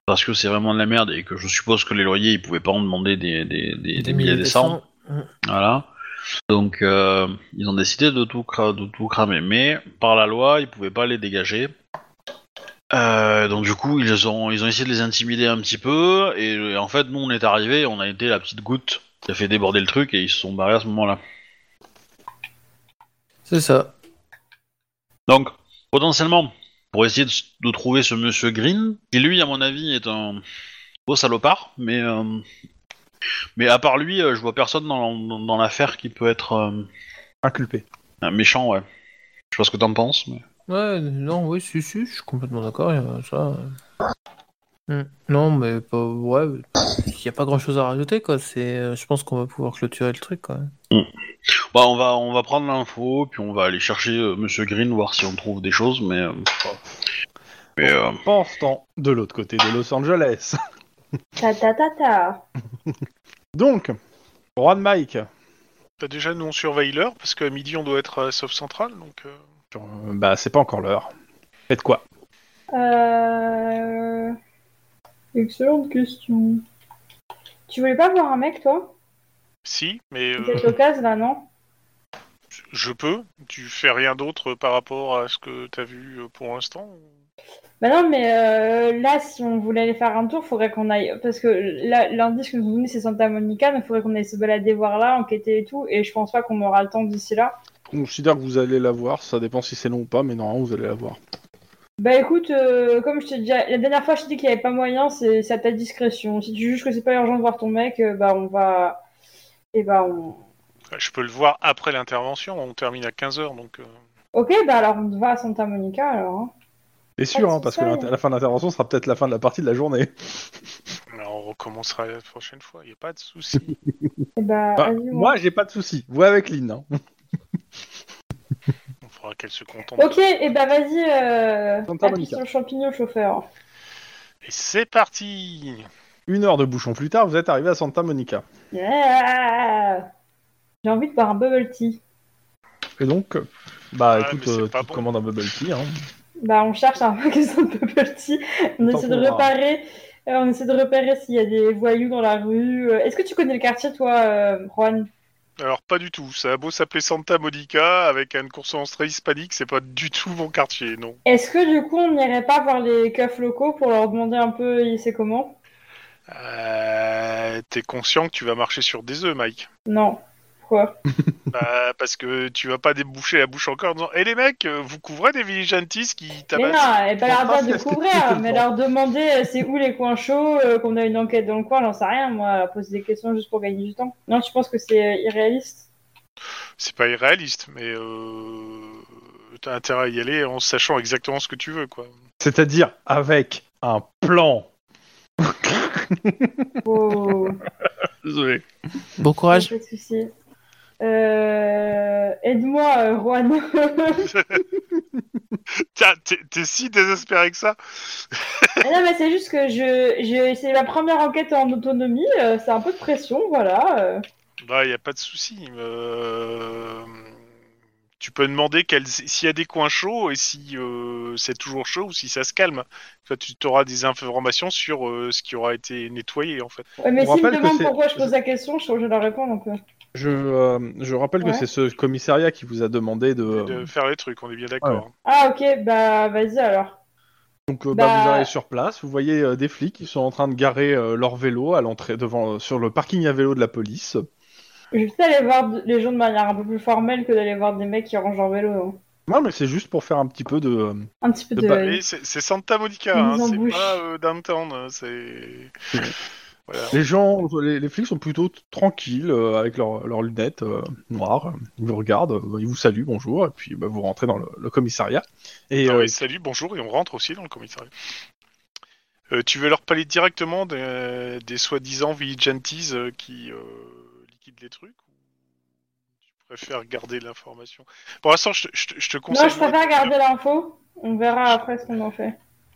Speaker 1: parce que c'est vraiment de la merde et que je suppose que les loyers ils pouvaient pas en demander des, des, des, des milliers et des cents. Voilà. Donc, euh, ils ont décidé de tout, cra- de tout cramer. Mais par la loi, ils pouvaient pas les dégager. Euh, donc, du coup, ils ont, ils ont essayé de les intimider un petit peu. Et, et en fait, nous, on est arrivés, on a été la petite goutte qui a fait déborder le truc et ils se sont barrés à ce moment-là.
Speaker 4: C'est ça.
Speaker 1: Donc, potentiellement, pour essayer de, s- de trouver ce monsieur Green, qui lui, à mon avis, est un beau salopard, mais, euh, mais à part lui, euh, je vois personne dans, dans- dans l'affaire qui peut être euh,
Speaker 2: Inculpé.
Speaker 1: un méchant, ouais. Je sais pas ce que t'en penses, mais...
Speaker 4: Ouais, non, oui, si, si, je suis complètement d'accord, il y a ça. Hmm. Non, mais pas, ouais, il y a pas grand chose à rajouter, quoi. C'est, euh, je pense qu'on va pouvoir clôturer le truc, quoi.
Speaker 1: Bah, on va, on va prendre l'info, puis on va aller chercher euh, Monsieur Green, voir si on trouve des choses, mais... euh, mais euh,
Speaker 2: Pense temps de l'autre côté de Los Angeles.
Speaker 3: Ta ta ta ta.
Speaker 2: Donc, Juan Mike.
Speaker 5: T'as déjà non surveilleur parce qu'à midi on doit être à Sauf Central donc. euh,
Speaker 2: Euh, Bah, c'est pas encore l'heure. Faites quoi
Speaker 3: Euh... Excellente question. Tu voulais pas voir un mec, toi
Speaker 5: Si, mais euh,
Speaker 3: Cette occasion, là, non
Speaker 5: je peux. Tu fais rien d'autre par rapport à ce que t'as vu euh, pour l'instant.
Speaker 3: Bah non, mais euh, là, si on voulait aller faire un tour, faudrait qu'on aille. Parce que là, l'indice que nous ont donné, c'est Santa Monica, mais faudrait qu'on aille se balader voir là, enquêter et tout. Et je pense pas qu'on aura le temps d'ici là.
Speaker 2: On considère que vous allez la voir, ça dépend si c'est long ou pas, mais normalement vous allez la voir.
Speaker 3: Bah écoute, euh, comme je t'ai dit, la dernière fois, je t'ai dit qu'il n'y avait pas moyen, c'est c'est à ta discrétion. Si tu juges que c'est pas urgent de voir ton mec, euh, bah on va. Et bah on.
Speaker 5: Enfin, Je peux le voir après l'intervention. On termine à 15h donc. euh,
Speaker 3: Ok, bah alors on va à Santa Monica alors. hein.
Speaker 2: C'est sûr,
Speaker 3: Ah,
Speaker 2: hein,
Speaker 3: c'est
Speaker 2: parce
Speaker 3: ça,
Speaker 2: que l'inter-
Speaker 3: ouais.
Speaker 2: la fin de l'intervention sera peut-être la fin de la partie de la journée.
Speaker 5: mais on recommencera la prochaine fois. Il y a pas de souci.
Speaker 3: Et bah,
Speaker 2: Enfin,
Speaker 3: vas-y, on-
Speaker 2: moi, j'ai pas de soucis. Vous avec Lynn. hein.
Speaker 5: on fera qu'elle se contente.
Speaker 3: Ok, et bah vas-y, euh,
Speaker 2: Santa
Speaker 3: appuie
Speaker 2: Monica.
Speaker 3: sur le champignon chauffeur.
Speaker 5: Et c'est parti
Speaker 2: Une heure de bouchon plus tard, vous êtes arrivé à Santa Monica.
Speaker 3: Ah J'ai envie de boire un bubble tea.
Speaker 2: Et donc, euh, bah
Speaker 5: Ouais,
Speaker 2: écoute,
Speaker 5: Ah, mais c'est
Speaker 2: euh, tu
Speaker 5: pas
Speaker 2: te
Speaker 5: bon.
Speaker 2: commandes un bubble tea. Hein.
Speaker 3: Bah, on cherche un magasin de bubble tea. On
Speaker 2: T'en
Speaker 3: essaie de
Speaker 2: trouveras.
Speaker 3: repérer. euh, on essaie de repérer s'il y a des voyous dans la rue. Euh, Est-ce que tu connais le quartier, toi, euh, Juan
Speaker 5: Alors pas du tout, ça a beau s'appeler Santa Monica avec une consonance très hispanique, c'est pas du tout mon quartier, non.
Speaker 3: Est-ce que du coup, on n'irait pas voir les keufs locaux pour leur demander un peu il sait comment
Speaker 5: Euh, T'es conscient que tu vas marcher sur des œufs, Mike
Speaker 3: Non. Pourquoi
Speaker 5: Bah, parce que tu vas pas déboucher la bouche encore en disant Eh les mecs, euh, vous couvrez des vigilantes qui
Speaker 3: Mais non,
Speaker 5: tabassent
Speaker 3: elle n'a pas leur
Speaker 2: comprends
Speaker 3: droit
Speaker 2: pas
Speaker 3: de
Speaker 2: ce que tu
Speaker 3: couvrir,
Speaker 2: fais,
Speaker 3: mais
Speaker 2: toi.
Speaker 3: leur demander euh, c'est où les coins chauds, euh, qu'on a une enquête dans le coin, j'en sais rien, moi, poser des questions juste pour gagner du temps. Non, je pense que c'est euh, irréaliste.
Speaker 5: C'est pas irréaliste, mais euh, t'as intérêt à y aller en sachant exactement ce que tu veux, quoi.
Speaker 2: C'est-à-dire avec un plan.
Speaker 3: Oh,
Speaker 2: Désolé.
Speaker 4: Bon
Speaker 3: pas
Speaker 4: courage.
Speaker 3: de souci. Euh, Aide-moi, euh, Juan.
Speaker 5: Tiens, T'es t'es si désespéré que ça
Speaker 3: Ah non, mais c'est juste que je, je c'est ma première enquête en autonomie, euh, c'est un peu de pression, voilà. euh.
Speaker 5: Bah, y a pas de souci. euh, Tu peux demander quels- s'il y a des coins chauds et si euh, c'est toujours chaud ou si ça se calme. Toi, tu auras des informations sur euh, ce qui aura été nettoyé, en fait.
Speaker 3: Ouais, mais
Speaker 2: On
Speaker 3: s'ils me
Speaker 2: rappelle que
Speaker 3: demandent
Speaker 2: c'est-
Speaker 3: pourquoi je pose la question, je suis obligée de leur répondre. Donc, euh.
Speaker 2: Je, euh, je rappelle
Speaker 3: Ouais.
Speaker 2: que c'est ce commissariat qui vous a demandé de.
Speaker 5: De faire les trucs, on est bien d'accord.
Speaker 3: Ah, ok, bah vas-y alors.
Speaker 2: Donc euh, bah,
Speaker 3: Bah-
Speaker 2: vous arrivez sur place, vous voyez euh, des flics qui sont en train de garer euh, leur vélo à l'entrée devant euh, sur le parking à vélo de la police.
Speaker 3: Je vais peut-être aller voir de- les gens de manière un peu plus formelle que d'aller voir des mecs qui rangent leur vélo. hein.
Speaker 2: Non mais c'est juste pour faire un petit peu de. euh,
Speaker 3: Un petit peu
Speaker 2: De
Speaker 3: de.
Speaker 2: balai.
Speaker 5: Mais Bah, c'est c'est Santa Monica,
Speaker 3: Ils
Speaker 5: hein,
Speaker 3: nous
Speaker 5: c'est
Speaker 3: embauchent.
Speaker 5: pas euh, downtown, hein, c'est. Voilà.
Speaker 2: Les gens, les, les flics sont plutôt t- tranquilles euh, avec leurs leurs lunettes euh, noires. Ils vous regardent, euh, ils vous saluent, bonjour, et puis bah, vous rentrez dans le, le commissariat. Et
Speaker 5: Ah
Speaker 2: euh,
Speaker 5: ouais, salut, bonjour, et on rentre aussi dans le commissariat. Euh, tu veux leur parler directement des, des soi-disant vigilantes euh, qui euh, liquident les trucs ou tu préfères garder l'information Pour l'instant, je, te- je te- je te
Speaker 3: Non,
Speaker 5: conseille.
Speaker 3: je préfère garder l'info. On verra après ce qu'on en fait.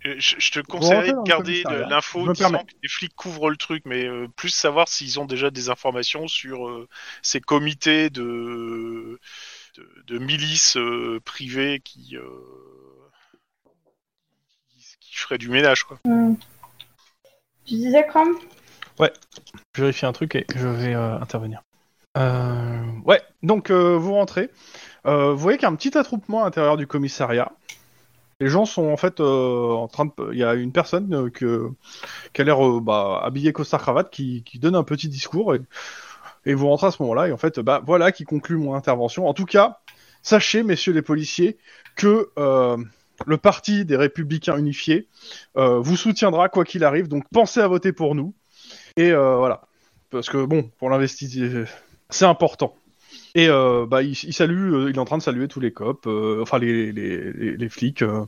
Speaker 5: Euh, Je, je te
Speaker 2: rentrez
Speaker 5: conseille
Speaker 2: dans
Speaker 5: de
Speaker 2: le
Speaker 5: garder de-
Speaker 2: commissariat. Je
Speaker 5: l'info
Speaker 2: me
Speaker 5: disant
Speaker 2: permets.
Speaker 5: que les flics couvrent le truc, mais euh, plus savoir s'ils ont déjà des informations sur euh, ces comités de, de, de milices euh, privées qui, euh, qui, qui feraient du ménage. Quoi.
Speaker 3: Hmm. Tu disais, Chrome
Speaker 2: je vérifie un truc et je vais euh, intervenir. Euh, ouais, donc euh, vous rentrez. Euh, vous voyez qu'il y a un petit attroupement à l'intérieur du commissariat. Les gens sont en fait euh, en train de. Il y a une personne euh, que... qui a l'air euh, bah, habillée costard cravate qui... qui donne un petit discours et... et vous rentrez à ce moment-là. Et en fait, bah voilà qui conclut mon intervention. En tout cas, sachez, messieurs les policiers, que euh, le parti des Républicains Unifiés euh, vous soutiendra quoi qu'il arrive. Donc pensez à voter pour nous. Et euh, voilà. Parce que bon, pour l'investisseur, c'est important. Et euh, bah, il, il salue, euh, il est en train de saluer tous les cops, euh, enfin les, les, les, les flics. euh.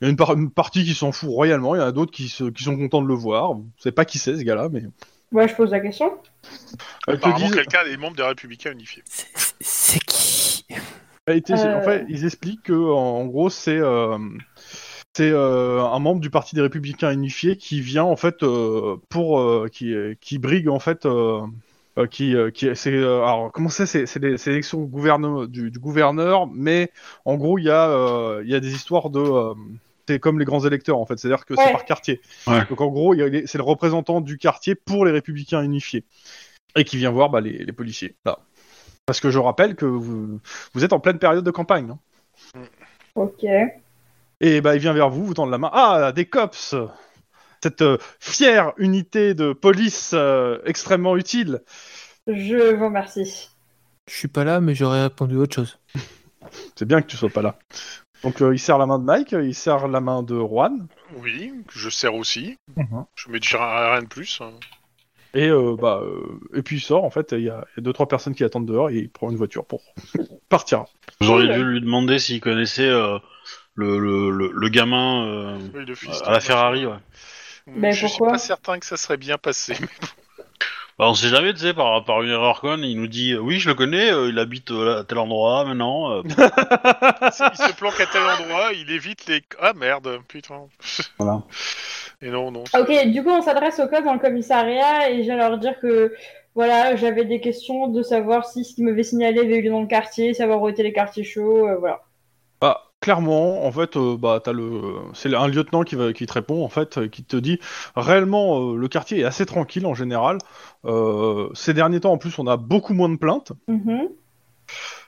Speaker 2: Il y a une, par- une partie qui s'en fout royalement, il y en a d'autres qui, se- qui sont contents de le voir. Vous savez pas qui c'est ce gars-là, mais.
Speaker 3: Ouais, je pose la question.
Speaker 2: Ils te
Speaker 5: Apparemment,
Speaker 2: disent-
Speaker 5: quelqu'un des membres des Républicains Unifiés.
Speaker 7: C'est- c'est- C'est qui
Speaker 2: Et t'es-
Speaker 3: Euh.
Speaker 2: En fait, ils expliquent que en, en gros c'est euh, c'est euh, un membre du parti des Républicains Unifiés qui vient en fait euh, pour euh, qui qui brigue en fait euh, euh, qui euh, qui c'est euh, alors comment c'est c'est c'est les c'est l'élection du gouverneur du, du gouverneur mais en gros il y a euh, il y a des histoires de euh, c'est comme les grands électeurs en fait, c'est-à-dire que c'est
Speaker 3: Ouais.
Speaker 2: par quartier.
Speaker 1: Ouais.
Speaker 2: Donc en gros, il y a les- c'est le représentant du quartier pour les Républicains Unifiés et qui vient voir bah, les, les policiers. Là. Parce que je rappelle que vous, vous êtes en pleine période de campagne. hein.
Speaker 3: Ok.
Speaker 2: Et bah, il vient vers vous, vous tend la main. Ah, des cops Cette euh, fière unité de police euh, extrêmement utile.
Speaker 3: Je vous remercie.
Speaker 4: Je suis pas là, mais j'aurais répondu autre chose.
Speaker 2: C'est bien que tu sois pas là. Donc, euh, il serre la main de Mike, il serre la main de Juan.
Speaker 5: Oui, je sers aussi.
Speaker 2: Mhm.
Speaker 5: Je me dirais rien de plus. hein.
Speaker 2: Et, euh, bah, euh, et puis il sort, en fait, il y, a il y a deux, trois personnes qui attendent dehors et il prend une voiture pour partir.
Speaker 1: Vous auriez
Speaker 3: Cool.
Speaker 1: dû lui demander s'il connaissait euh, le, le, le, le gamin euh,
Speaker 5: Oui, le fils
Speaker 1: à la
Speaker 5: de-
Speaker 1: Ferrari. Ouais.
Speaker 3: Mais
Speaker 5: je suis
Speaker 3: pourquoi
Speaker 5: pas certain que ça serait bien passé.
Speaker 1: Bah, on sait jamais, tu sais, par, par une erreur conne, il nous dit euh, Oui, je le connais, euh, il habite euh, là, à tel endroit maintenant. euh,
Speaker 5: il se planque à tel endroit, il évite les. Ah merde, putain. Et non, non. c'est-
Speaker 3: Ok, du coup, on s'adresse au code dans le commissariat et je viens leur dire que voilà, j'avais des questions de savoir si ce qu'ils m'avaient signalé avait eu lieu dans le quartier, savoir où étaient les quartiers chauds, euh, voilà.
Speaker 2: Bah, clairement, en fait, euh, bah, t'as le, c'est un lieutenant qui va, qui te répond, en fait, euh, qui te dit, réellement, euh, le quartier est assez tranquille en général. Euh, ces derniers temps, en plus, on a beaucoup moins de plaintes.
Speaker 3: Mhm.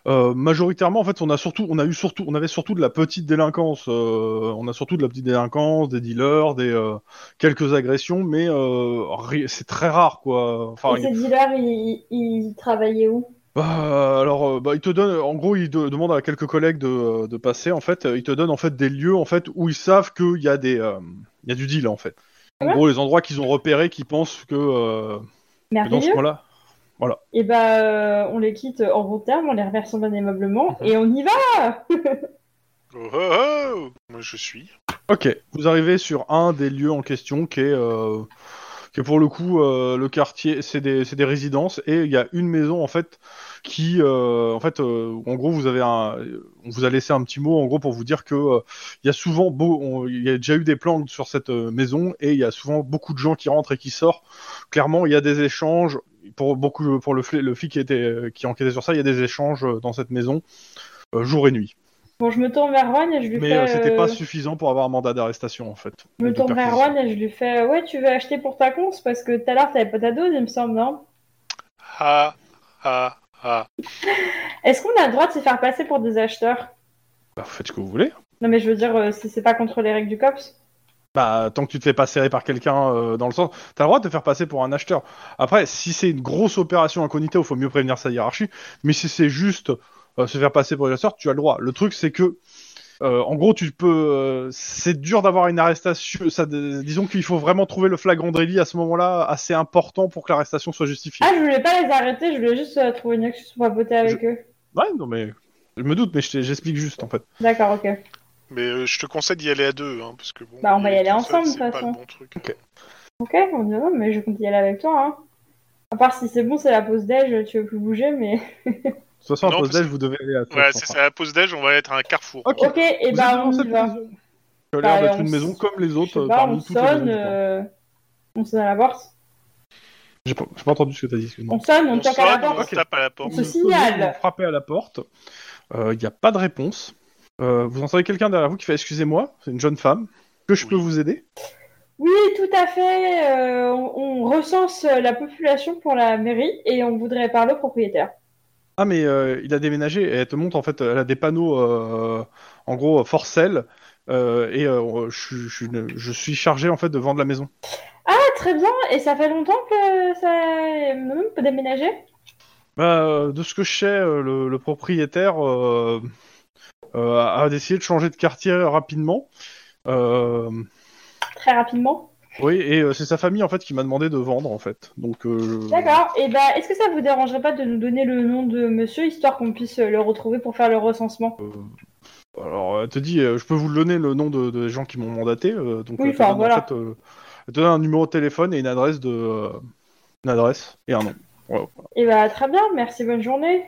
Speaker 2: Euh, majoritairement, en fait, on a surtout, on a eu surtout, on avait surtout de la petite délinquance. euh, on a surtout de la petite délinquance, des dealers, des euh, quelques agressions, mais euh, ri- c'est très rare, quoi. Enfin,
Speaker 3: et
Speaker 2: Ah, il-
Speaker 3: ces dealers, ils, ils travaillaient où
Speaker 2: bah, alors, euh, bah, il te donne, en gros, il de- demande à quelques collègues de, euh, de passer. En fait, euh, il te donne en fait des lieux en fait où ils savent qu'il y a des, euh, il y a du deal en fait. En
Speaker 3: Ouais.
Speaker 2: gros, les endroits qu'ils ont repérés, qu'ils pensent que, euh, que dans ce
Speaker 3: Merveilleux.
Speaker 2: coin-là.
Speaker 3: Et bah, euh, on les quitte en bon terme, on les remercie bien aimablement
Speaker 2: Mhm.
Speaker 3: et on y va
Speaker 5: Oh, oh, oh Moi, je suis.
Speaker 2: Ok, vous arrivez sur un des lieux en question qui est, euh, qui est pour le coup euh, le quartier, c'est des, c'est des résidences et il y a une maison en fait qui, euh, en fait, euh, en gros vous avez un, on vous a laissé un petit mot en gros pour vous dire que euh, il y a souvent beau, on- il y a déjà eu des planques sur cette euh, maison et il y a souvent beaucoup de gens qui rentrent et qui sortent. Clairement, il y a des échanges pour beaucoup pour le, fli- le flic qui était euh, qui enquêtait sur ça, il y a des échanges euh, dans cette maison euh, jour et nuit.
Speaker 3: Bon, je me tourne vers Juan et je lui
Speaker 2: Mais
Speaker 3: fais.
Speaker 2: euh, c'était pas
Speaker 3: euh,
Speaker 2: suffisant pour avoir un mandat d'arrestation en fait.
Speaker 3: je me
Speaker 2: De
Speaker 3: tourne vers
Speaker 2: perquisition.
Speaker 3: Juan et je lui fais Ouais, tu veux acheter pour ta conce Parce que tout à l'heure, t'avais pas ta dose, il me semble, non
Speaker 5: Ah, ah, ah.
Speaker 3: Est-ce qu'on a le droit de se faire passer pour des acheteurs
Speaker 2: Bah, faites ce que vous voulez.
Speaker 3: Non, mais je veux dire, euh, c'est c'est pas contre les règles du COPS.
Speaker 2: Bah, tant que tu te fais pas serrer par quelqu'un euh, dans le sens, t'as le droit de te faire passer pour un acheteur. Après, si c'est une grosse opération incognita, il faut mieux prévenir sa hiérarchie. Mais si c'est juste euh, se faire passer pour un acheteur, tu as le droit. Le truc, c'est que, euh, en gros, tu peux. euh, c'est dur d'avoir une arrestation. Ça, disons qu'il faut vraiment trouver le flagrant délit à ce moment-là assez important pour que l'arrestation soit justifiée.
Speaker 3: Ah, je voulais pas les arrêter, je voulais juste euh, trouver une excuse pour voter avec eux.
Speaker 2: Ouais, non mais. Je me doute, mais je t'ai- j'explique juste en fait.
Speaker 3: D'accord, ok.
Speaker 5: Mais euh, je te conseille d'y aller à deux, hein, parce que bon.
Speaker 3: Bah, on va y aller
Speaker 5: tout
Speaker 3: ensemble,
Speaker 5: seul,
Speaker 3: de toute
Speaker 5: c'est pas
Speaker 3: façon.
Speaker 5: le bon truc.
Speaker 3: Ok, on dit non, mais je compte y aller avec toi, hein. À part si c'est bon, c'est la pause déj, tu veux plus bouger, mais.
Speaker 2: De toute façon, à
Speaker 5: Non,
Speaker 2: pause
Speaker 5: parce
Speaker 2: d'âge, vous devez aller à
Speaker 5: Ouais, c'est ça, à la pause déj, on va être à un carrefour.
Speaker 2: Ok.
Speaker 3: Ok, et
Speaker 2: Vous êtes
Speaker 3: bah
Speaker 2: dans
Speaker 3: on
Speaker 2: cette
Speaker 3: y va.
Speaker 2: maison. Ça a
Speaker 3: Bah,
Speaker 2: l'air d'être
Speaker 3: alors,
Speaker 2: une
Speaker 3: on
Speaker 2: maison
Speaker 3: s-
Speaker 2: comme les
Speaker 3: Je
Speaker 2: autres
Speaker 3: sais
Speaker 2: euh,
Speaker 3: pas,
Speaker 2: parmi
Speaker 3: on
Speaker 2: toutes les maisons
Speaker 3: sonne,
Speaker 2: du coin.
Speaker 3: euh, on sonne à la porte.
Speaker 2: J'ai pas, j'ai pas entendu ce que t'as dit, excuse-moi.
Speaker 3: On sonne, on,
Speaker 5: On
Speaker 3: toque à la
Speaker 5: sonne, on
Speaker 3: porte.
Speaker 2: ok.
Speaker 5: tape à la
Speaker 3: On
Speaker 5: porte.
Speaker 3: se signale.
Speaker 2: Frappé à la porte. Il n'y a pas de réponse. Euh, vous entendez quelqu'un derrière vous qui fait Excusez-moi, c'est une jeune femme. Que je peux
Speaker 5: Oui.
Speaker 2: vous aider
Speaker 3: Oui, tout à fait. euh, on, on recense la population pour la mairie et on voudrait parler au propriétaire.
Speaker 2: Ah, mais euh, il a déménagé et elle te montre en fait, elle a des panneaux euh, en gros forcelles. euh, et euh, je, suis- je suis une- je suis chargé en fait de vendre la maison.
Speaker 3: Ah, très bien. Et ça fait longtemps que ça on peut déménager
Speaker 2: Bah, euh, de ce que je sais, euh, le, le propriétaire euh, euh, a, a décidé de changer de quartier rapidement. Euh,
Speaker 3: très rapidement.
Speaker 2: oui, et euh, c'est sa famille en fait qui m'a demandé de vendre en fait. Donc, euh, je-
Speaker 3: D'accord. Et bah, est-ce que ça vous dérangerait pas de nous donner le nom de monsieur histoire qu'on puisse le retrouver pour faire le recensement
Speaker 2: Alors, elle te dit, euh, je peux vous le donner le nom de- des gens qui m'ont mandaté. euh, donc,
Speaker 3: Oui,
Speaker 2: elle te
Speaker 3: enfin,
Speaker 2: donne,
Speaker 3: voilà.
Speaker 2: en fait, euh, elle te donne un numéro de téléphone et une adresse de, euh, une adresse et un nom.
Speaker 3: Et bah, très bien. Merci. Bonne journée.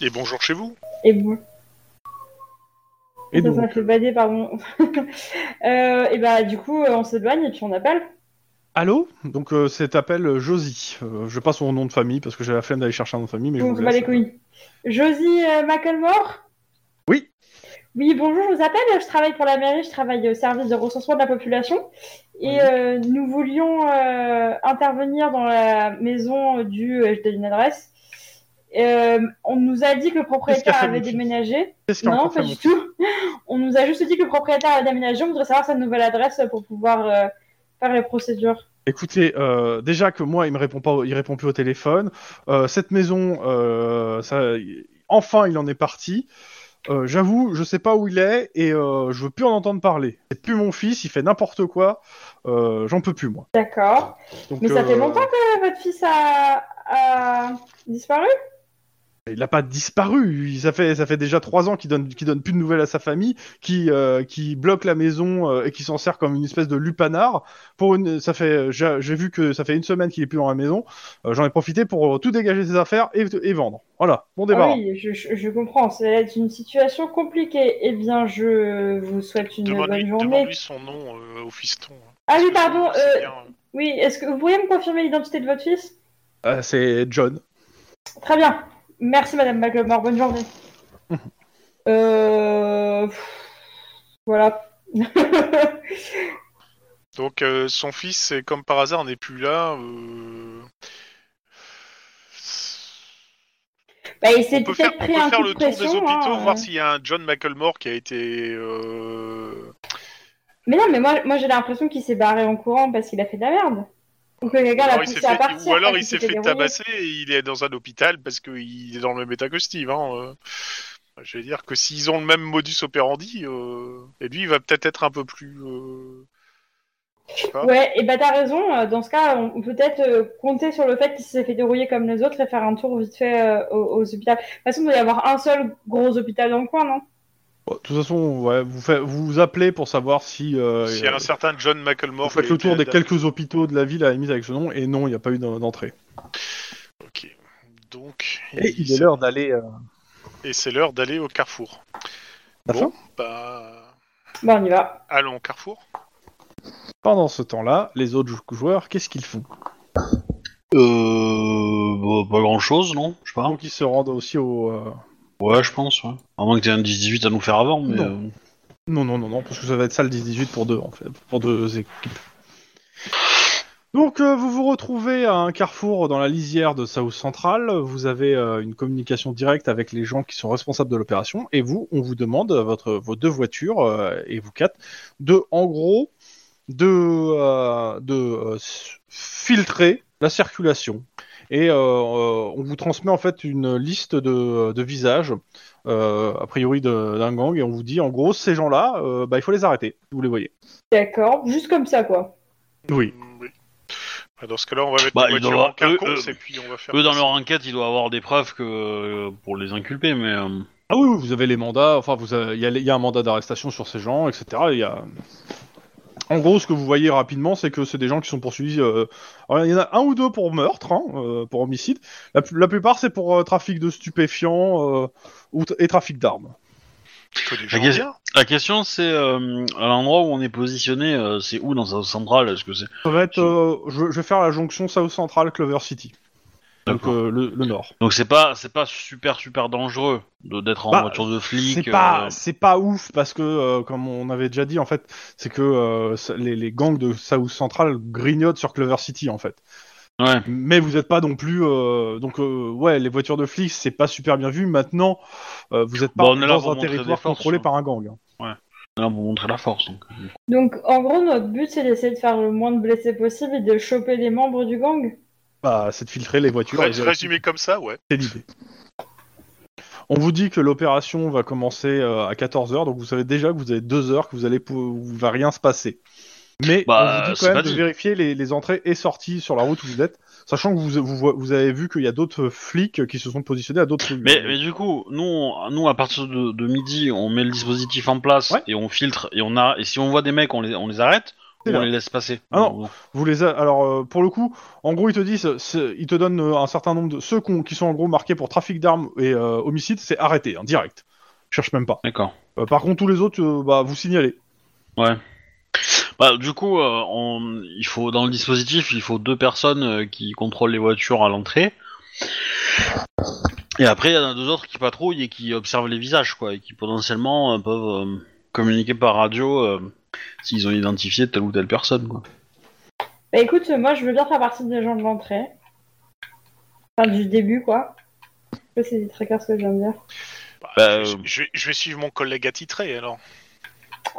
Speaker 5: Et bonjour chez vous.
Speaker 3: Et bon.
Speaker 2: Et
Speaker 3: ça, ça
Speaker 2: donc,
Speaker 3: me fait bader, pardon. Euh, et bah, du coup, euh, on s'éloigne et puis on appelle.
Speaker 2: allô. Donc, euh, c'est appel euh, Josie. Euh, je passe son nom de famille parce que j'ai la flemme d'aller chercher un nom de famille, mais je
Speaker 3: On
Speaker 2: vous
Speaker 3: se bat
Speaker 2: laisse.
Speaker 3: les couilles. Josie euh, McElmore
Speaker 2: Oui.
Speaker 3: Oui, bonjour, je vous appelle. Je travaille pour la mairie, je travaille au service de recensement de la population. Et
Speaker 2: Oui.
Speaker 3: euh, nous voulions euh, intervenir dans la maison du. euh, je donne une adresse. Euh, on nous a dit que le
Speaker 2: qu'a
Speaker 3: propriétaire
Speaker 2: fait
Speaker 3: avait
Speaker 2: mon fils
Speaker 3: déménagé.
Speaker 2: Qu'est-ce qu'il y a
Speaker 3: Non,
Speaker 2: encore
Speaker 3: pas
Speaker 2: fait, mon
Speaker 3: du tout. On nous a juste dit que le propriétaire avait déménagé. On voudrait savoir sa nouvelle adresse pour pouvoir euh, faire les procédures.
Speaker 2: Écoutez, euh, déjà que moi, il me répond pas, il répond plus au téléphone. Euh, cette maison, euh, ça, y- enfin, il en est parti. Euh, J'avoue, je sais pas où il est et euh, je veux plus en entendre parler. C'est plus mon fils, il fait n'importe quoi. Euh, J'en peux plus moi.
Speaker 3: D'accord.
Speaker 2: Donc,
Speaker 3: Mais ça
Speaker 2: euh,
Speaker 3: fait longtemps que votre fils a, a disparu
Speaker 2: Il n'a pas disparu. Il- ça, fait, ça fait déjà trois ans qu'il donne, qu'il donne plus de nouvelles à sa famille, qui, euh, qui bloque la maison euh, et qui s'en sert comme une espèce de lupanard. Pour une, ça fait, j'ai j'ai vu que ça fait une semaine qu'il est plus dans la maison. Euh, J'en ai profité pour euh, tout dégager ses affaires et, et vendre. Voilà, bon
Speaker 3: Ah
Speaker 2: débarras.
Speaker 3: oui, je, je- je comprends, c'est une situation compliquée. Eh bien, je vous souhaite une bonne
Speaker 5: Demande-lui
Speaker 3: journée.
Speaker 5: demande-lui son nom euh, au fiston.
Speaker 3: Ah oui, pardon,
Speaker 5: C'est
Speaker 3: euh,
Speaker 5: bien.
Speaker 3: oui, est-ce que vous pourriez me confirmer l'identité de votre fils
Speaker 2: Euh, C'est John.
Speaker 3: Très bien. Merci, Madame McLemore. Bonne journée. euh... pff, Voilà. Bah,
Speaker 5: Donc euh, son fils, euh, comme par hasard, n'est plus là. euh,
Speaker 3: bah, il s'est
Speaker 5: On peut faire,
Speaker 3: peut-être
Speaker 5: on
Speaker 3: pris
Speaker 5: peut
Speaker 3: un
Speaker 5: faire
Speaker 3: coup de
Speaker 5: le tour
Speaker 3: pression.
Speaker 5: des hôpitaux,
Speaker 3: hein.
Speaker 5: voir s'il y a un John McElmore qui a été. euh,
Speaker 3: Mais non, mais moi, moi j'ai l'impression qu'il s'est barré en courant parce qu'il a fait de la merde. Ou que quelqu'un l'a
Speaker 5: alors il s'est
Speaker 3: poussé à
Speaker 5: fait-
Speaker 3: partir.
Speaker 5: ou alors
Speaker 3: parce
Speaker 5: il
Speaker 3: qu'il
Speaker 5: s'est fait
Speaker 3: dérouillé.
Speaker 5: tabasser et il est dans un hôpital parce qu'il est dans le même état que Steve. hein, euh. Je veux dire que s'ils ont le même modus operandi, euh, et lui il va peut-être être un peu plus. euh, je sais pas.
Speaker 3: Ouais, et bah t'as raison. euh, Dans ce cas, on on peut peut-être euh, compter sur le fait qu'il s'est fait dérouiller comme les autres et faire un tour vite fait euh, aux, aux hôpitaux. De toute façon, il doit y avoir un seul gros hôpital dans le coin, non
Speaker 2: Bon, de toute façon, ouais, vous, fait- vous vous appelez pour savoir si. Euh,
Speaker 5: S'il y a un certain John McElmore.
Speaker 2: vous faites
Speaker 5: qui a
Speaker 2: le tour
Speaker 5: été-
Speaker 2: des quelques hôpitaux de la ville à la limite avec ce nom, et non, il n'y a pas eu d'en- d'entrée.
Speaker 5: Ok. Donc.
Speaker 2: Et il est l'heure d'aller. euh,
Speaker 5: Et c'est l'heure d'aller au carrefour.
Speaker 2: à la fin.
Speaker 5: Bon, bah.
Speaker 3: Bah on y va.
Speaker 5: Allons au carrefour.
Speaker 2: Pendant ce temps-là, les autres jou- joueurs, qu'est-ce qu'ils font
Speaker 1: Euh, bah, pas grand chose, non Je sais pas.
Speaker 2: Donc ils se rendent aussi au. euh,
Speaker 1: Ouais, je pense. Ouais. À moins que t'aies un 18 à nous faire avant, mais.
Speaker 2: Non.
Speaker 1: euh,
Speaker 2: Non, non, non, non, parce que ça va être ça le 18 pour deux, en fait, pour deux équipes. Donc, euh, vous vous retrouvez à un carrefour dans la lisière de South Central. Vous avez euh, une communication directe avec les gens qui sont responsables de l'opération. Et vous, on vous demande euh, votre, vos deux voitures, euh, et vous quatre, de, en gros, de, euh, de euh, s- filtrer la circulation. Et euh, euh, on vous transmet, en fait, une liste de- de visages euh, a priori de- d'un gang, et on vous dit en gros ces gens-là, euh, bah, il faut les arrêter, si vous les voyez.
Speaker 3: D'accord, juste comme ça quoi.
Speaker 2: Oui.
Speaker 5: Mm, Bah, Dans ce cas-là, on va mettre
Speaker 1: Bah,
Speaker 5: les
Speaker 1: il
Speaker 5: voitures
Speaker 1: doit-
Speaker 5: en quinconce
Speaker 1: eux, eux,
Speaker 5: et puis on va faire.
Speaker 1: Eux, dans leur enquête, ils doivent avoir des preuves que euh, pour les inculper, mais. euh,
Speaker 2: Ah oui, oui, vous avez les mandats, enfin vous avez- il y, a les- il y a un mandat d'arrestation sur ces gens, etc. Il y a... En gros, ce que vous voyez rapidement, c'est que c'est des gens qui sont poursuivis. euh, alors, il y en a un ou deux pour meurtre, hein, euh, pour homicide. La, pl- la plupart, c'est pour euh, trafic de stupéfiants euh, ou t- et trafic d'armes.
Speaker 5: Que des
Speaker 1: La,
Speaker 5: gens
Speaker 1: que-
Speaker 5: bien.
Speaker 1: la question, c'est euh, à l'endroit où on est positionné, euh, c'est où dans South Central Est-ce que c'est
Speaker 2: Ça va être, euh, je, je vais faire la jonction South Central Clover City, donc
Speaker 1: D'accord.
Speaker 2: euh, le, le nord.
Speaker 1: Donc c'est pas c'est pas super super dangereux de d'être en
Speaker 2: Bah,
Speaker 1: voiture de flic.
Speaker 2: C'est pas,
Speaker 1: euh,
Speaker 2: c'est pas ouf parce que, euh, comme on avait déjà dit, en fait, c'est que euh, ça- les, les gangs de South Central grignotent sur Clover City, en fait.
Speaker 1: Ouais.
Speaker 2: Mais vous n'êtes pas non plus, euh, donc euh, ouais, les voitures de flics, c'est pas super bien vu. Maintenant, euh, vous n'êtes pas
Speaker 1: Bon, on est là
Speaker 2: dans
Speaker 1: pour
Speaker 2: un
Speaker 1: montrer
Speaker 2: territoire
Speaker 1: des forces,
Speaker 2: contrôlé
Speaker 1: hein.
Speaker 2: par un gang. hein.
Speaker 1: Là pour montrer la force. Donc.
Speaker 3: Donc en gros notre but c'est d'essayer de faire le moins de blessés possible et de choper les membres du gang.
Speaker 2: Bah, c'est de filtrer les voitures. et
Speaker 5: Rés-
Speaker 2: vérifier.
Speaker 5: Résumé comme ça, ouais.
Speaker 2: C'est l'idée. On vous dit que l'opération va commencer euh, à 14h, donc vous savez déjà que vous avez 2 heures, que vous allez pou- où il va rien se passer. Mais
Speaker 1: Bah,
Speaker 2: on vous dit
Speaker 1: c'est
Speaker 2: quand
Speaker 1: pas
Speaker 2: même de
Speaker 1: dit.
Speaker 2: vérifier les, les entrées et sorties sur la route où vous êtes, sachant que vous, vous, vous avez vu qu'il y a d'autres flics qui se sont positionnés à d'autres lieux.
Speaker 1: Mais, mais du coup, nous on- nous à partir de, de midi, on met le dispositif en place
Speaker 2: Ouais.
Speaker 1: et on filtre et on a et si on voit des mecs, on les on les arrête
Speaker 2: C'est
Speaker 1: ou on
Speaker 2: bien.
Speaker 1: les laisse passer.
Speaker 2: Ah non. Vous les a- Alors, euh, pour le coup, en gros, ils te disent, c'est- ils te donnent euh, un certain nombre de... Ceux qu'on- qui sont en gros marqués pour trafic d'armes et euh, homicide, c'est arrêté, hein, direct. Je cherche même pas.
Speaker 1: D'accord.
Speaker 2: Euh, par contre, tous les autres, euh, bah, vous signalez.
Speaker 1: Bah du coup, euh, on, il faut dans le dispositif, il faut deux personnes euh, qui contrôlent les voitures à l'entrée. Et après, il y en a deux autres qui patrouillent et qui observent les visages, quoi, et qui potentiellement euh, peuvent euh, communiquer par radio euh, s'ils ont identifié telle ou telle personne, quoi.
Speaker 3: Bah écoute, moi je veux bien faire partie des gens de l'entrée. Enfin du début quoi. Je sais pas si c'est très clair ce que je viens de dire.
Speaker 5: Bah,
Speaker 1: Bah,
Speaker 5: je, vais-
Speaker 1: euh,
Speaker 5: je vais- je vais suivre mon collègue attitré alors.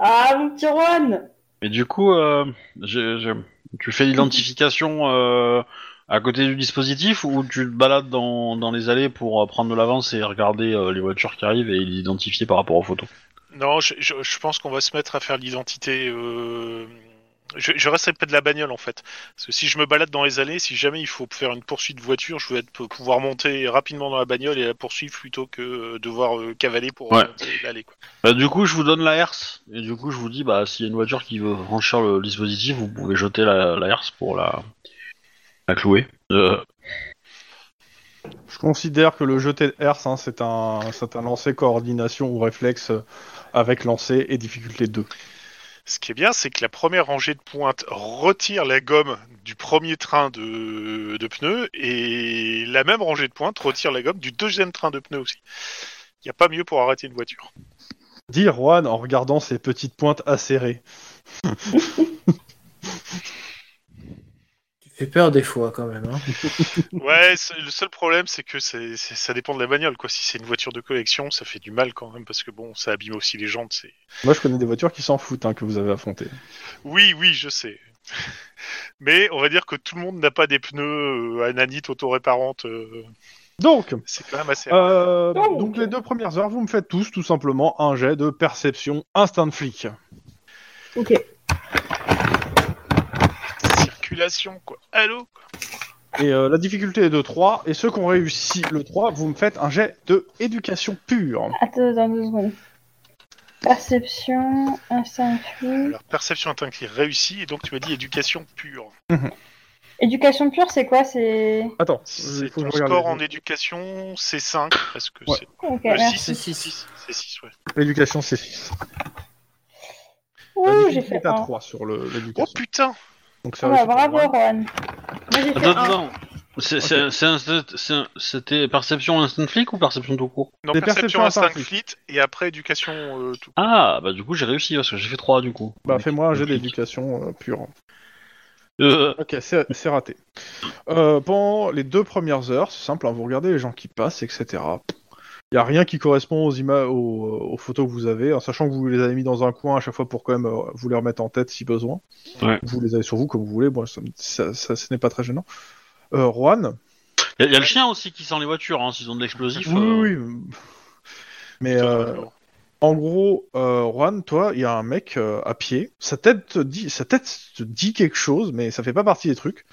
Speaker 3: Ah mon petit Juan
Speaker 1: Mais du coup, euh, je- je- tu fais l'identification euh, à côté du dispositif ou tu te balades dans, dans les allées pour euh, prendre de l'avance et regarder euh, les voitures qui arrivent et les identifier par rapport aux photos
Speaker 5: Non, je, je- je pense qu'on va se mettre à faire l'identité euh, je, je resterai près de la bagnole en fait. Parce que si je me balade dans les allées, si jamais il faut faire une poursuite voiture, je vais être, euh, pouvoir monter rapidement dans la bagnole et la poursuivre plutôt que euh, devoir euh, cavaler pour
Speaker 1: Ouais.
Speaker 5: remonter l'allée. Quoi.
Speaker 1: Bah, du coup, je vous donne la herse. Et du coup, je vous dis, bah, s'il y a une voiture qui veut franchir le dispositif, vous pouvez jeter la, la herse pour la, la clouer. Euh,
Speaker 2: Je considère que le jeté de herse, hein, c'est un, c'est un lancer coordination ou réflexe euh, avec lancer et difficulté 2.
Speaker 5: Ce qui est bien, c'est que la première rangée de pointe retire la gomme du premier train de, de pneus et la même rangée de pointe retire la gomme du deuxième train de pneus aussi. Il n'y a pas mieux pour arrêter une voiture.
Speaker 2: Dit Juan en regardant ses petites pointes acérées.
Speaker 4: Tu fais peur des fois quand même. Hein.
Speaker 5: Ouais, c'est- le seul problème, c'est que c'est- c'est- ça dépend de la bagnole. quoi. Si c'est une voiture de collection, ça fait du mal quand même parce que bon, ça abîme aussi les jantes. c'est-
Speaker 2: Moi, je connais des voitures qui s'en foutent hein, que vous avez affrontées.
Speaker 5: Oui, oui, je sais. Mais on va dire que tout le monde n'a pas des pneus euh, ananites autoréparantes. euh,
Speaker 2: Donc,
Speaker 5: C'est quand même assez. rare.
Speaker 2: euh,
Speaker 3: Oh,
Speaker 2: donc
Speaker 3: ok.
Speaker 2: les deux premières heures, vous me faites tous tout simplement un jet de perception instinct de flic.
Speaker 3: Ok.
Speaker 5: Circulation, quoi. Allô
Speaker 2: Et euh, la difficulté est de 3, et ceux qui ont réussi le 3, vous me faites un jet de éducation pure.
Speaker 3: Attends, attends deux secondes. Perception, instinct
Speaker 2: Mhm.
Speaker 3: fluide.
Speaker 5: Alors, perception est un qui réussit, et donc tu m'as dit éducation pure.
Speaker 3: Éducation pure, c'est quoi C'est.
Speaker 2: Attends,
Speaker 5: C'est
Speaker 2: il faut que
Speaker 5: ton
Speaker 2: je regarde
Speaker 5: score en
Speaker 2: les-
Speaker 5: éducation, c'est 5, parce que
Speaker 2: Ouais.
Speaker 5: c'est...
Speaker 3: Ok,
Speaker 5: Euh,
Speaker 3: merci.
Speaker 5: six,
Speaker 4: C'est six.
Speaker 5: six, C'est 6, ouais.
Speaker 2: L'éducation c'est 6.
Speaker 3: Ouh, Ah, j'ai fait
Speaker 2: à
Speaker 3: un.
Speaker 2: 3 sur le-
Speaker 5: Oh
Speaker 2: l'éducation.
Speaker 5: putain
Speaker 2: Donc ça
Speaker 3: Ouais,
Speaker 2: réussit pour
Speaker 3: bravo,
Speaker 2: Juan.
Speaker 3: Rohan. Moi,
Speaker 2: Ah.
Speaker 3: j'ai fait
Speaker 1: Attends,
Speaker 3: un.
Speaker 1: attends. C'est- c'est- c'est instant- c'est- C'était perception instant flic ou perception tout court
Speaker 5: Non,
Speaker 2: Les
Speaker 5: perception
Speaker 2: perceptions
Speaker 5: instinct
Speaker 2: instinctives.
Speaker 5: fleet, et après éducation euh, tout.
Speaker 1: Ah, bah du coup, j'ai réussi parce que j'ai fait 3 du coup.
Speaker 2: Bah fais-moi un jet d'éducation euh, pure.
Speaker 1: Euh,
Speaker 2: Ok, c'est c'est raté. Euh, pendant les deux premières heures, c'est simple, hein, vous regardez les gens qui passent, etc. Il n'y a rien qui correspond aux, ima- aux, aux photos que vous avez, en sachant que vous les avez mis dans un coin à chaque fois pour quand même euh, vous les remettre en tête si besoin.
Speaker 1: Ouais.
Speaker 2: Vous les avez sur vous comme vous voulez, bon, ça, me- ça- ça- ce n'est pas très gênant. Euh, Juan
Speaker 1: y, a- y a le chien aussi qui sent les voitures, hein, s'ils ont de l'explosif.
Speaker 2: Oui,
Speaker 1: euh,
Speaker 2: oui, oui. Mais euh, en gros, euh, Juan, toi, il y a un mec euh, à pied. Sa tête, te dit, sa tête te dit quelque chose, mais ça fait pas partie des trucs.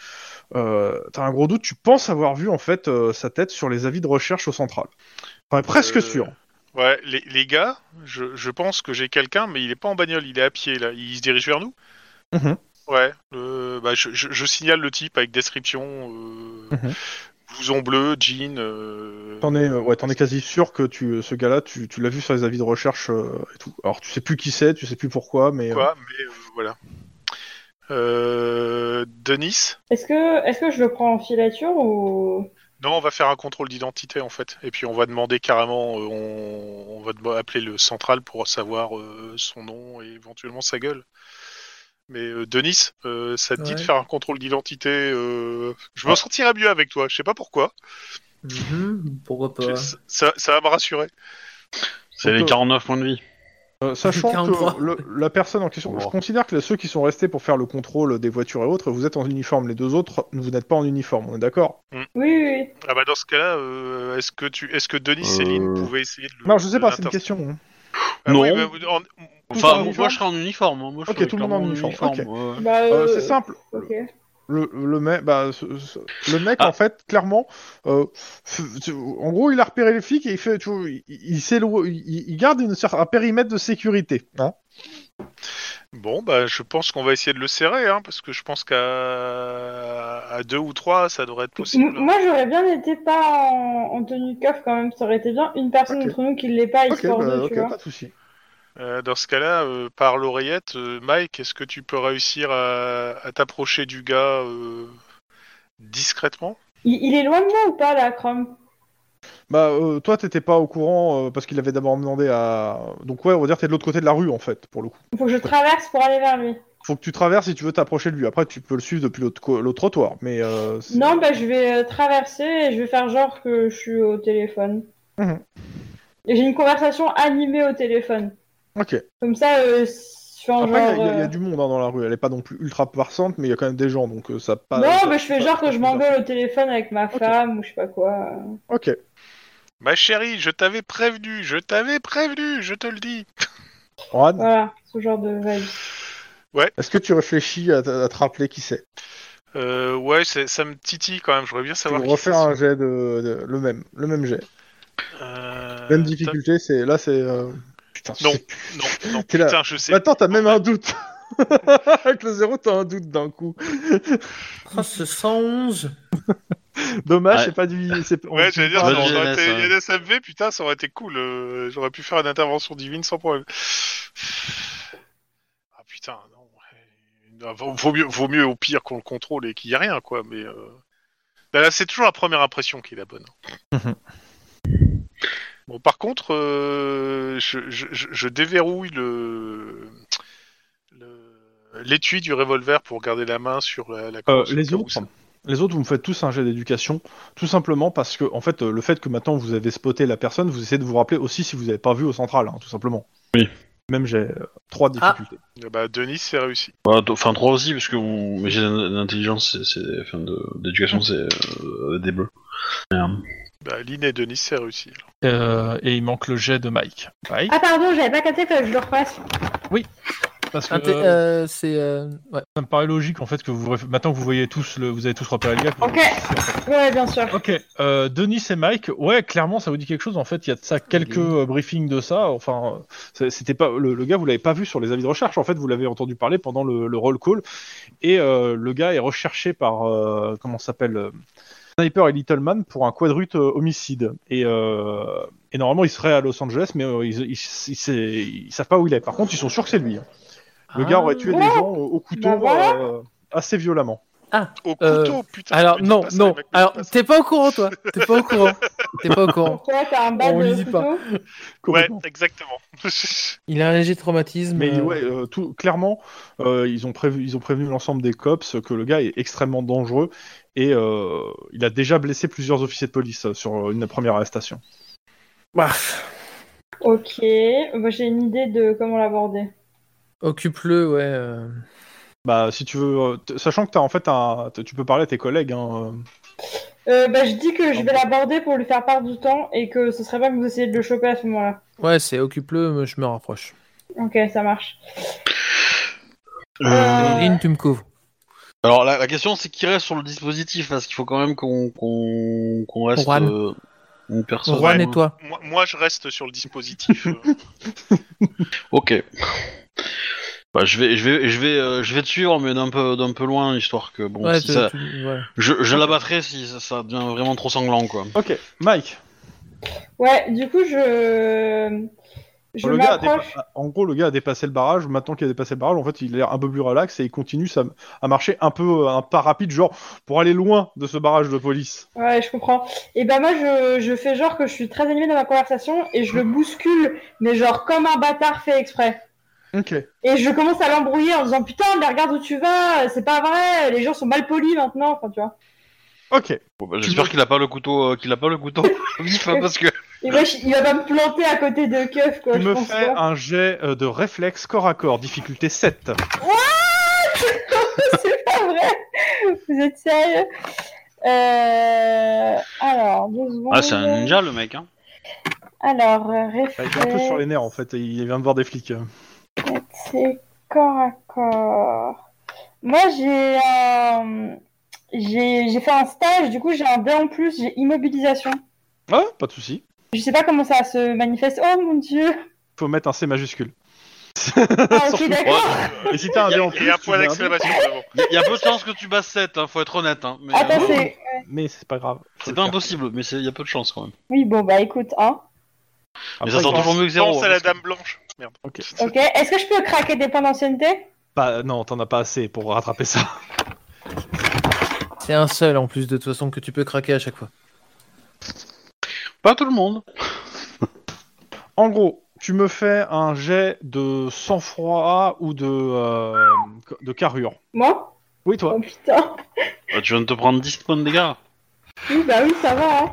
Speaker 2: Euh, T'as un gros doute. Tu penses avoir vu en fait euh, sa tête sur les avis de recherche au central. Enfin, presque
Speaker 5: Euh,
Speaker 2: sûr.
Speaker 5: Ouais, les, les gars, je, je pense que j'ai quelqu'un, mais il est pas en bagnole, il est à pied, là. Il se dirige vers nous
Speaker 2: Mhm.
Speaker 5: Ouais, le- bah, je, je- je signale le type avec description... Euh...
Speaker 2: Mhm.
Speaker 5: Blouson bleu, jean... euh,
Speaker 2: T'en es, euh, ouais, t'en es quasi sûr que tu, ce gars-là, tu, tu l'as vu sur les avis de recherche euh, et tout. Alors, tu sais plus qui c'est, tu sais plus pourquoi, mais euh,
Speaker 5: quoi, mais euh, voilà. Euh, Denis
Speaker 3: Est-ce que, est-ce que je le prends en filature ou.
Speaker 5: Non, on va faire un contrôle d'identité en fait, et puis on va demander carrément, euh, on, on va dem- appeler le central pour savoir euh, son nom et éventuellement sa gueule. Mais euh, Denis, euh, ça te dit de
Speaker 4: Ouais.
Speaker 5: faire un contrôle d'identité euh, Je me
Speaker 1: Ah.
Speaker 5: sentirais mieux avec toi, je sais pas pourquoi.
Speaker 4: Mhm, Pourquoi pas
Speaker 5: Je- Ça, ça va me rassurer.
Speaker 1: C'est les 49 points de vie.
Speaker 2: Euh, sachant
Speaker 4: 43.
Speaker 2: que le- la personne en question,
Speaker 1: Bon.
Speaker 2: je considère que ceux qui sont restés pour faire le contrôle des voitures et autres, vous êtes en uniforme. Les deux autres, vous n'êtes pas en uniforme, on est d'accord
Speaker 3: Oui, oui, oui.
Speaker 5: Ah bah dans ce cas-là, euh, est-ce que tu, est-ce que Denis et
Speaker 1: Euh.
Speaker 5: Lynn pouvaient essayer de le
Speaker 2: Non, je sais
Speaker 5: de
Speaker 2: pas, c'est une
Speaker 5: l'inter-
Speaker 2: question. hein.
Speaker 5: Ah oui,
Speaker 1: Non.
Speaker 5: bah, vous- en-
Speaker 2: en
Speaker 1: Enfin, moi,
Speaker 2: uniforme
Speaker 1: je serais en uniforme. hein. Moi, je
Speaker 2: Ok,
Speaker 1: serais
Speaker 2: tout le monde en
Speaker 1: clairement
Speaker 2: uniforme,
Speaker 1: ouais.
Speaker 3: Bah,
Speaker 2: Euh,
Speaker 3: euh,
Speaker 2: c'est simple.
Speaker 3: Ok.
Speaker 2: Le, le mec, bah, ce- ce- le mec
Speaker 1: Ah.
Speaker 2: en fait, clairement, euh, f- tu- en gros, il a repéré les flics et il fait, tu vois, il, il s'éloigne- il- il garde une, cer- un périmètre de sécurité. hein.
Speaker 5: Bon, bah, je pense qu'on va essayer de le serrer, hein, parce que je pense qu'à à deux ou trois, ça devrait être
Speaker 3: M-
Speaker 5: possible.
Speaker 3: Moi, j'aurais bien été pas en, en tenue de coffre quand même. Ça aurait été bien une personne
Speaker 2: Ok.
Speaker 3: d'entre nous qui l'est pas,
Speaker 2: Ok,
Speaker 3: histoire
Speaker 2: bah,
Speaker 3: de,
Speaker 2: ok,
Speaker 3: tu vois.
Speaker 2: pas de souci.
Speaker 5: Euh, dans ce cas-là, euh, par l'oreillette, euh, Mike, est-ce que tu peux réussir à, à t'approcher du gars euh, discrètement
Speaker 3: Il, il est loin de moi ou pas, là, Chrome
Speaker 2: Bah, euh, toi, t'étais pas au courant euh, parce qu'il avait d'abord demandé à. Donc ouais, on va dire t'es de l'autre côté de la rue en fait, pour le coup.
Speaker 3: Faut que je traverse pour aller vers lui.
Speaker 2: faut que tu traverses si tu veux t'approcher de lui. Après, tu peux le suivre depuis l'autre co- l'autre trottoir. Mais euh, c'est-
Speaker 3: Non, bah, je vais euh, traverser et je vais faire genre que je suis au téléphone.
Speaker 2: Mhm.
Speaker 3: Et j'ai une conversation animée au téléphone.
Speaker 2: Ok.
Speaker 3: Comme ça, euh, je suis en
Speaker 2: Après, il y
Speaker 3: genre.
Speaker 2: a- il y, a- il y
Speaker 3: euh,
Speaker 2: a du monde hein, dans la rue. Elle est pas non plus ultra passante, mais il y a quand même des gens, donc euh, ça pas. ça-
Speaker 3: Non, mais je fais
Speaker 2: ça-
Speaker 3: genre que
Speaker 2: ça-
Speaker 3: je
Speaker 2: ça-
Speaker 3: m'engueule au téléphone avec ma
Speaker 2: Ok.
Speaker 3: femme ou je sais pas quoi.
Speaker 2: Ok.
Speaker 5: Ma chérie, je t'avais prévenu, je t'avais prévenu, je te le dis.
Speaker 2: Juan,
Speaker 3: Voilà, ce genre de vibe.
Speaker 5: Ouais.
Speaker 2: Est-ce que tu réfléchis à, te- à te rappeler qui c'est
Speaker 5: Euh, ouais, c'est- ça me titille quand même. J'aurais bien
Speaker 2: Tu
Speaker 5: savoir. qui
Speaker 2: refaire
Speaker 5: c'est.
Speaker 2: un jet de, de- le même, le même jet.
Speaker 5: Euh,
Speaker 2: Même difficulté, c'est là c'est. euh, Putain.
Speaker 5: Non.
Speaker 2: c'est-
Speaker 5: t'as- Non, non,
Speaker 2: T'es là.
Speaker 5: putain, je sais.
Speaker 2: Attends, t'as même un doute. Avec le zéro, t'as un doute d'un coup.
Speaker 4: Ah,
Speaker 8: Oh, ce 111.
Speaker 2: Dommage,
Speaker 1: Ouais.
Speaker 2: c'est pas du. c'est- on
Speaker 5: Ouais,
Speaker 2: dit
Speaker 5: j'allais dire,
Speaker 2: pas-
Speaker 1: Vas-y,
Speaker 5: ça aurait
Speaker 1: Yannis,
Speaker 5: été
Speaker 1: ouais.
Speaker 5: Yannis FV, putain, ça aurait été cool. euh, J'aurais pu faire une intervention divine sans problème. Ah putain, non. Euh, Vaut vaut mieux, vaut mieux au pire qu'on le contrôle et qu'il y ait rien, quoi. Mais euh, bah là, c'est toujours la première impression qui est la bonne. bon, par contre, euh, je, je- je- je déverrouille le le- l'étui du revolver pour garder la main sur la. la
Speaker 2: Euh,
Speaker 5: sur le
Speaker 2: les
Speaker 5: cas où
Speaker 2: autres,
Speaker 5: ça-
Speaker 2: les autres, vous me faites tous un jet d'éducation, tout simplement parce que, en fait, euh, le fait que maintenant vous avez spoté la personne, vous essayez de vous rappeler aussi si vous n'avez pas vu au central, hein, tout simplement.
Speaker 1: Oui.
Speaker 2: Même j'ai trois
Speaker 8: Ah.
Speaker 2: difficultés.
Speaker 5: Euh, Bah, Denis, c'est réussi.
Speaker 1: Bah, t- Enfin, trois aussi, parce que mon métier d'in- d'intelligence, c'est- c'est. Enfin, de- d'éducation, c'est euh, des bleus. Mais, euh,
Speaker 5: Bah, Lynn et Denis, c'est réussi. alors.
Speaker 8: Euh, et il manque le jet de Mike. Mike.
Speaker 3: Ah, pardon, j'avais pas capté, fallait que je le refasse.
Speaker 8: Parce que
Speaker 4: Inté-
Speaker 8: euh,
Speaker 4: euh, c'est euh, ouais.
Speaker 8: ça me paraît logique en fait que vous réf- maintenant que vous voyez tous le, vous avez tous repéré le gars. que vous-
Speaker 3: Ok. Ouais, bien sûr.
Speaker 8: Ok, euh, Denis et Mike, ouais, clairement, ça vous dit quelque chose. En fait, il y a de ça quelques euh, briefings de ça. Enfin, euh,
Speaker 2: C'est- C'était pas le, le gars, vous l'avez pas vu sur les avis de recherche. En fait, vous l'avez entendu parler pendant le, le roll call, et euh, le gars est recherché par euh, comment ça s'appelle euh, Sniper et Little Man pour un quadrute euh, homicide. Et, euh, et normalement, il serait à Los Angeles, mais euh, ils, ils, ils- c'est- ils savent pas où il est. Par contre, ils sont sûrs que c'est lui. hein. Le gars
Speaker 4: Ah.
Speaker 2: aurait tué des
Speaker 3: Ah. Ouais.
Speaker 2: gens au, au couteau
Speaker 3: Bah voilà.
Speaker 2: euh, assez violemment.
Speaker 5: Au
Speaker 4: Euh,
Speaker 5: couteau, putain.
Speaker 4: Alors
Speaker 5: mais dis
Speaker 4: non,
Speaker 5: pas ça,
Speaker 4: non.
Speaker 5: les mecs, dis
Speaker 4: Alors
Speaker 5: pas ça.
Speaker 4: t'es pas au courant toi. T'es pas au courant. T'es pas au courant.
Speaker 3: Toi, t'as un bas
Speaker 4: On lui
Speaker 3: de
Speaker 4: dit
Speaker 3: couteau.
Speaker 5: Ouais,
Speaker 2: Complètement.
Speaker 5: exactement.
Speaker 4: Il a un léger traumatisme.
Speaker 2: Mais
Speaker 4: euh,
Speaker 2: ouais, euh, tout, clairement, euh, ils, ont prévu, ils ont prévenu l'ensemble des cops que le gars est extrêmement dangereux et euh, il a déjà blessé plusieurs officiers de police euh, sur une première arrestation.
Speaker 4: bah,
Speaker 3: Ok, moi, j'ai une idée de comment l'aborder.
Speaker 4: Occupe-le, ouais. euh.
Speaker 2: Bah, si tu veux, euh, t- sachant que t'as en fait un, t- tu peux parler à tes collègues. hein, euh.
Speaker 3: Euh, bah, je dis que je vais l'aborder pour lui faire part du temps et que ce serait pas que vous essayez de le choper à ce moment-là.
Speaker 4: Ouais, c'est occupe-le, mais je me rapproche.
Speaker 3: Ok, ça marche.
Speaker 1: euh,
Speaker 3: Euh,
Speaker 4: Lynn, tu me couvres.
Speaker 1: Alors, la, la question, c'est qui reste sur le dispositif, parce qu'il faut quand même qu'on qu'on qu'on reste
Speaker 4: Juan.
Speaker 1: euh, une personne.
Speaker 4: Juan et toi.
Speaker 5: moi, moi, je reste sur le dispositif. euh.
Speaker 1: Ok. Bah, je vais, je vais, je vais, euh, je vais te suivre, mais d'un peu, d'un peu loin, histoire que bon,
Speaker 4: Ouais,
Speaker 1: si
Speaker 4: tu-
Speaker 1: ça-
Speaker 4: tu- ouais.
Speaker 1: je, je l'abattrai si ça, ça devient vraiment trop sanglant, quoi.
Speaker 2: Ok, Mike.
Speaker 3: Ouais, du coup, je. Je
Speaker 2: le gars a
Speaker 3: m'approche.
Speaker 2: dépa- en gros, le gars a dépassé le barrage. Maintenant qu'il a dépassé le barrage, en fait, il est un peu plus relax et il continue sa- à marcher un peu euh, un pas rapide, genre pour aller loin de ce barrage de police.
Speaker 3: Ouais, je comprends. Et ben moi, je, je fais genre que je suis très animée dans ma conversation et je le
Speaker 2: Mhm.
Speaker 3: bouscule, mais genre comme un bâtard fait exprès.
Speaker 2: Ok.
Speaker 3: Et je commence à l'embrouiller en disant putain, mais regarde où tu vas, c'est pas vrai, les gens sont mal polis maintenant, enfin tu vois.
Speaker 2: Ok.
Speaker 1: Bon, bah, J'espère qu'il a pas le couteau, euh, qu'il a pas le couteau vif, hein, parce que.
Speaker 3: Et moi, je- il va pas me planter à côté de keuf, quoi.
Speaker 2: Tu
Speaker 3: je
Speaker 2: me
Speaker 3: pense,
Speaker 2: fais
Speaker 3: quoi.
Speaker 2: un jet euh, de réflexe corps à corps, difficulté 7.
Speaker 3: c'est pas vrai. Vous êtes sérieux euh... Alors, deux secondes.
Speaker 1: Ah, c'est un ninja, le mec. Hein.
Speaker 3: Alors, euh,
Speaker 2: Bah, Il est un peu sur les nerfs en fait, il vient de voir des flics.
Speaker 3: C'est corps à corps. Moi, j'ai euh, j'ai j'ai fait un stage, du coup, j'ai un dé en plus, j'ai immobilisation.
Speaker 2: Ah, pas de souci.
Speaker 3: Je sais pas comment ça se manifeste. Oh mon dieu!
Speaker 2: Faut mettre un C majuscule.
Speaker 3: Ah, ok,
Speaker 2: Surtout-
Speaker 3: d'accord.
Speaker 2: Et si t'as un
Speaker 5: Il y
Speaker 2: dé
Speaker 5: a-
Speaker 2: en
Speaker 5: il
Speaker 2: plus,
Speaker 5: y a un
Speaker 2: tu
Speaker 5: point
Speaker 2: mets dé.
Speaker 5: d'exclamation devant.
Speaker 1: Il y, a- il y a peu de chances que tu basses 7, hein, faut être honnête. Hein, mais
Speaker 3: Attends, Ah, c'est.
Speaker 2: Mais c'est pas grave.
Speaker 1: c'est pas impossible, mais c'est- il y a peu de chances quand même.
Speaker 3: Oui, bon, bah écoute, hein.
Speaker 1: mais ça sort toujours mieux que zéro.
Speaker 5: Pense à
Speaker 1: hein,
Speaker 5: la
Speaker 1: parce que-
Speaker 5: dame blanche. Merde.
Speaker 2: Ok.
Speaker 3: Ok, est-ce que je peux craquer des points d'ancienneté?
Speaker 2: Bah non, t'en as pas assez pour rattraper ça.
Speaker 4: C'est un seul en plus de toute façon que tu peux craquer à chaque fois.
Speaker 1: Pas tout le monde.
Speaker 2: En gros, tu me fais un jet de sang-froid ou de, euh, de carrure.
Speaker 3: Moi?
Speaker 2: Oui, toi.
Speaker 3: Oh putain.
Speaker 1: Ah, tu viens de te prendre 10 points de dégâts.
Speaker 3: Oui, bah oui, ça va, hein.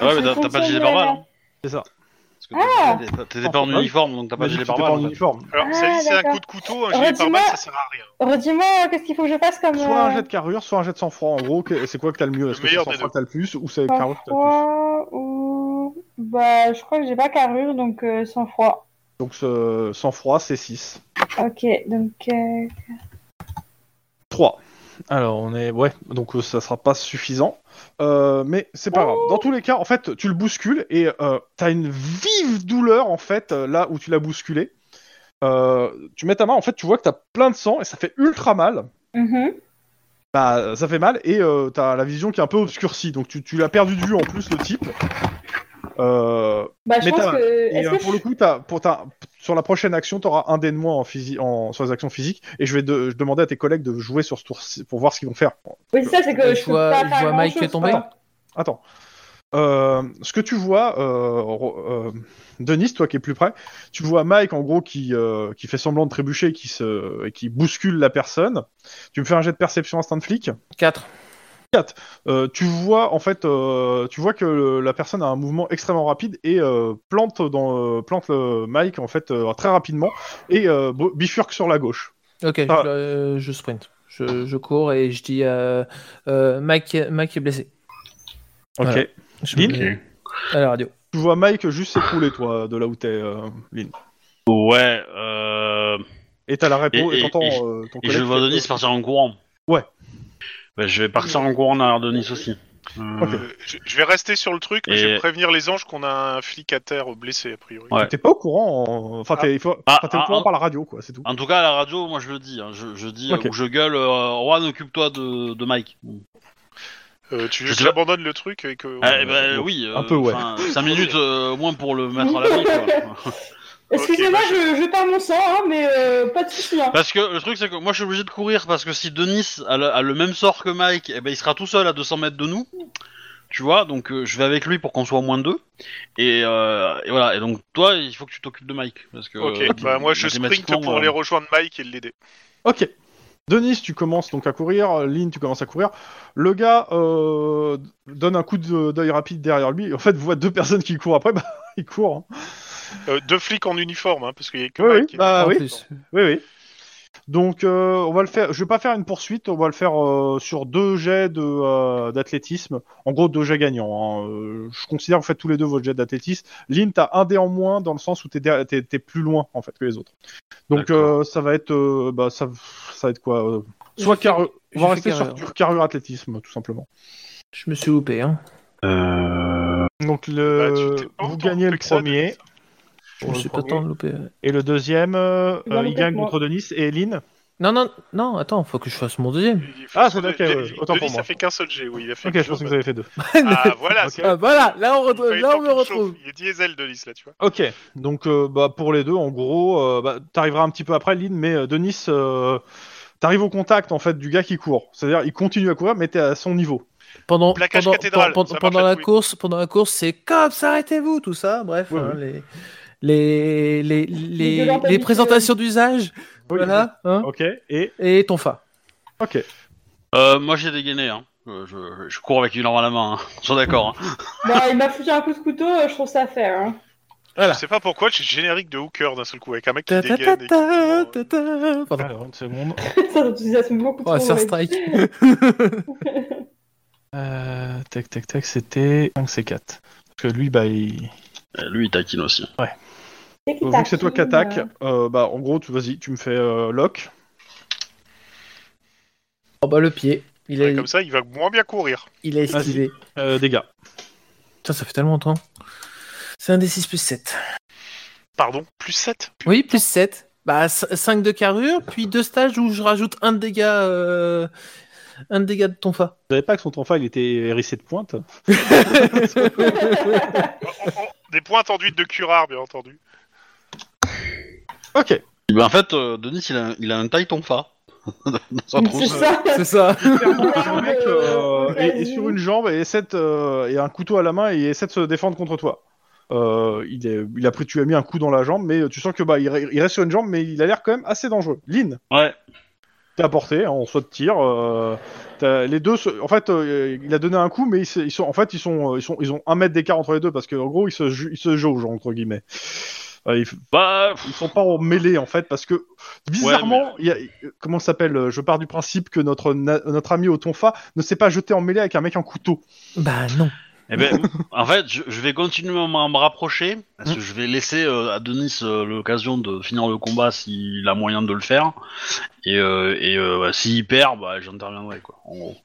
Speaker 1: Ah ouais, mais t'as t'as pas de gilet pare-balles. hein.
Speaker 2: C'est ça.
Speaker 1: Parce que t'as- t'as- T'étais pas en
Speaker 2: Ah.
Speaker 1: uniforme, donc t'as pas de gilet
Speaker 2: Magique, t'es pas en
Speaker 1: pare-balles. en fait.
Speaker 2: uniforme.
Speaker 5: Alors,
Speaker 3: Ah,
Speaker 5: ça dit, c'est un
Speaker 3: d'accord.
Speaker 5: coup de couteau, un gilet
Speaker 3: Redis-moi.
Speaker 5: pare-balles, ça sert à rien.
Speaker 3: Redis-moi, euh, qu'est-ce qu'il faut que je fasse comme.
Speaker 2: Soit un
Speaker 3: euh,
Speaker 2: jet de carrure, soit un jet de sang-froid. En gros, que- c'est quoi que t'as le mieux Est-ce
Speaker 5: Le
Speaker 2: que c'est
Speaker 5: meilleur des
Speaker 2: sang-froid
Speaker 5: deux.
Speaker 2: que t'as le plus ou c'est
Speaker 3: Sans
Speaker 2: carrure que t'as le plus
Speaker 3: froid ou. Bah, je crois que j'ai pas carrure, donc euh, sans froid.
Speaker 2: Donc ce sang-froid, c'est 6.
Speaker 3: Ok, donc. euh,
Speaker 2: 3. Alors, on est. Ouais, donc euh, ça sera pas suffisant. Euh, mais c'est pas grave. Dans tous les cas, en fait, tu le bouscules et euh, t'as une vive douleur, en fait, euh, là où tu l'as bousculé. Euh, tu mets ta main, en fait, tu vois que t'as plein de sang et ça fait ultra mal.
Speaker 3: mhm.
Speaker 2: Bah, ça fait mal et euh, t'as la vision qui est un peu obscurcie. Donc, tu, tu l'as perdu de vue en plus, le type. Euh,
Speaker 3: Bah, je
Speaker 2: Mais
Speaker 3: pense
Speaker 2: t'as-
Speaker 3: que.
Speaker 2: et
Speaker 3: Est-ce
Speaker 2: euh,
Speaker 3: que
Speaker 2: pour le coup, t'as- pour ta- sur la prochaine action, tu auras un dé de moins en physi- en, sur les actions physiques, et je vais de- je demander à tes collègues de jouer sur ce tour-ci pour voir ce qu'ils vont faire.
Speaker 3: Oui, c'est ça, c'est que
Speaker 4: Euh,
Speaker 3: je,
Speaker 4: je
Speaker 3: peux
Speaker 4: vois-
Speaker 3: pas
Speaker 4: je
Speaker 3: faire
Speaker 4: vois Mike qui est
Speaker 3: grand-chose,
Speaker 4: tombé.
Speaker 3: quoi.
Speaker 2: Attends. Euh, ce que tu vois, euh, Ro- euh, Denis, toi qui es plus près, tu vois Mike en gros qui, euh, qui fait semblant de trébucher et qui, se, et qui bouscule la personne. Tu me fais un jet de perception instinct de flic.
Speaker 4: 4.
Speaker 2: Euh, tu vois en fait, euh, tu vois que le- la personne a un mouvement extrêmement rapide et euh, plante dans euh, plante le Mike en fait euh, très rapidement et euh, bo- bifurque sur la gauche.
Speaker 4: Ok,
Speaker 2: Ah.
Speaker 4: je, euh, je sprint. Je, je cours et je dis euh, euh, Mike, Mike est blessé.
Speaker 2: Ok.
Speaker 4: Voilà. Je
Speaker 2: Lynn
Speaker 4: me mets À la radio.
Speaker 2: Tu vois Mike juste s'écrouler toi de là où t'es, euh, Lynn.
Speaker 1: Ouais, euh,
Speaker 2: Et t'as la réponse.
Speaker 1: Et-
Speaker 2: Et,
Speaker 1: et-
Speaker 2: t'entends,
Speaker 1: et-
Speaker 2: euh, ton
Speaker 1: et je
Speaker 2: collègue
Speaker 1: vais voir
Speaker 2: qui-
Speaker 1: Denis partir en courant.
Speaker 2: Ouais.
Speaker 1: Bah, je vais partir en courant derrière Denis aussi. Euh,
Speaker 2: Ok.
Speaker 5: Euh, je, je vais rester sur le truc, mais
Speaker 1: Et-
Speaker 5: je vais prévenir les anges qu'on a un flic à terre blessé, a priori.
Speaker 1: Ouais.
Speaker 2: T'es pas au courant. en- Enfin, t'es, il faut-
Speaker 1: Ah,
Speaker 2: enfin, t'es au
Speaker 1: ah,
Speaker 2: courant
Speaker 1: ah.
Speaker 2: par la radio, quoi. C'est tout.
Speaker 1: En tout cas, à la radio, moi je le dis. hein, Je, je dis,
Speaker 2: Ok.
Speaker 1: euh, ou je gueule, euh, Juan, occupe-toi de, de Mike.
Speaker 5: Euh, tu
Speaker 1: Je
Speaker 5: veux que
Speaker 1: sais pas.
Speaker 5: j'abandonne le truc et que.
Speaker 1: Eh ben, oui,
Speaker 2: un peu, ouais.
Speaker 1: 5 minutes euh, au moins pour le mettre à la vie. quoi.
Speaker 3: Excusez-moi,
Speaker 5: bah,
Speaker 3: je, je perds mon sang, hein, mais euh, pas de soucis. Hein.
Speaker 1: Parce que le truc, c'est que moi je suis obligé de courir parce que si Denis a le, a le même sort que Mike, eh ben, il sera tout seul à 200 mètres de nous. Tu vois, donc euh, je vais avec lui pour qu'on soit au moins deux. Et, euh, et voilà, et donc toi, il faut que tu t'occupes de Mike. Parce que,
Speaker 5: Ok,
Speaker 1: euh,
Speaker 5: bah moi je sprint
Speaker 1: mathématiquement,
Speaker 5: pour
Speaker 1: euh,
Speaker 5: les rejoindre Mike et l'aider.
Speaker 2: Ok. Denis, tu commences donc à courir. Lynn, tu commences à courir. Le gars euh, donne un coup de- d'œil rapide derrière lui. En fait, vous voyez deux personnes qui courent après. Bah, il court. hein.
Speaker 5: Euh, deux flics en uniforme, hein, parce qu'il y a que
Speaker 2: Oui, oui.
Speaker 5: Mike. qui est-
Speaker 2: Bah,
Speaker 4: en
Speaker 2: oui.
Speaker 4: plus.
Speaker 2: Oui, oui. Donc, euh, on va le faire. Je vais pas faire une poursuite. On va le faire euh, sur deux jets de euh, d'athlétisme. En gros, deux jets gagnants. hein. Euh, je considère que vous faites tous les deux votre jet d'athlétisme. Lynn, t'as un dé en moins dans le sens où t'es derrière- t'es t'es plus loin en fait que les autres. Donc,
Speaker 1: D'accord.
Speaker 2: euh, ça va être euh, bah, ça ça va être quoi euh, Soit
Speaker 4: J'ai fait-
Speaker 2: carrure. On va
Speaker 4: j'ai
Speaker 2: rester
Speaker 4: fait
Speaker 2: sur
Speaker 4: carrure.
Speaker 2: sur carrure athlétisme tout simplement.
Speaker 4: hein. Je me suis loupé. Hein.
Speaker 2: Donc le
Speaker 1: Euh,
Speaker 5: Bah, tu t'es pas
Speaker 2: vous
Speaker 5: autant
Speaker 2: gagnez le
Speaker 5: loupé que ça,
Speaker 2: premier
Speaker 4: Je
Speaker 2: Pour
Speaker 4: me
Speaker 2: le
Speaker 4: suis pas
Speaker 2: premier.
Speaker 4: tant loupé.
Speaker 2: et le deuxième euh,
Speaker 3: Tu vas
Speaker 2: il
Speaker 3: loupé
Speaker 2: gagne
Speaker 3: que moi.
Speaker 2: contre Denis et Lynn.
Speaker 4: Non, non, non, attends, faut que je fasse mon deuxième.
Speaker 5: Il faut-
Speaker 2: Ah, c'est ok, ouais, autant
Speaker 5: Denis,
Speaker 2: pour moi.
Speaker 5: ça fait qu'un seul G, oui, il a fait
Speaker 2: Ok,
Speaker 5: que
Speaker 2: je pensais que
Speaker 5: deux.
Speaker 2: vous avez fait deux.
Speaker 5: Ah, voilà, c'est-
Speaker 4: Ah, voilà, là on,
Speaker 5: il
Speaker 4: retrouve,
Speaker 5: fallait
Speaker 4: là,
Speaker 5: tant
Speaker 4: on
Speaker 5: qu'il
Speaker 4: me
Speaker 5: chauffe.
Speaker 4: retrouve.
Speaker 5: Il est diesel de l'île, là, tu vois.
Speaker 2: Ok, donc euh, bah, pour les deux, en gros, euh, bah, t'arriveras un petit peu après, Lynn, mais euh, Denis, euh, t'arrives au contact en fait du gars qui court. C'est-à-dire, il continue à courir, mais t'es à son niveau.
Speaker 4: Pendant,
Speaker 5: Plaquage
Speaker 4: pendant,
Speaker 5: cathédrale,
Speaker 4: pen-
Speaker 5: ça marche
Speaker 4: pendant
Speaker 5: à
Speaker 4: la
Speaker 5: tout, oui.
Speaker 4: course, pendant la course, c'est cops, arrêtez-vous, tout ça. Bref,
Speaker 2: Oui,
Speaker 4: hein, les, les, les, les,
Speaker 3: violentes
Speaker 4: les
Speaker 3: habitudes.
Speaker 4: présentations d'usage, voilà, hein,
Speaker 2: Ok, et
Speaker 4: et ton fa.
Speaker 2: ok.
Speaker 1: Euh, moi j'ai dégainé, hein. Euh, je, je cours avec une arme à la main, hein. on soit d'accord. hein.
Speaker 3: Bah, il m'a foutu un coup de couteau, euh, je trouve ça faire. Hein.
Speaker 4: Voilà.
Speaker 5: Je sais pas pourquoi, j'ai le générique de Hooker d'un seul coup, avec un mec qui
Speaker 4: Ta- ta- ta-
Speaker 5: dégaine. et qui-
Speaker 4: ta- ta- ta- Pardon.
Speaker 2: Alors, une seconde.
Speaker 3: ça m'enthousiasme beaucoup trop.
Speaker 4: Oh, sur
Speaker 3: ouais.
Speaker 4: strike.
Speaker 2: Euh, tac, tac, tac, c'était 5, c'est 4. Parce que lui, bah, il...
Speaker 1: Euh, lui il taquine aussi.
Speaker 3: Dès qu'il
Speaker 2: vu que c'est toi qui
Speaker 3: taquine,
Speaker 2: attaque,
Speaker 3: euh,
Speaker 2: euh, bah, en gros, tu vas-y, tu me fais euh, lock.
Speaker 4: Oh bah le pied, il
Speaker 5: Ouais,
Speaker 4: est,
Speaker 5: Comme ça, il va moins bien courir.
Speaker 4: il est esquivé.
Speaker 2: Euh, dégâts.
Speaker 4: Putain, ça fait tellement longtemps. C'est un des 6 plus 7.
Speaker 5: Pardon, plus 7
Speaker 4: Oui, plus 7. Bah, 5 de carrure, puis deux stages où je rajoute un de dégâts, euh, un de dégâts de ton fa.
Speaker 2: Vous savez pas que son enfant, il était hérissé de pointe
Speaker 5: Des points enduites de curare, bien entendu.
Speaker 2: Ok.
Speaker 1: Eh ben, en fait, euh, Denis il a, il a un taille tonfa dans sa
Speaker 3: C'est
Speaker 1: trousse.
Speaker 3: ça.
Speaker 4: C'est ça.
Speaker 2: Le mec euh, est, est sur une jambe et essaie de, euh, et un couteau à la main et essaie de se défendre contre toi. Euh, il, est, il a pris, tu lui as mis un coup dans la jambe, mais tu sens que bah il, re- il reste sur une jambe, mais il a l'air quand même assez dangereux. Lynn,
Speaker 1: Ouais.
Speaker 2: t'es à portée, hein, en saut de tir. euh, t'as- les deux, se- en fait, euh, il a donné un coup, mais ils, se- ils sont, en fait, ils sont, euh, ils sont, ils ont un mètre d'écart entre les deux parce que en gros, ils se, ju- ils se jaugent entre guillemets. Euh, ils,
Speaker 1: Bah,
Speaker 2: ils sont pas en mêlée en fait parce que bizarrement, il y a, comment ça s'appelle euh, Je pars du principe que notre na- notre ami Otonfa ne s'est pas jeté en mêlée avec un mec en couteau.
Speaker 4: Bah non.
Speaker 1: Eh ben, en fait, je, je vais continuer à m'en- me rapprocher, parce que je vais laisser euh, à Denis euh, l'occasion de finir le combat s'il a moyen de le faire, et, euh, et euh, bah, s'il perd, bah, j'interviendrai, quoi, en gros.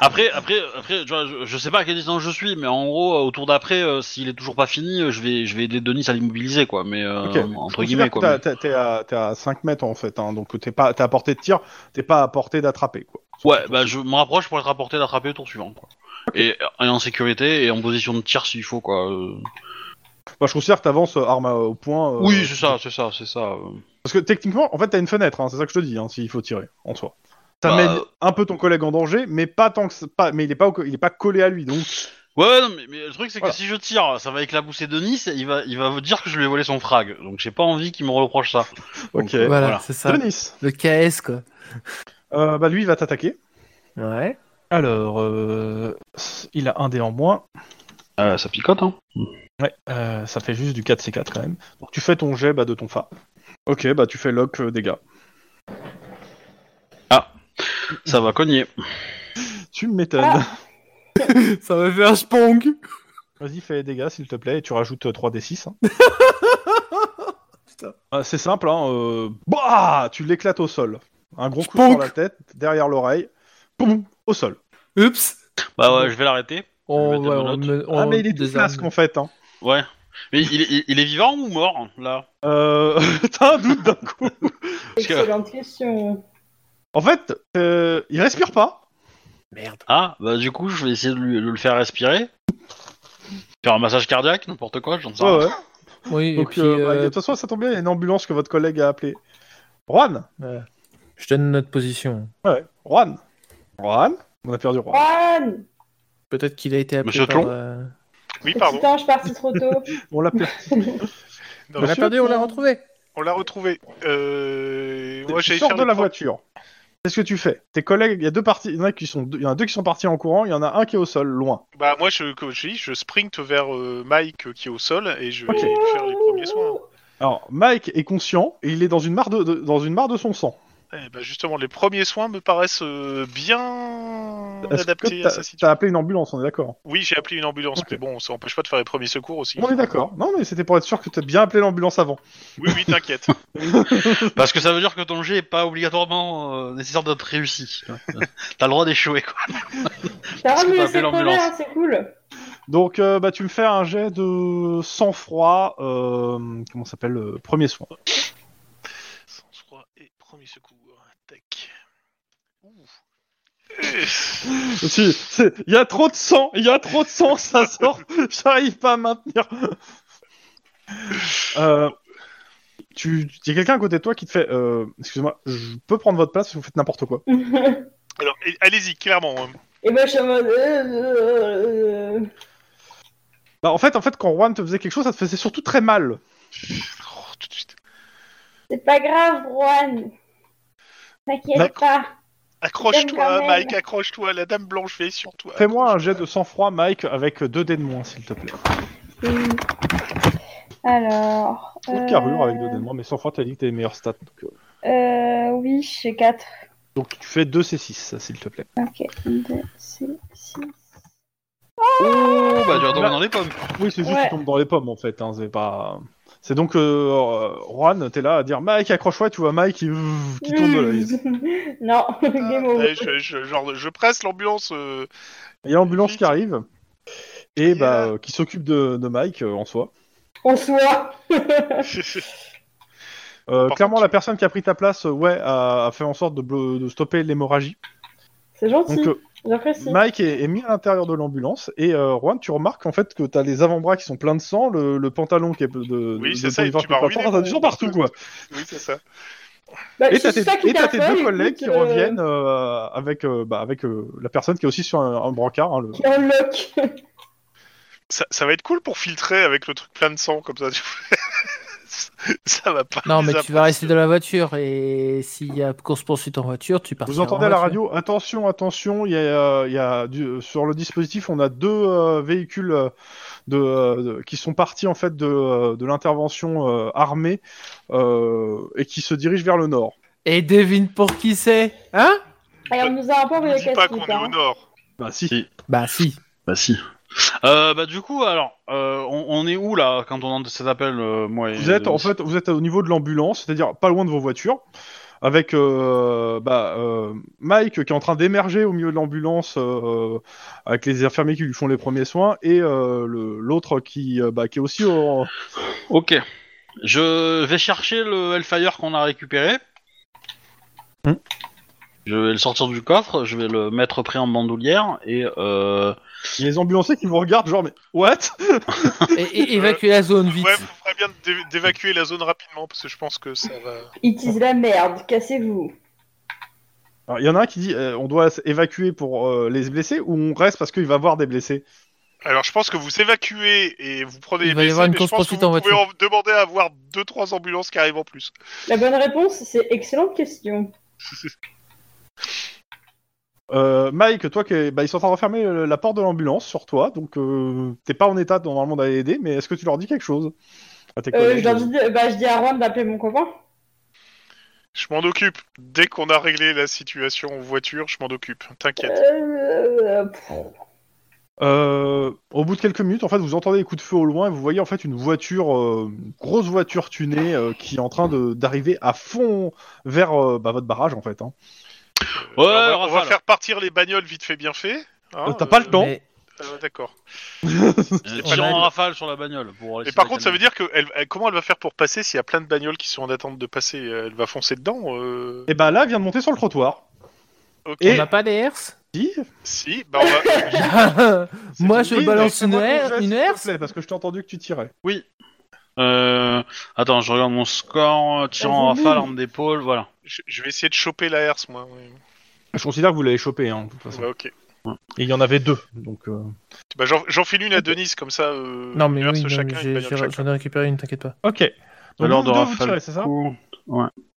Speaker 1: Après, après, après tu vois, je, je sais pas à quelle distance je suis, mais en gros, euh, au tour d'après, euh, s'il est toujours pas fini, euh, je vais, je vais aider Denis à l'immobiliser, quoi, mais euh,
Speaker 2: Ok,
Speaker 1: entre guillemets, quoi.
Speaker 2: T'as- t'as- T'es à, t'es à 5 mètres en fait, hein, donc t'es pas t'es à portée de tir, t'es pas à portée d'attraper quoi.
Speaker 1: Ouais, bah je me rapproche pour être rapporté d'attraper au tour suivant, quoi. Et, et en sécurité, et en position de tir s'il faut, quoi. euh.
Speaker 2: Bah, je considère que t'avances euh, arme à- au point. euh,
Speaker 1: Oui, c'est ça, c'est ça, c'est ça. euh.
Speaker 2: Parce que techniquement, en fait, t'as une fenêtre, hein, c'est ça que je te dis, hein, s'il faut tirer en soi. Ça
Speaker 1: Bah,
Speaker 2: met
Speaker 1: euh,
Speaker 2: un peu ton collègue en danger, mais pas tant que ça- pas, mais il est pas au- il est pas collé à lui, donc
Speaker 1: Ouais, ouais, non, mais, mais le truc c'est que
Speaker 2: Voilà.
Speaker 1: si je tire, ça va éclabousser Denis, et il va, il va dire que je lui ai volé son frag. Donc j'ai pas envie qu'il me reproche ça.
Speaker 2: ok.
Speaker 1: euh,
Speaker 4: voilà,
Speaker 1: voilà.
Speaker 4: c'est ça.
Speaker 2: Denis,
Speaker 4: Le KS, quoi.
Speaker 2: euh, bah lui il va t'attaquer.
Speaker 4: Ouais.
Speaker 8: Alors, euh, il a un dé en moins.
Speaker 1: Euh, ça picote, hein.
Speaker 8: Ouais, euh, ça fait juste du 4C4 quand même.
Speaker 2: Donc tu fais ton jet bah, de ton fa. Ok, bah tu fais lock euh, dégâts.
Speaker 1: Ça va cogner.
Speaker 2: Tu m'étonnes.
Speaker 3: Ah.
Speaker 4: Ça m'a fait un spong.
Speaker 2: Vas-y, fais les dégâts s'il te plaît, et tu rajoutes euh, 3d6. hein.
Speaker 4: Putain.
Speaker 2: Euh, c'est simple, hein. euh, Bah, tu l'éclates au sol. Un gros coup
Speaker 4: Sponk.
Speaker 2: sur la tête, derrière l'oreille, boum, au sol.
Speaker 4: Oups.
Speaker 1: Bah ouais, je vais l'arrêter.
Speaker 4: On,
Speaker 1: Je vais
Speaker 4: ouais,
Speaker 1: te
Speaker 4: on,
Speaker 1: menotte.
Speaker 4: me- on
Speaker 2: ah mais il est tout
Speaker 4: désarme.
Speaker 2: flasque en fait. Hein.
Speaker 1: Ouais. Mais il, est- il- il est vivant ou mort, là
Speaker 2: Euh... T'as un doute d'un coup.
Speaker 1: Parce que-
Speaker 3: Excellente question.
Speaker 2: En fait, euh, il respire pas.
Speaker 4: Merde.
Speaker 1: Ah, bah du coup, je vais essayer de, lui- de le faire respirer. Faire un massage cardiaque, n'importe quoi, j'en sais
Speaker 2: Ouais,
Speaker 1: rien.
Speaker 2: ouais.
Speaker 4: Oui, Ah. et
Speaker 2: Donc,
Speaker 4: puis,
Speaker 2: euh, bah, de
Speaker 4: euh,
Speaker 2: toute façon, ça tombe bien, il y a une ambulance que votre collègue a appelée. Juan
Speaker 4: je donne notre position.
Speaker 2: Ouais, Juan. Juan On a perdu Juan.
Speaker 3: Juan
Speaker 4: Peut-être qu'il a été appelé
Speaker 1: Monsieur
Speaker 4: par...
Speaker 1: Tlon
Speaker 4: euh,
Speaker 5: Oui, pardon.
Speaker 3: Putain, je suis partie trop tôt.
Speaker 2: On l'a perdu.
Speaker 5: Non,
Speaker 4: On l'a
Speaker 2: Monsieur
Speaker 4: perdu, on l'a retrouvé.
Speaker 5: On l'a retrouvé. Euh... Moi,
Speaker 2: tu
Speaker 5: j'allais
Speaker 2: sors
Speaker 5: faire
Speaker 2: de
Speaker 5: le
Speaker 2: la
Speaker 5: pro-
Speaker 2: voiture. Qu'est-ce que tu fais Tes collègues, il y a deux parties, il y en a qui sont, deux- il y en a deux qui sont partis en courant, il y en a un qui est au sol, loin.
Speaker 5: Bah moi, je, comme je dis, je sprint vers euh, Mike euh, qui est au sol et je vais
Speaker 2: Ok.
Speaker 5: lui faire les premiers soins.
Speaker 2: Alors Mike est conscient et il est dans une mare de, de- dans une mare de son sang.
Speaker 5: Eh bah justement, les premiers soins me paraissent euh, bien
Speaker 2: Est-ce que
Speaker 5: adaptés
Speaker 2: t'as-
Speaker 5: à sa situation.
Speaker 2: T'as appelé une ambulance, on est d'accord.
Speaker 5: Oui, j'ai appelé une ambulance,
Speaker 2: Ok.
Speaker 5: mais bon, ça n'empêche pas de faire les premiers secours aussi.
Speaker 2: On est d'accord. Non mais c'était pour être sûr que t'as bien appelé l'ambulance avant.
Speaker 5: Oui, oui, t'inquiète.
Speaker 1: Parce que ça veut dire que ton jet est pas obligatoirement euh, nécessaire d'être réussi. T'as le droit d'échouer, quoi.
Speaker 3: T'as
Speaker 1: Parce que t'as
Speaker 3: remis le
Speaker 1: appelé
Speaker 3: secret,
Speaker 1: l'ambulance.
Speaker 3: hein, c'est cool.
Speaker 2: Donc euh, bah tu me fais un jet de sang froid, euh, comment ça s'appelle euh, premier soin.
Speaker 5: Sang-froid et premiers secours. Tac. Ouh.
Speaker 2: Tu- c'est- Il y a trop de sang, il y a trop de sang, ça sort, j'arrive pas à maintenir. Euh, tu, il y a quelqu'un à côté de toi qui te fait, euh, excuse-moi, je peux prendre votre place si vous faites n'importe quoi.
Speaker 3: Et
Speaker 5: Alors, eh, allez-y, clairement. hein.
Speaker 3: ben, je suis en mode. euh, euh, euh,
Speaker 2: Bah en fait, en fait, quand Juan te faisait quelque chose, ça te faisait surtout très mal.
Speaker 5: Oh, tout de suite.
Speaker 3: C'est pas grave, Juan.
Speaker 2: Non.
Speaker 3: T'inquiète pas. J'aime quand
Speaker 5: Accroche-toi,
Speaker 3: même.
Speaker 5: Mike, accroche-toi. La dame blanche veille sur toi.
Speaker 2: Fais-moi un jet de sang-froid, Mike, avec deux dés de moins, s'il te plaît.
Speaker 3: Hum. Alors.
Speaker 2: Ou
Speaker 3: euh,
Speaker 2: carrure avec deux dés de moins, mais sang-froid, t'as dit que t'as les meilleurs stats. Donc, euh,
Speaker 3: Euh, oui, j'ai 4.
Speaker 2: donc tu fais 2 C6, s'il te plaît.
Speaker 3: Ok, 2, c'est 6.
Speaker 1: Oh, bah tu vas tomber dans les pommes.
Speaker 2: Oui, c'est juste
Speaker 3: Ouais.
Speaker 2: tu tombes dans les pommes, en fait. Hein, c'est pas... C'est donc, euh, euh, Juan, t'es là à dire, Mike, accroche-toi, tu vois Mike qui, qui tourne de Ah, l'œil.
Speaker 3: Mmh. Non, game over.
Speaker 5: Ouais, Euh, je, je- genre, je presse l'ambiance. euh,
Speaker 2: Il y a l'ambulance qui arrive et
Speaker 5: Yeah.
Speaker 2: bah, euh, qui s'occupe de, de Mike euh, en soi.
Speaker 3: On se voit.
Speaker 2: Euh,
Speaker 5: Par
Speaker 2: clairement,
Speaker 5: contre,
Speaker 2: la personne qui a pris ta place, euh, ouais, a, a fait en sorte de, blo- de stopper l'hémorragie.
Speaker 3: C'est gentil,
Speaker 2: Donc, euh,
Speaker 3: j'apprécie.
Speaker 2: Mike est, est mis à l'intérieur de l'ambulance et euh, Juan, tu remarques en fait que t'as les avant-bras qui sont pleins de sang, le, le pantalon qui est de, de
Speaker 5: Oui, c'est
Speaker 2: de
Speaker 5: ça,
Speaker 2: polyvalent
Speaker 5: tu m'as
Speaker 2: qui est plein de sang,
Speaker 5: ruiné
Speaker 2: t'as
Speaker 5: mon-
Speaker 2: du sang partout quoi.
Speaker 5: Oui, c'est ça.
Speaker 3: Bah,
Speaker 2: Et
Speaker 3: si
Speaker 2: t'as tes,
Speaker 3: c'est ça qui
Speaker 2: et t'as tes
Speaker 3: t'affole,
Speaker 2: deux collègues qui
Speaker 3: écoute, euh,
Speaker 2: reviennent euh, avec, euh, bah, avec euh, la personne qui est aussi sur un, un brancard. hein, le-
Speaker 3: qui unlock.
Speaker 5: ça. ça va être cool pour filtrer avec le truc plein de sang comme ça. ça va
Speaker 2: Ah,
Speaker 5: pas.
Speaker 4: Non, mais
Speaker 5: les
Speaker 4: tu vas rester
Speaker 5: apprécier.
Speaker 4: dans la voiture et s'il y a course-poursuite en voiture, tu pars.
Speaker 2: Vous entendez à la radio, attention, attention, il y a, euh, il y a du, euh, sur le dispositif, on a deux euh, véhicules euh, de, euh, de- qui sont partis en fait de, euh, de l'intervention euh, armée euh, et qui se dirigent vers le nord.
Speaker 4: Et devine pour qui c'est Hein
Speaker 3: Allez, on nous a un peu
Speaker 5: Ne
Speaker 3: envoyé
Speaker 5: dis pas
Speaker 3: casse
Speaker 5: qu'on est au nord.
Speaker 2: Bah si.
Speaker 7: Bah si.
Speaker 1: Bah si. Euh, bah du coup, alors, euh, on, on est où là quand on entend cet appel, euh, moi et
Speaker 2: Vous êtes en
Speaker 1: Denis
Speaker 2: fait, vous êtes au niveau de l'ambulance, c'est-à-dire pas loin de vos voitures, avec euh, bah, euh, Mike qui est en train d'émerger au milieu de l'ambulance euh, avec les infirmiers qui lui font les premiers soins et euh, le- l'autre qui, euh, bah, qui est aussi au-
Speaker 1: Ok. Je vais chercher le Hellfire qu'on a récupéré.
Speaker 2: Hmm.
Speaker 1: Je vais le sortir du coffre, je vais le mettre près en bandoulière et euh,
Speaker 2: il y a les ambulanciers qui vous regardent genre mais what
Speaker 4: Et, et- évacuer la zone vite.
Speaker 5: Ouais, faut ferait bien d'é- d'évacuer la zone rapidement parce que je pense que ça va.
Speaker 3: It is la merde, cassez-vous.
Speaker 2: Alors, Il y en a un qui dit euh, on doit s- évacuer pour euh, les blessés ou on reste parce qu'il va avoir des blessés.
Speaker 5: Alors je pense que vous évacuez et vous prenez
Speaker 4: Il
Speaker 5: les
Speaker 4: va y avoir
Speaker 5: blessés,
Speaker 4: une
Speaker 5: mais je pense que
Speaker 4: course-poursuite
Speaker 5: vous
Speaker 4: en
Speaker 5: pouvez en demander à avoir deux trois ambulances qui arrivent en plus.
Speaker 3: La bonne réponse, c'est excellente question.
Speaker 2: Euh, Mike, toi qui bah, ils sont en train de refermer euh, la porte de l'ambulance sur toi, donc euh, t'es pas en état normalement d'aller aider, mais est-ce que tu leur dis quelque chose à tes
Speaker 3: Euh,
Speaker 2: collègues
Speaker 3: je, leur dis, de- bah, je dis à Juan d'appeler mon copain.
Speaker 5: Je m'en occupe. Dès qu'on a réglé la situation en voiture, je m'en occupe. T'inquiète.
Speaker 3: Euh, pff,
Speaker 2: Euh, au bout de quelques minutes, en fait, vous entendez des coups de feu au loin et vous voyez en fait une voiture, euh, une grosse voiture tunée, euh, qui est en train de- d'arriver à fond vers euh, bah, votre barrage en fait. hein.
Speaker 1: ouais,
Speaker 5: Alors, on va- on, va,
Speaker 1: Rafale.
Speaker 5: faire partir les bagnoles vite fait bien fait. hein,
Speaker 2: Euh, T'as pas le temps.
Speaker 4: Mais-
Speaker 5: euh, D'accord.
Speaker 1: euh,
Speaker 5: on
Speaker 1: tirons
Speaker 5: a-
Speaker 1: en rafale sur la bagnole. Pour
Speaker 4: Bah,
Speaker 5: Et
Speaker 1: laisser
Speaker 5: par
Speaker 1: la
Speaker 5: contre, ça veut
Speaker 1: camion.
Speaker 5: dire que elle- elle- comment elle va faire pour passer s'il y a plein de bagnoles qui sont en attente de passer Elle va foncer dedans euh,
Speaker 2: Et bah là, elle vient de monter sur le trottoir.
Speaker 5: Ok.
Speaker 2: Et-
Speaker 4: On n'a pas des herses
Speaker 2: Si.
Speaker 5: Si, bah on va-
Speaker 4: Moi, je
Speaker 2: Oui,
Speaker 4: balance
Speaker 2: mais
Speaker 4: une,
Speaker 2: fais-moi ton
Speaker 4: her-
Speaker 2: geste,
Speaker 4: une
Speaker 2: s'il te
Speaker 4: herse
Speaker 2: plaît, parce que je t'ai entendu que tu tirais.
Speaker 1: Euh, attends, je regarde mon score, tirant en
Speaker 3: Vas-y,
Speaker 1: rafale,
Speaker 3: nous.
Speaker 1: arme d'épaule, voilà.
Speaker 5: je, je vais essayer de choper la herse moi. oui.
Speaker 2: Je considère que vous l'avez chopé. Hein, de toute façon.
Speaker 5: Bah, ok.
Speaker 2: Et il y en avait deux. Donc euh,
Speaker 5: Bah, j'en- J'enfile une à Denis comme ça. euh,
Speaker 4: Non, mais
Speaker 5: une herse
Speaker 4: oui, non, mais
Speaker 5: chacun, une
Speaker 4: j'ai-
Speaker 5: bagnole
Speaker 4: j'ai-
Speaker 5: chacun.
Speaker 4: j'en ai récupéré une, t'inquiète pas.
Speaker 2: ok. Donc
Speaker 1: Alors,
Speaker 2: vous deux,
Speaker 1: de
Speaker 2: vous
Speaker 1: rafale.
Speaker 2: tirez, c'est ça
Speaker 1: Cool.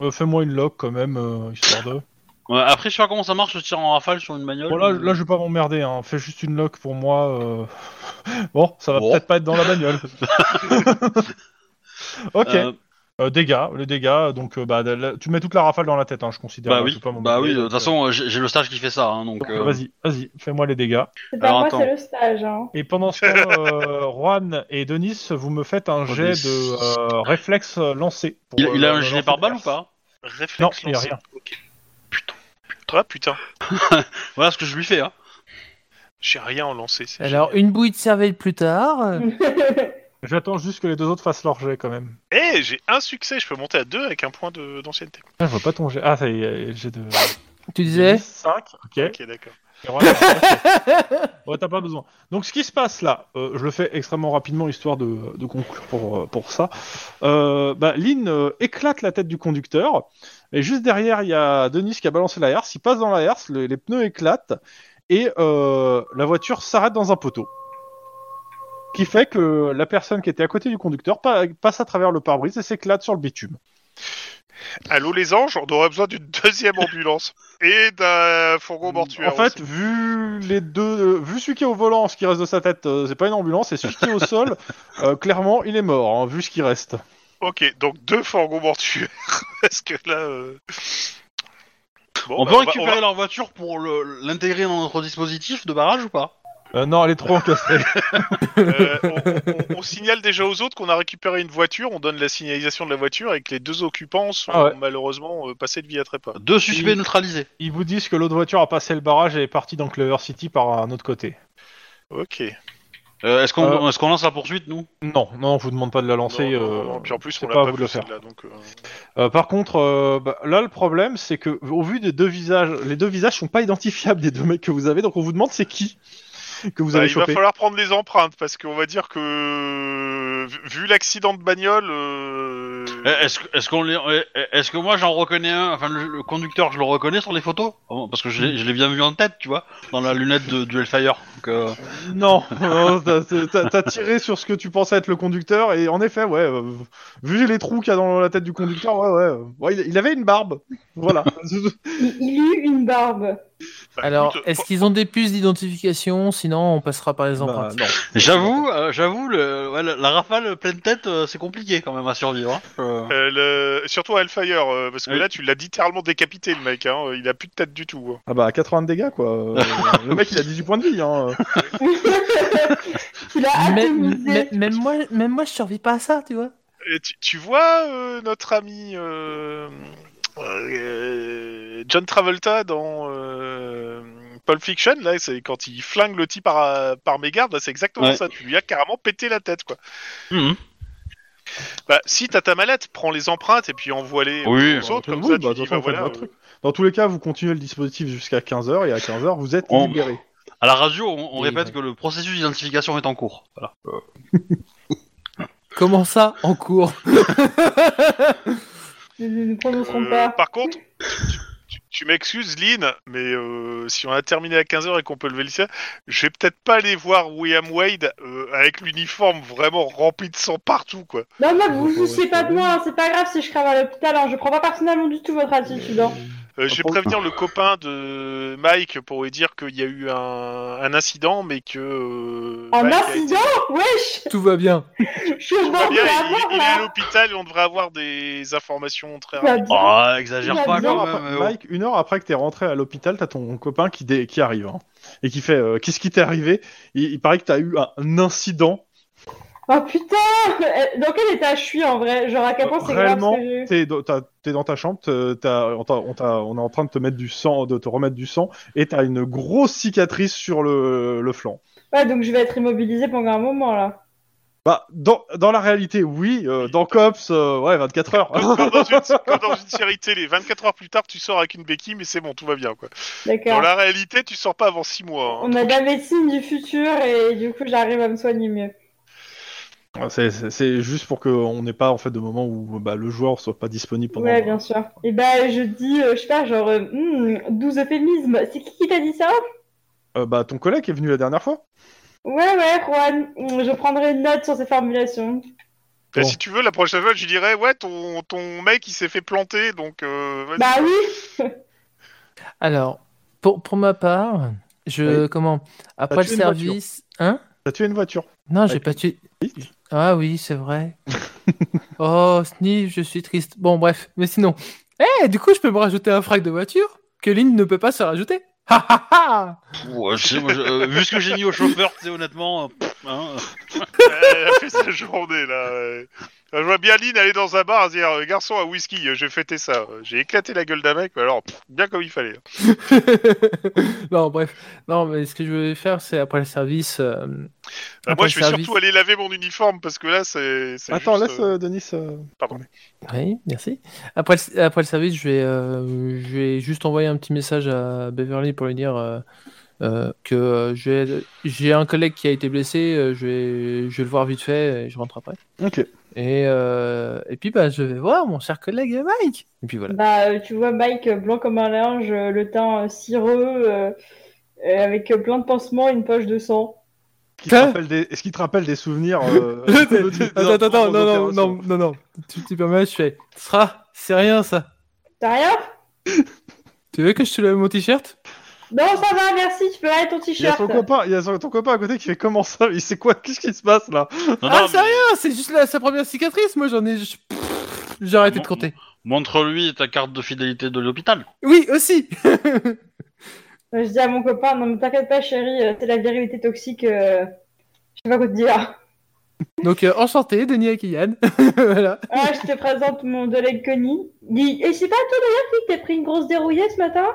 Speaker 2: Euh, Fais-moi une log quand même, euh, histoire de.
Speaker 1: Ouais, après, je sais pas comment ça marche, je tire en rafale sur une bagnole.
Speaker 2: Bon là, là, je vais pas m'emmerder. Hein. Fais juste une log pour moi. euh. Bon, ça va
Speaker 1: Bon.
Speaker 2: peut-être pas être dans la bagnole. ok.
Speaker 1: Euh,
Speaker 2: Euh, dégâts, le dégât, donc euh, bah, la- tu mets toute la rafale dans la tête, hein, je considère.
Speaker 1: bah
Speaker 2: euh,
Speaker 1: oui,
Speaker 2: c'est pas mon
Speaker 1: bah
Speaker 2: dégât,
Speaker 1: oui, de
Speaker 2: donc,
Speaker 1: toute
Speaker 2: euh,
Speaker 1: façon, euh, j'ai j'ai le stage qui fait ça, hein, donc...
Speaker 2: donc,
Speaker 1: euh,
Speaker 2: euh, Vas-y, vas-y, fais-moi les dégâts.
Speaker 3: c'est pas
Speaker 1: Alors,
Speaker 3: moi,
Speaker 1: attends.
Speaker 3: c'est le stage. Hein.
Speaker 2: Et pendant ce temps, euh, Juan et Denis, vous me faites un jet
Speaker 1: Oh, Denis.
Speaker 2: de euh, réflexe euh, lancé. pour,
Speaker 1: Il, il a
Speaker 2: euh,
Speaker 1: un
Speaker 2: le
Speaker 1: gilet
Speaker 2: lancer
Speaker 1: par balle
Speaker 2: de
Speaker 1: ou pas
Speaker 5: Réflexe
Speaker 2: Non, il y a
Speaker 5: lancé.
Speaker 2: rien.
Speaker 5: Ok. Putain. Ah putain.
Speaker 1: Voilà ce que je lui fais, hein.
Speaker 5: J'ai rien en lancé. c'est
Speaker 4: Alors, une bouille de cervelle plus tard. euh,
Speaker 3: hein.
Speaker 2: J'attends juste que les deux autres fassent leur jet quand même.
Speaker 5: Eh, j'ai un succès, je peux monter à deux avec un point de- d'ancienneté.
Speaker 2: Ah, je vois pas ton jet. Ah, ça y est, euh, jet de.
Speaker 4: Tu
Speaker 5: Bah,
Speaker 4: disais
Speaker 2: 5, ok.
Speaker 5: Ok, d'accord.
Speaker 2: Et Juan, ok. Ouais, t'as pas besoin. Donc, ce qui se passe là, euh, je le fais extrêmement rapidement histoire de, de conclure pour, euh, pour ça. Euh, bah, Lynn euh, éclate la tête du conducteur. Et juste derrière, il y a Denis qui a balancé la herse. Il passe dans la herse, le- les pneus éclatent. Et euh, la voiture s'arrête dans un poteau. Qui fait que la personne qui était à côté du conducteur pa- passe à travers le pare-brise et s'éclate sur le bitume.
Speaker 5: Allô les anges, on aurait besoin d'une deuxième ambulance et d'un fourgon mortuaire.
Speaker 2: Mm, en fait,
Speaker 5: aussi.
Speaker 2: vu les deux, euh, vu celui qui est au volant, ce qui reste de sa tête, euh, c'est pas une ambulance, et celui qui est au sol, euh, clairement, il est mort, hein, vu ce qui reste.
Speaker 5: ok, donc deux fourgons mortuaires parce que là. euh, bon,
Speaker 1: on
Speaker 5: bah,
Speaker 1: peut
Speaker 5: va-
Speaker 1: récupérer
Speaker 5: va-
Speaker 1: leur voiture pour le- l'intégrer dans notre dispositif de barrage ou pas
Speaker 2: Euh, non, elle est trop encastrée.
Speaker 5: euh, on, on- on signale déjà aux autres qu'on a récupéré une voiture, on donne la signalisation de la voiture et que les deux occupants sont
Speaker 2: Ah ouais.
Speaker 5: malheureusement euh, passés de vie à trépas.
Speaker 1: Deux suspects neutralisés.
Speaker 2: Ils vous disent que l'autre voiture a passé le barrage et est partie dans Clover City par un autre côté.
Speaker 5: Ok.
Speaker 1: Euh, Est-ce qu'on
Speaker 2: Euh.
Speaker 1: est-ce qu'on lance la poursuite, nous
Speaker 2: Non, non, je vous demande pas de la lancer.
Speaker 5: Non, non,
Speaker 2: euh,
Speaker 5: non, non, puis en plus,
Speaker 2: c'est
Speaker 5: on l'a
Speaker 2: pas à
Speaker 5: pas,
Speaker 2: vous de
Speaker 5: vu
Speaker 2: le faire.
Speaker 5: celle-là, donc. euh,
Speaker 2: Euh, par contre, euh, bah, là, le problème, c'est que au vu des deux visages, les deux visages sont pas identifiables des deux mecs que vous avez, donc on vous demande c'est qui que vous
Speaker 5: Bah,
Speaker 2: avez
Speaker 5: il va
Speaker 2: chopé.
Speaker 5: falloir prendre les empreintes parce qu'on va dire que vu- vu l'accident de bagnole, euh,
Speaker 1: Eh, Est-ce que- est-ce qu'on les- eh, est-ce que moi j'en reconnais un Enfin, le, le conducteur, je le reconnais sur les photos Oh, Parce que je
Speaker 2: Mm.
Speaker 1: l'ai je l'ai bien vu en tête, tu vois, dans la lunette de, du Hellfire. Donc, euh,
Speaker 2: Non, non, t'as- t'as t'as tiré sur ce que tu pensais être le conducteur, et en effet, ouais, euh, vu les trous qu'il y a dans la tête du conducteur, ouais, ouais, euh, ouais, il, il avait une barbe, voilà.
Speaker 3: il, il eut une barbe.
Speaker 5: Bah,
Speaker 4: Alors,
Speaker 5: écoute,
Speaker 4: est-ce qu'ils ont des puces d'identification Sinon, on passera par les
Speaker 2: Bah,
Speaker 4: empreintes.
Speaker 2: non.
Speaker 1: J'avoue, euh, j'avoue, le- ouais, la, la rafale pleine tête, euh, c'est compliqué quand même à survivre. hein. Euh,
Speaker 5: euh, le- Surtout à Hellfire, euh, parce que
Speaker 1: Oui.
Speaker 5: là, tu l'as littéralement décapité, le mec. Hein. Il a plus de tête du tout. hein.
Speaker 2: Ah bah 80 de dégâts quoi. Euh, le mec il a 18 points de vie. Hein.
Speaker 3: Ah, Tu l'as
Speaker 4: Même,
Speaker 3: atomisé.
Speaker 4: même- même moi, même moi, je survis pas à ça, tu vois.
Speaker 5: Et tu, tu vois euh, notre ami euh, euh, John Travolta dans euh, Pulp Fiction, là, c'est quand il flingue le type par, par mégarde, là, c'est exactement
Speaker 1: Ouais.
Speaker 5: ça. Tu lui as carrément pété la tête, quoi.
Speaker 1: hum,
Speaker 5: Bah, si t'as ta mallette, prends les empreintes et puis envoie-les
Speaker 1: Oui.
Speaker 5: aux autres, comme
Speaker 2: Oui,
Speaker 5: ça,
Speaker 2: bah, de
Speaker 5: tu dis,
Speaker 2: toute façon,
Speaker 5: bah,
Speaker 2: on fait
Speaker 5: voilà,
Speaker 2: votre
Speaker 5: euh,
Speaker 2: truc. Dans tous les cas, vous continuez le dispositif jusqu'à 15h et à 15h vous êtes
Speaker 1: On-
Speaker 2: libérés.
Speaker 1: À la radio, on, on
Speaker 4: Oui,
Speaker 1: répète
Speaker 4: ouais.
Speaker 1: que le processus d'identification est en cours. Voilà.
Speaker 4: Comment ça, en cours
Speaker 3: Nous ne nous
Speaker 5: Euh,
Speaker 3: prononcerons pas.
Speaker 5: par contre... tu- tu- Tu m'excuses, Lynn, mais euh, si on a terminé à 15h et qu'on peut lever le ciel, je vais peut-être pas aller voir William Wade euh, avec l'uniforme vraiment rempli de sang partout, quoi.
Speaker 3: Non, non, vous
Speaker 2: Bon,
Speaker 3: vous souciez
Speaker 2: ouais,
Speaker 3: pas
Speaker 2: quand
Speaker 3: de moi, hein, c'est pas grave si je crève à l'hôpital, hein, je prends pas personnellement du tout votre attitude. hein.
Speaker 5: Euh, je vais
Speaker 2: Ah, pour-
Speaker 5: prévenir le copain de Mike pour lui dire qu'il y a eu un, un incident, mais que. euh,
Speaker 3: Un
Speaker 5: Mike a-
Speaker 3: incident Oh, Wesh
Speaker 4: Tout va bien.
Speaker 3: Je suis au bord
Speaker 5: Très
Speaker 3: de
Speaker 5: bien,
Speaker 3: la
Speaker 5: il,
Speaker 3: mort
Speaker 5: il est à
Speaker 3: là
Speaker 5: l'hôpital et on devrait avoir des informations très
Speaker 3: Tu vas
Speaker 5: rapides.
Speaker 3: bien
Speaker 1: Oh, exagère
Speaker 3: Il
Speaker 1: pas
Speaker 3: a
Speaker 2: Une heure
Speaker 1: quand
Speaker 2: après-
Speaker 1: même. euh,
Speaker 2: Mike, une heure après que t'es rentré à l'hôpital, t'as ton copain qui, dé- qui arrive hein, et qui fait euh, Qu'est-ce qui t'est arrivé il, il paraît que t'as eu un incident.
Speaker 3: Oh putain Eh, Dans quel état je suis en vrai Genre à quel point c'est grave ce
Speaker 2: Réellement,
Speaker 3: que j'ai eu
Speaker 2: T'es, dans- t'as- t'es dans ta chambre, t'es- t'as- on, t'a- on t'a- on est en train de te mettre du sang, de te remettre du sang et t'as une grosse cicatrice sur le, le flanc.
Speaker 3: Ouais, donc je vais être immobilisé pendant un moment là.
Speaker 2: Bah, dans, dans la réalité, oui, euh, dans Cops, euh, ouais, 24
Speaker 5: Comme
Speaker 2: heures.
Speaker 5: comme dans, une, comme dans une série télé, 24 heures plus tard, tu sors avec une béquille, mais c'est bon, tout va bien. Quoi. Dans
Speaker 3: D'accord.
Speaker 5: la réalité, tu sors pas avant 6 mois. hein.
Speaker 3: On a de la médecine du futur et du coup j'arrive à me soigner mieux.
Speaker 2: c'est, c'est- c'est juste pour qu'on n'ait pas en fait de moment où bah, le joueur soit pas disponible pendant.
Speaker 3: Ouais, bien sûr. Et bah je dis, euh, je sais pas, genre euh, hmm, 12 euphémismes. C'est qui qui t'a dit ça
Speaker 2: Euh, bah, ton collègue est venu la dernière fois.
Speaker 3: Ouais, ouais, Juan, Hmm, je prendrai une note sur ces formulations.
Speaker 5: Et
Speaker 2: Bon.
Speaker 5: Si tu veux, la prochaine fois, je dirais Ouais, ton, ton mec, il s'est fait planter, donc. euh, vas-y.
Speaker 3: Bah oui
Speaker 4: Alors, pour, pour ma part, je
Speaker 2: Oui.
Speaker 4: comment Après le
Speaker 2: tué une voiture.
Speaker 4: service, hein
Speaker 2: T'as tué une voiture.
Speaker 4: Non, j'ai
Speaker 2: Avec
Speaker 4: pas tué.
Speaker 2: Vite.
Speaker 4: Ah oui, c'est vrai. oh, Sniff, je suis triste. Bon, bref, mais sinon. Eh, du coup, je peux me rajouter un frag de voiture que Lynn ne peut pas se rajouter. Ha ha ha
Speaker 1: Ouais, je sais, moi, je- euh, vu ce que j'ai mis au chauffeur, tu sais, honnêtement. euh, pff, hein,
Speaker 5: Elle a fait sa journée là. ouais. Je vois bien Lynn aller dans un bar et dire euh, Garçon à whisky, euh, j'ai fêté ça. euh, J'ai éclaté la gueule d'un mec, mais alors pff, bien comme il fallait. Euh,
Speaker 4: non, bref. Non, mais ce que je voulais faire, c'est après le service. euh,
Speaker 5: Bah,
Speaker 4: après
Speaker 5: moi,
Speaker 4: le
Speaker 5: je vais
Speaker 4: service-
Speaker 5: surtout aller laver mon uniforme parce que là, c'est. c'est
Speaker 2: Attends,
Speaker 5: juste,
Speaker 2: laisse
Speaker 5: euh,
Speaker 2: euh, Denis. euh,
Speaker 4: Oui, merci. Après le, après le service, je vais, euh, je vais juste envoyer un petit message à Beverly pour lui dire euh, euh, que euh, j'ai j'ai un collègue qui a été blessé, euh, je, vais, je vais le voir vite fait et je rentre après.
Speaker 2: Ok.
Speaker 4: Et, euh, et puis bah, je vais voir mon cher collègue Mike. Et puis voilà.
Speaker 3: Bah, euh, tu vois Mike euh, blanc comme un linge, euh, le teint euh, cireux, euh, euh, avec euh, plein de pansements et une poche de sang.
Speaker 2: Qui te
Speaker 4: Putain.
Speaker 2: rappelle des- Est-ce qu'il te rappelle des souvenirs euh, de- de-
Speaker 4: attends, attends, attends,
Speaker 2: de-
Speaker 4: non, non,
Speaker 2: d'opération
Speaker 4: non, non, non. Tu te permets, je fais. Sera, c'est rien ça.
Speaker 3: T'as rien
Speaker 4: Tu veux que je te lève mon t-shirt
Speaker 3: Non, ça va, merci, tu peux aller ton
Speaker 2: Il y a
Speaker 3: t-shirt.
Speaker 2: son copain, il y a son- ton copain à côté qui fait comment ça Il sait quoi Qu'est-ce qui se passe là
Speaker 1: euh. Non,
Speaker 4: Ah,
Speaker 1: non,
Speaker 4: c'est rien, c'est juste la- sa première cicatrice. Moi, j'en ai. je- pff, J'ai arrêté de
Speaker 1: Mon-
Speaker 4: compter.
Speaker 1: Montre-lui ta carte de fidélité de l'hôpital.
Speaker 4: Oui, aussi.
Speaker 3: Euh, Je dis à mon copain, non, mais t'inquiète pas, chérie, euh, c'est la virilité toxique. euh, Je sais pas quoi te dire.
Speaker 4: Donc, euh, enchanté, Denis Akiyan. voilà.
Speaker 3: Ah, je te présente mon Doled Connie. Dis- Et c'est pas toi d'ailleurs qui t'es pris une grosse dérouillée ce matin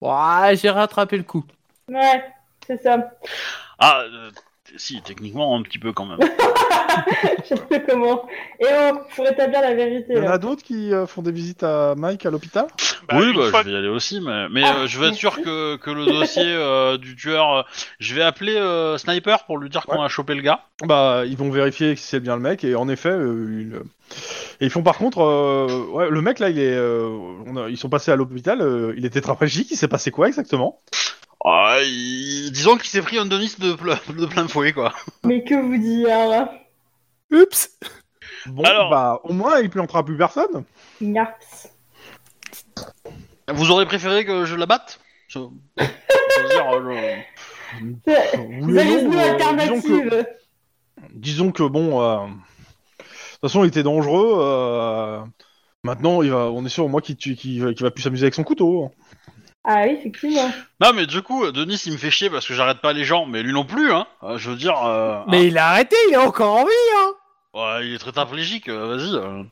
Speaker 4: Ouah, j'ai rattrapé le coup.
Speaker 3: Ouais, c'est ça.
Speaker 1: Ah, euh, t- si, techniquement, un petit peu quand même.
Speaker 3: je sais pas comment. Et oh, faut rétablir la vérité.
Speaker 2: Il y en
Speaker 3: là.
Speaker 2: a d'autres qui euh, font des visites à Mike à l'hôpital
Speaker 5: bah,
Speaker 1: oui,
Speaker 5: une
Speaker 1: bah,
Speaker 5: fois
Speaker 1: je vais y aller aussi, mais, mais
Speaker 3: Ah,
Speaker 1: euh, je veux être sûr que, que le dossier euh, du tueur. euh, je vais appeler euh, Sniper pour lui dire qu'on a chopé le gars.
Speaker 2: Bah, ils vont vérifier si c'est bien le mec et en effet, euh, ils, euh, et ils font par contre, euh, ouais, le mec là, il est, euh, on a- ils sont passés à l'hôpital, euh, il est tétraplégique, il s'est passé quoi exactement
Speaker 1: Ah, il- Disons qu'il s'est pris un Denis de, ple- de plein fouet, quoi.
Speaker 3: Mais que vous dire là
Speaker 4: Oups.
Speaker 2: Bon,
Speaker 1: Alors-
Speaker 2: bah, au moins il plantera plus personne.
Speaker 3: Narps.
Speaker 1: Vous auriez préféré que je la batte Ça- je veux dire, le-
Speaker 3: C'est
Speaker 2: Oui et
Speaker 3: c'est la
Speaker 2: non,
Speaker 3: raison
Speaker 2: euh, disons,
Speaker 3: alternative.
Speaker 2: que, disons que, bon, euh, de toute façon, il était dangereux. euh, maintenant, il va, on est sûr, moi, qu'il tue- qu'il va- qu'il va plus s'amuser avec son couteau. hein.
Speaker 3: Ah oui, effectivement.
Speaker 1: Non, mais du coup, euh, Denis, il me fait chier parce que j'arrête pas les gens, mais lui non plus, hein. Euh, Je veux dire. euh, ah,
Speaker 9: Mais il a arrêté, il est encore en vie, hein
Speaker 1: Ouais, il est tétraplégique, euh, vas-y. euh.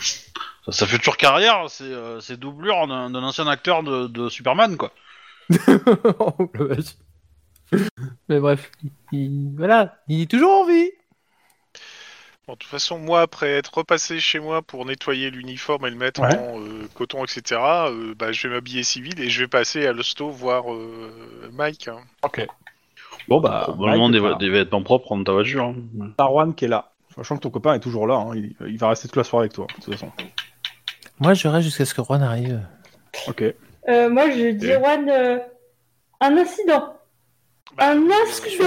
Speaker 1: Sa- Sa future carrière, c'est euh, c'est doublure d'un d'un ancien acteur de, de Superman, quoi.
Speaker 4: Oh, la vache. Mais bref, il- voilà, il est toujours en vie.
Speaker 5: Bon, de toute façon, moi, après être repassé chez moi pour nettoyer l'uniforme et le mettre
Speaker 2: Ouais.
Speaker 5: en euh, coton, etc., euh, bah, je vais m'habiller civil et je vais passer à l'hosto voir euh, Mike. hein.
Speaker 2: Bon, bah,
Speaker 1: Probablement des,
Speaker 2: Mike,
Speaker 1: des vêtements propres dans ta voiture. hein.
Speaker 2: t'as Tarwan qui est là. Sachant que ton copain est toujours là, hein, il, il va rester toute la soirée avec toi, de toute façon.
Speaker 4: Moi, je reste jusqu'à ce que Juan arrive.
Speaker 2: Ok.
Speaker 3: Euh, moi, je dis,
Speaker 2: Et-
Speaker 3: Juan, euh, un incident.
Speaker 5: Bah,
Speaker 3: un
Speaker 5: euh,
Speaker 3: incident.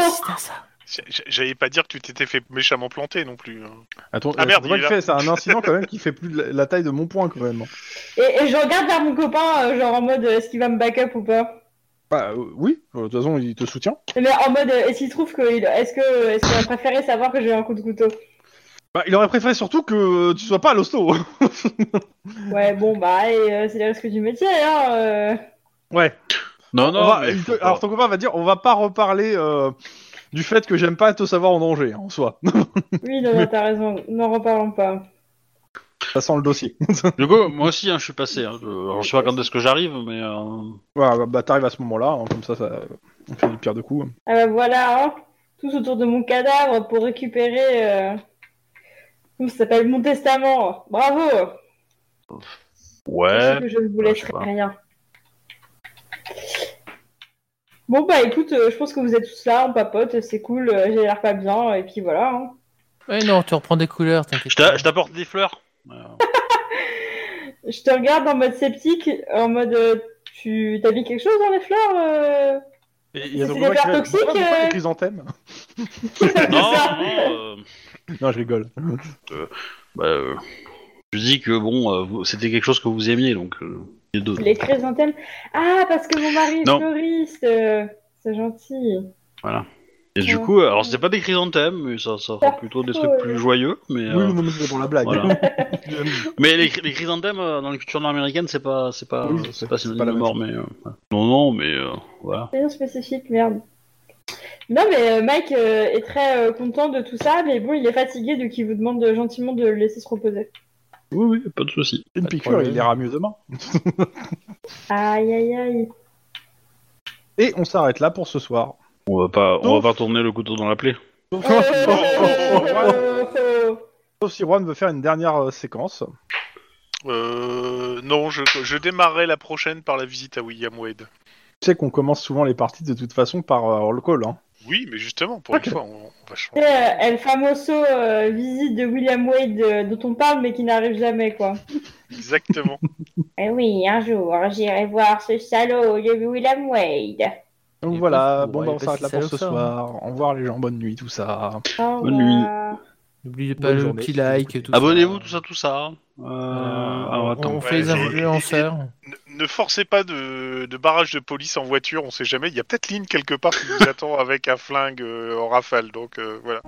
Speaker 5: j'a- j'a- J'allais pas dire que tu t'étais fait méchamment planter non plus. hein.
Speaker 2: Attends,
Speaker 5: Ah, merde,
Speaker 2: c'est pas
Speaker 5: il
Speaker 2: qu'il
Speaker 5: est
Speaker 2: fait, c'est un incident quand même qui fait plus de la, la taille de mon point quand même. hein.
Speaker 3: Et, et je regarde vers mon copain, euh, genre en mode, euh, est-ce qu'il va me back up ou pas
Speaker 2: Bah euh, oui, euh, de toute façon il te soutient.
Speaker 3: Mais en mode, euh, est-ce qu'il trouve que, il- est-ce que, est-ce qu'il va préférer savoir que j'ai un coup de couteau
Speaker 2: Bah il aurait préféré surtout que euh, tu sois pas à l'hosto.
Speaker 3: Ouais, bon, bah, et, euh, c'est les risques du métier, hein. euh.
Speaker 2: ouais.
Speaker 1: Non, non,
Speaker 2: On va-
Speaker 1: mais
Speaker 2: il
Speaker 1: faut
Speaker 2: te-
Speaker 1: pas-
Speaker 2: alors ton copain va dire on va pas reparler euh, du fait que j'aime pas te savoir en danger hein, en soi.
Speaker 3: Oui, non, non, t'as raison, n'en reparlons pas.
Speaker 2: Ça sent le dossier.
Speaker 1: Du coup, moi aussi, hein, je suis passé. hein. Je, alors, je sais pas quand est-ce que j'arrive, mais. euh,
Speaker 2: Ouais, bah t'arrives à ce moment-là, hein, comme ça, ça on fait du pire de coups.
Speaker 3: Ah bah voilà, hein, tous autour de mon cadavre pour récupérer. Euh... Comment ça s'appelle Mon testament Bravo Sachez
Speaker 1: Ouais.
Speaker 3: que je ne vous
Speaker 1: bah, je sais
Speaker 3: laisserai
Speaker 1: pas.
Speaker 3: rien. Bon bah écoute, euh, je pense que vous êtes tous là, on papote, c'est cool, euh, j'ai l'air pas bien, et puis voilà. hein.
Speaker 4: Ouais, non, tu reprends des couleurs, t'inquiète.
Speaker 1: Je t'a- je t'apporte des fleurs. Euh,
Speaker 3: Je te regarde en mode sceptique, en mode euh, tu t'as mis quelque chose dans les fleurs euh,
Speaker 2: Et
Speaker 3: y a C'est ton copain des qui fleurs fait, toxiques, Pourquoi- pourquoi euh les
Speaker 2: chrysanthèmes
Speaker 3: qui fait
Speaker 1: non,
Speaker 3: ça
Speaker 1: non. euh,
Speaker 2: Non, je rigole.
Speaker 1: bah, euh, je dis que bon, euh, vous- c'était quelque chose que vous aimiez, donc. euh, les deux.
Speaker 3: Les chrysanthèmes. Ah parce que mon mari est
Speaker 1: Non.
Speaker 3: fleuriste, euh, c'est gentil.
Speaker 1: Et du coup, alors c'était pas des chrysanthèmes, mais ça, ça fera plutôt des trucs plus joyeux. Mais,
Speaker 2: Oui,
Speaker 1: euh,
Speaker 2: non, mais c'est pour la blague.
Speaker 1: voilà.
Speaker 2: J'aime.
Speaker 1: mais les, les chrysanthèmes euh, dans la culture nord-américaine, c'est pas, c'est pas,
Speaker 2: Oui, je sais,
Speaker 1: c'est pas
Speaker 2: c'est
Speaker 1: synonyme
Speaker 2: pas la
Speaker 1: de
Speaker 2: même
Speaker 1: mort, mais euh, ouais. non, non, mais euh, voilà.
Speaker 3: C'est bien spécifique, merde. Non, mais euh, Mike euh, est très euh, content de tout ça, mais bon, il est fatigué, donc il vous demande euh, gentiment de le laisser se reposer.
Speaker 1: Oui, oui, pas de souci.
Speaker 2: Une piqûre, il ira mieux demain.
Speaker 3: Aïe, aïe, aïe.
Speaker 2: Et on s'arrête là pour ce soir.
Speaker 1: On va pas, on
Speaker 2: Sauf-
Speaker 1: va pas tourner le couteau dans la plaie.
Speaker 2: Sauf
Speaker 3: Oh, oh,
Speaker 2: si-
Speaker 3: oh, oh,
Speaker 2: Sauf si Juan veut faire une dernière euh, séquence.
Speaker 5: Euh, non, je, je démarrerai la prochaine par la visite à William Wade.
Speaker 2: Tu sais qu'on commence souvent les parties de toute façon par euh, roll call. Hein.
Speaker 5: Oui, mais justement, pour une fois, on, on va
Speaker 3: oh.
Speaker 5: changer.
Speaker 3: Euh, El famoso euh, visite de William Wade euh, dont on parle, mais qui n'arrive jamais, quoi.
Speaker 5: Exactement.
Speaker 10: Eh oui, un jour, j'irai voir ce salaud de William Wade.
Speaker 2: Donc
Speaker 4: Et
Speaker 2: voilà,
Speaker 4: pauvre,
Speaker 2: bon, bah,
Speaker 4: ouais, il
Speaker 2: on
Speaker 4: est
Speaker 2: s'arrête là
Speaker 4: pas
Speaker 2: pour
Speaker 4: si
Speaker 2: ce
Speaker 4: salopard,
Speaker 2: soir. Au revoir les gens, bonne nuit, tout ça.
Speaker 3: Au
Speaker 1: Bonne nuit.
Speaker 3: revoir.
Speaker 4: N'oubliez pas
Speaker 2: Bonne
Speaker 4: le
Speaker 2: journée.
Speaker 4: petit like et tout ça.
Speaker 1: Abonnez-vous, tout ça, tout ça. Euh,
Speaker 4: Euh,
Speaker 1: alors, attends.
Speaker 4: on
Speaker 5: Ouais,
Speaker 4: fait les
Speaker 5: j'ai-
Speaker 4: influenceurs.
Speaker 5: ne, ne forcez pas de, de barrage de police en voiture, on sait jamais. Il y a peut-être Lynn quelque part qui nous attend avec un flingue euh, en rafale, donc euh, voilà.